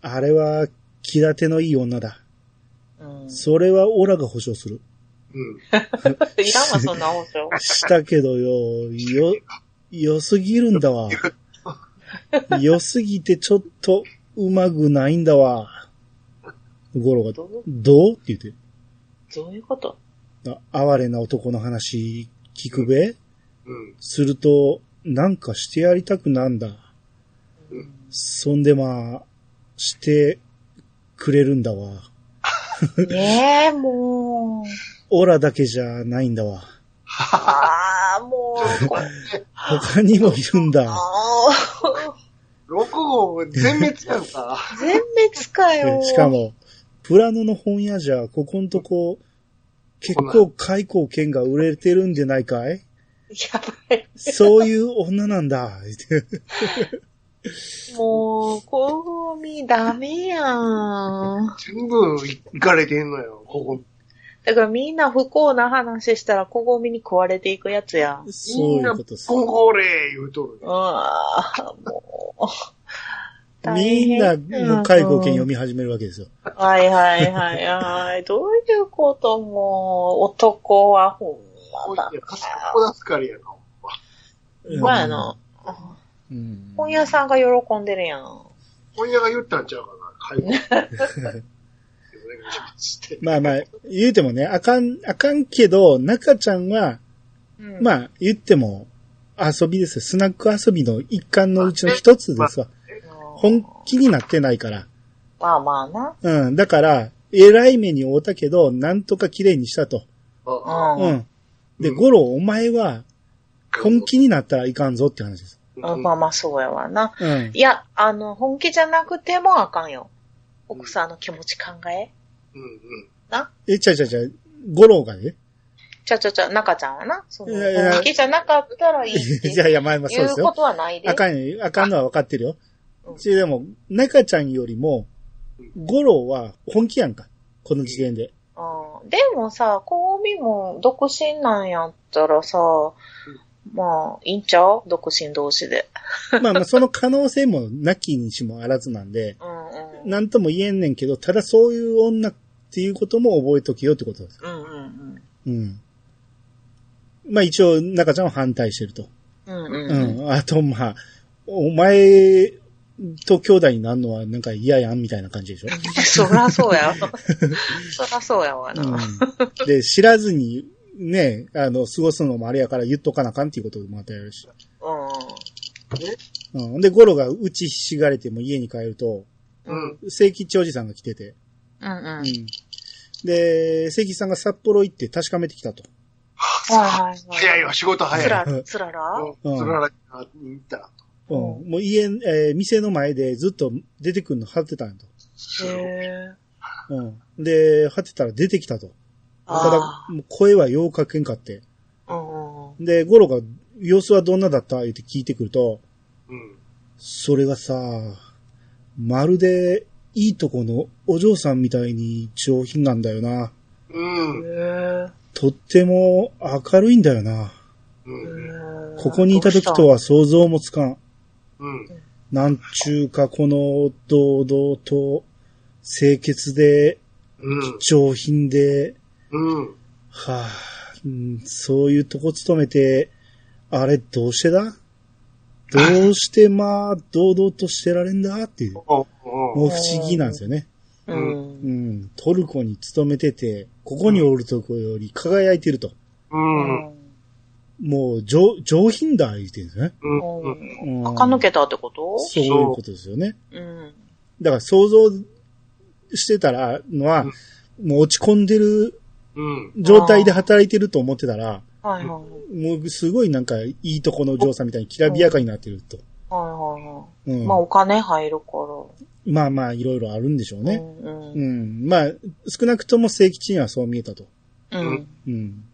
[SPEAKER 1] あれは、気立てのいい女だ。
[SPEAKER 3] うん。
[SPEAKER 1] それはオラが保証する。
[SPEAKER 2] うん。
[SPEAKER 3] いらんわ、そんな王将。
[SPEAKER 1] したけどよ、よ、良すぎるんだわ。良すぎてちょっとうまくないんだわ。ゴロが、
[SPEAKER 3] どう
[SPEAKER 1] どうって言って。
[SPEAKER 3] どういうこと
[SPEAKER 1] あ哀れな男の話聞くべ、
[SPEAKER 2] うん。
[SPEAKER 1] すると、なんかしてやりたくなんだ。
[SPEAKER 3] うん
[SPEAKER 1] そんでまあ、してくれるんだわ。
[SPEAKER 3] ねえ、もう。
[SPEAKER 1] オラだけじゃないんだわ。
[SPEAKER 3] ああ、もう、これ。
[SPEAKER 1] 他にもいるんだ。
[SPEAKER 3] あ
[SPEAKER 2] 6号全滅やんか。
[SPEAKER 3] あ、全滅かよ。
[SPEAKER 1] え <laughs> しか。も、プラノの本屋じゃ、ここんとこ、結構開口券が売れてるんじゃないかい
[SPEAKER 3] やばい。
[SPEAKER 1] そういう女なんだ。
[SPEAKER 3] もう、小ゴミダメやん。
[SPEAKER 2] 全部行かれてんのよ、ここ。
[SPEAKER 3] だからみんな不幸な話したら小ゴミに食われていくやつやん。
[SPEAKER 1] そういうことです。
[SPEAKER 2] 今後俺言うとるね。
[SPEAKER 3] ああ、もう。
[SPEAKER 1] みんなの開口券読
[SPEAKER 3] み。
[SPEAKER 1] み始めるわけですよ。
[SPEAKER 3] はいはいはいはい。どういうことも、男はほん
[SPEAKER 2] こ
[SPEAKER 3] ま
[SPEAKER 2] いや
[SPEAKER 3] だ。、
[SPEAKER 2] かすこ助かりやな。
[SPEAKER 1] うん
[SPEAKER 3] まあやな。
[SPEAKER 1] うん
[SPEAKER 3] 本屋さんが喜んでるやん。
[SPEAKER 2] 本屋が言ったんちゃうかな、介 <laughs> 護。お願いしますって。
[SPEAKER 1] まあまあ、言うてもね、あかん、あかんけど、中ちゃんは、
[SPEAKER 3] うん
[SPEAKER 1] まあ、言っても、遊びですよ。スナック遊びの一環のうちの一つですわ。本気になってないから。
[SPEAKER 3] まあまあな。
[SPEAKER 1] うん。だから、えらい目に遭うたけど、なんとか綺麗にしたと。
[SPEAKER 2] あ
[SPEAKER 3] う。
[SPEAKER 1] うんん。で、ゴロ、お前は、本気になったらいかんぞって話です。
[SPEAKER 3] あ
[SPEAKER 2] うん
[SPEAKER 3] まあまあ、そうやわな。
[SPEAKER 1] うん。
[SPEAKER 3] いや、あの、本気じゃなくてもあかんよ。奥さんの気持ち考え。
[SPEAKER 2] うんうん。
[SPEAKER 1] え、ちゃうちゃうちゃう、ゴロがね。
[SPEAKER 3] ちゃちゃちゃ、中ちゃんはな。その、
[SPEAKER 1] いやいや
[SPEAKER 3] 本気じゃなかったらいいって
[SPEAKER 1] <laughs> いやいや、まあまあそうで
[SPEAKER 3] いう
[SPEAKER 1] す
[SPEAKER 3] こ
[SPEAKER 1] よ。
[SPEAKER 3] とはないで。
[SPEAKER 1] あかんよ、あかんのは分かってるよ
[SPEAKER 3] う。ん
[SPEAKER 1] ちでも、中ちゃんよりも、ゴロは本気やんか。この時点 <laughs> で。
[SPEAKER 3] うん。でもさ、コウミも独身なんやったらさ、まあ、いいんちゃう独身同士で。
[SPEAKER 1] まあまあ、その可能性もなきにしもあらずなんで、
[SPEAKER 3] うんうん。
[SPEAKER 1] なんとも言えんねんけど、ただそういう女っていうことも覚えとけよってことです。
[SPEAKER 3] うんうん
[SPEAKER 1] うん。まあ一応、中ちゃんは反対してると。
[SPEAKER 3] うん。うんうん
[SPEAKER 1] う
[SPEAKER 3] うん。
[SPEAKER 1] ん。あと、まあ、お前と兄弟になるのはなんか嫌やんみたいな感じでしょ。
[SPEAKER 3] <laughs> そらそ
[SPEAKER 1] <laughs>
[SPEAKER 3] うやわ。そらそうやわな。
[SPEAKER 1] うん。で、知らずに、ね、あの、過ごすのもあれやから言っとかなあかんっていうこともあったやるし。
[SPEAKER 3] う。
[SPEAKER 1] うん。で、ゴロが打ちひしがれても家に帰ると、
[SPEAKER 2] うんん。
[SPEAKER 1] 聖吉おじさんが来てて、
[SPEAKER 3] うんうん。はい
[SPEAKER 1] で、関さんが札幌行って確かめてきたと。
[SPEAKER 3] はいはい。
[SPEAKER 2] 早いわ、仕事早
[SPEAKER 3] つ
[SPEAKER 2] い。
[SPEAKER 3] ら
[SPEAKER 1] うん、
[SPEAKER 3] つらら
[SPEAKER 2] うんつららに行ったら。
[SPEAKER 1] う。
[SPEAKER 3] うん
[SPEAKER 1] もう家、えー店の前でずっと出てくるの張ってたんやと。
[SPEAKER 3] へぇ
[SPEAKER 1] うん。で、張ってたら出てきたと。ただ
[SPEAKER 3] あ、
[SPEAKER 1] もう声はようかけんかって。
[SPEAKER 3] ーうんうん。
[SPEAKER 1] で、ゴロが、様子はどんなだった言って聞いてくると、
[SPEAKER 2] うん。
[SPEAKER 1] それがさ、まるで、いいとこのお嬢さんみたいに上品なんだよな。
[SPEAKER 2] うん。
[SPEAKER 3] へぇ
[SPEAKER 1] とっても明るいんだよな。
[SPEAKER 2] うん。
[SPEAKER 1] ここにいた時と
[SPEAKER 3] は。
[SPEAKER 1] は想像もつかん。
[SPEAKER 2] うん。
[SPEAKER 1] なんちゅうかこの堂々と清潔で
[SPEAKER 2] うん。
[SPEAKER 1] 上品で、
[SPEAKER 2] うん。
[SPEAKER 1] はあ、うんそういうとこ勤めて、あれどうしてだどうしてまあ堂々としてられんだっていう、
[SPEAKER 2] お
[SPEAKER 1] も
[SPEAKER 2] うお
[SPEAKER 1] う不思議なんですよね。
[SPEAKER 3] うん
[SPEAKER 1] う。ん、トルコに勤めてて、ここにおるとこより輝いてると。
[SPEAKER 2] うん。
[SPEAKER 1] もう、上、上品だ、言ってるんですね。
[SPEAKER 2] うん。うん。
[SPEAKER 1] うん
[SPEAKER 3] か抜けたってこと
[SPEAKER 1] そういうことですよね。
[SPEAKER 3] うん。
[SPEAKER 1] だから想像してたら、のは、もう落ち込んでる
[SPEAKER 2] うん。
[SPEAKER 1] 状態で働いてると思ってたら、
[SPEAKER 3] はいはい。はい
[SPEAKER 1] もうすごいなんかいいとこのお嬢さんみたいにきらびやかになってると。
[SPEAKER 3] はいは
[SPEAKER 1] う
[SPEAKER 3] い。
[SPEAKER 1] ん、ま
[SPEAKER 3] まあ
[SPEAKER 1] あ
[SPEAKER 3] お金入るから。
[SPEAKER 1] まあいろいろあるんでしょうね。
[SPEAKER 3] うん
[SPEAKER 1] うん。まあ、少なくとも正規地にはそう見えたと。
[SPEAKER 3] うん。うん。
[SPEAKER 1] うん。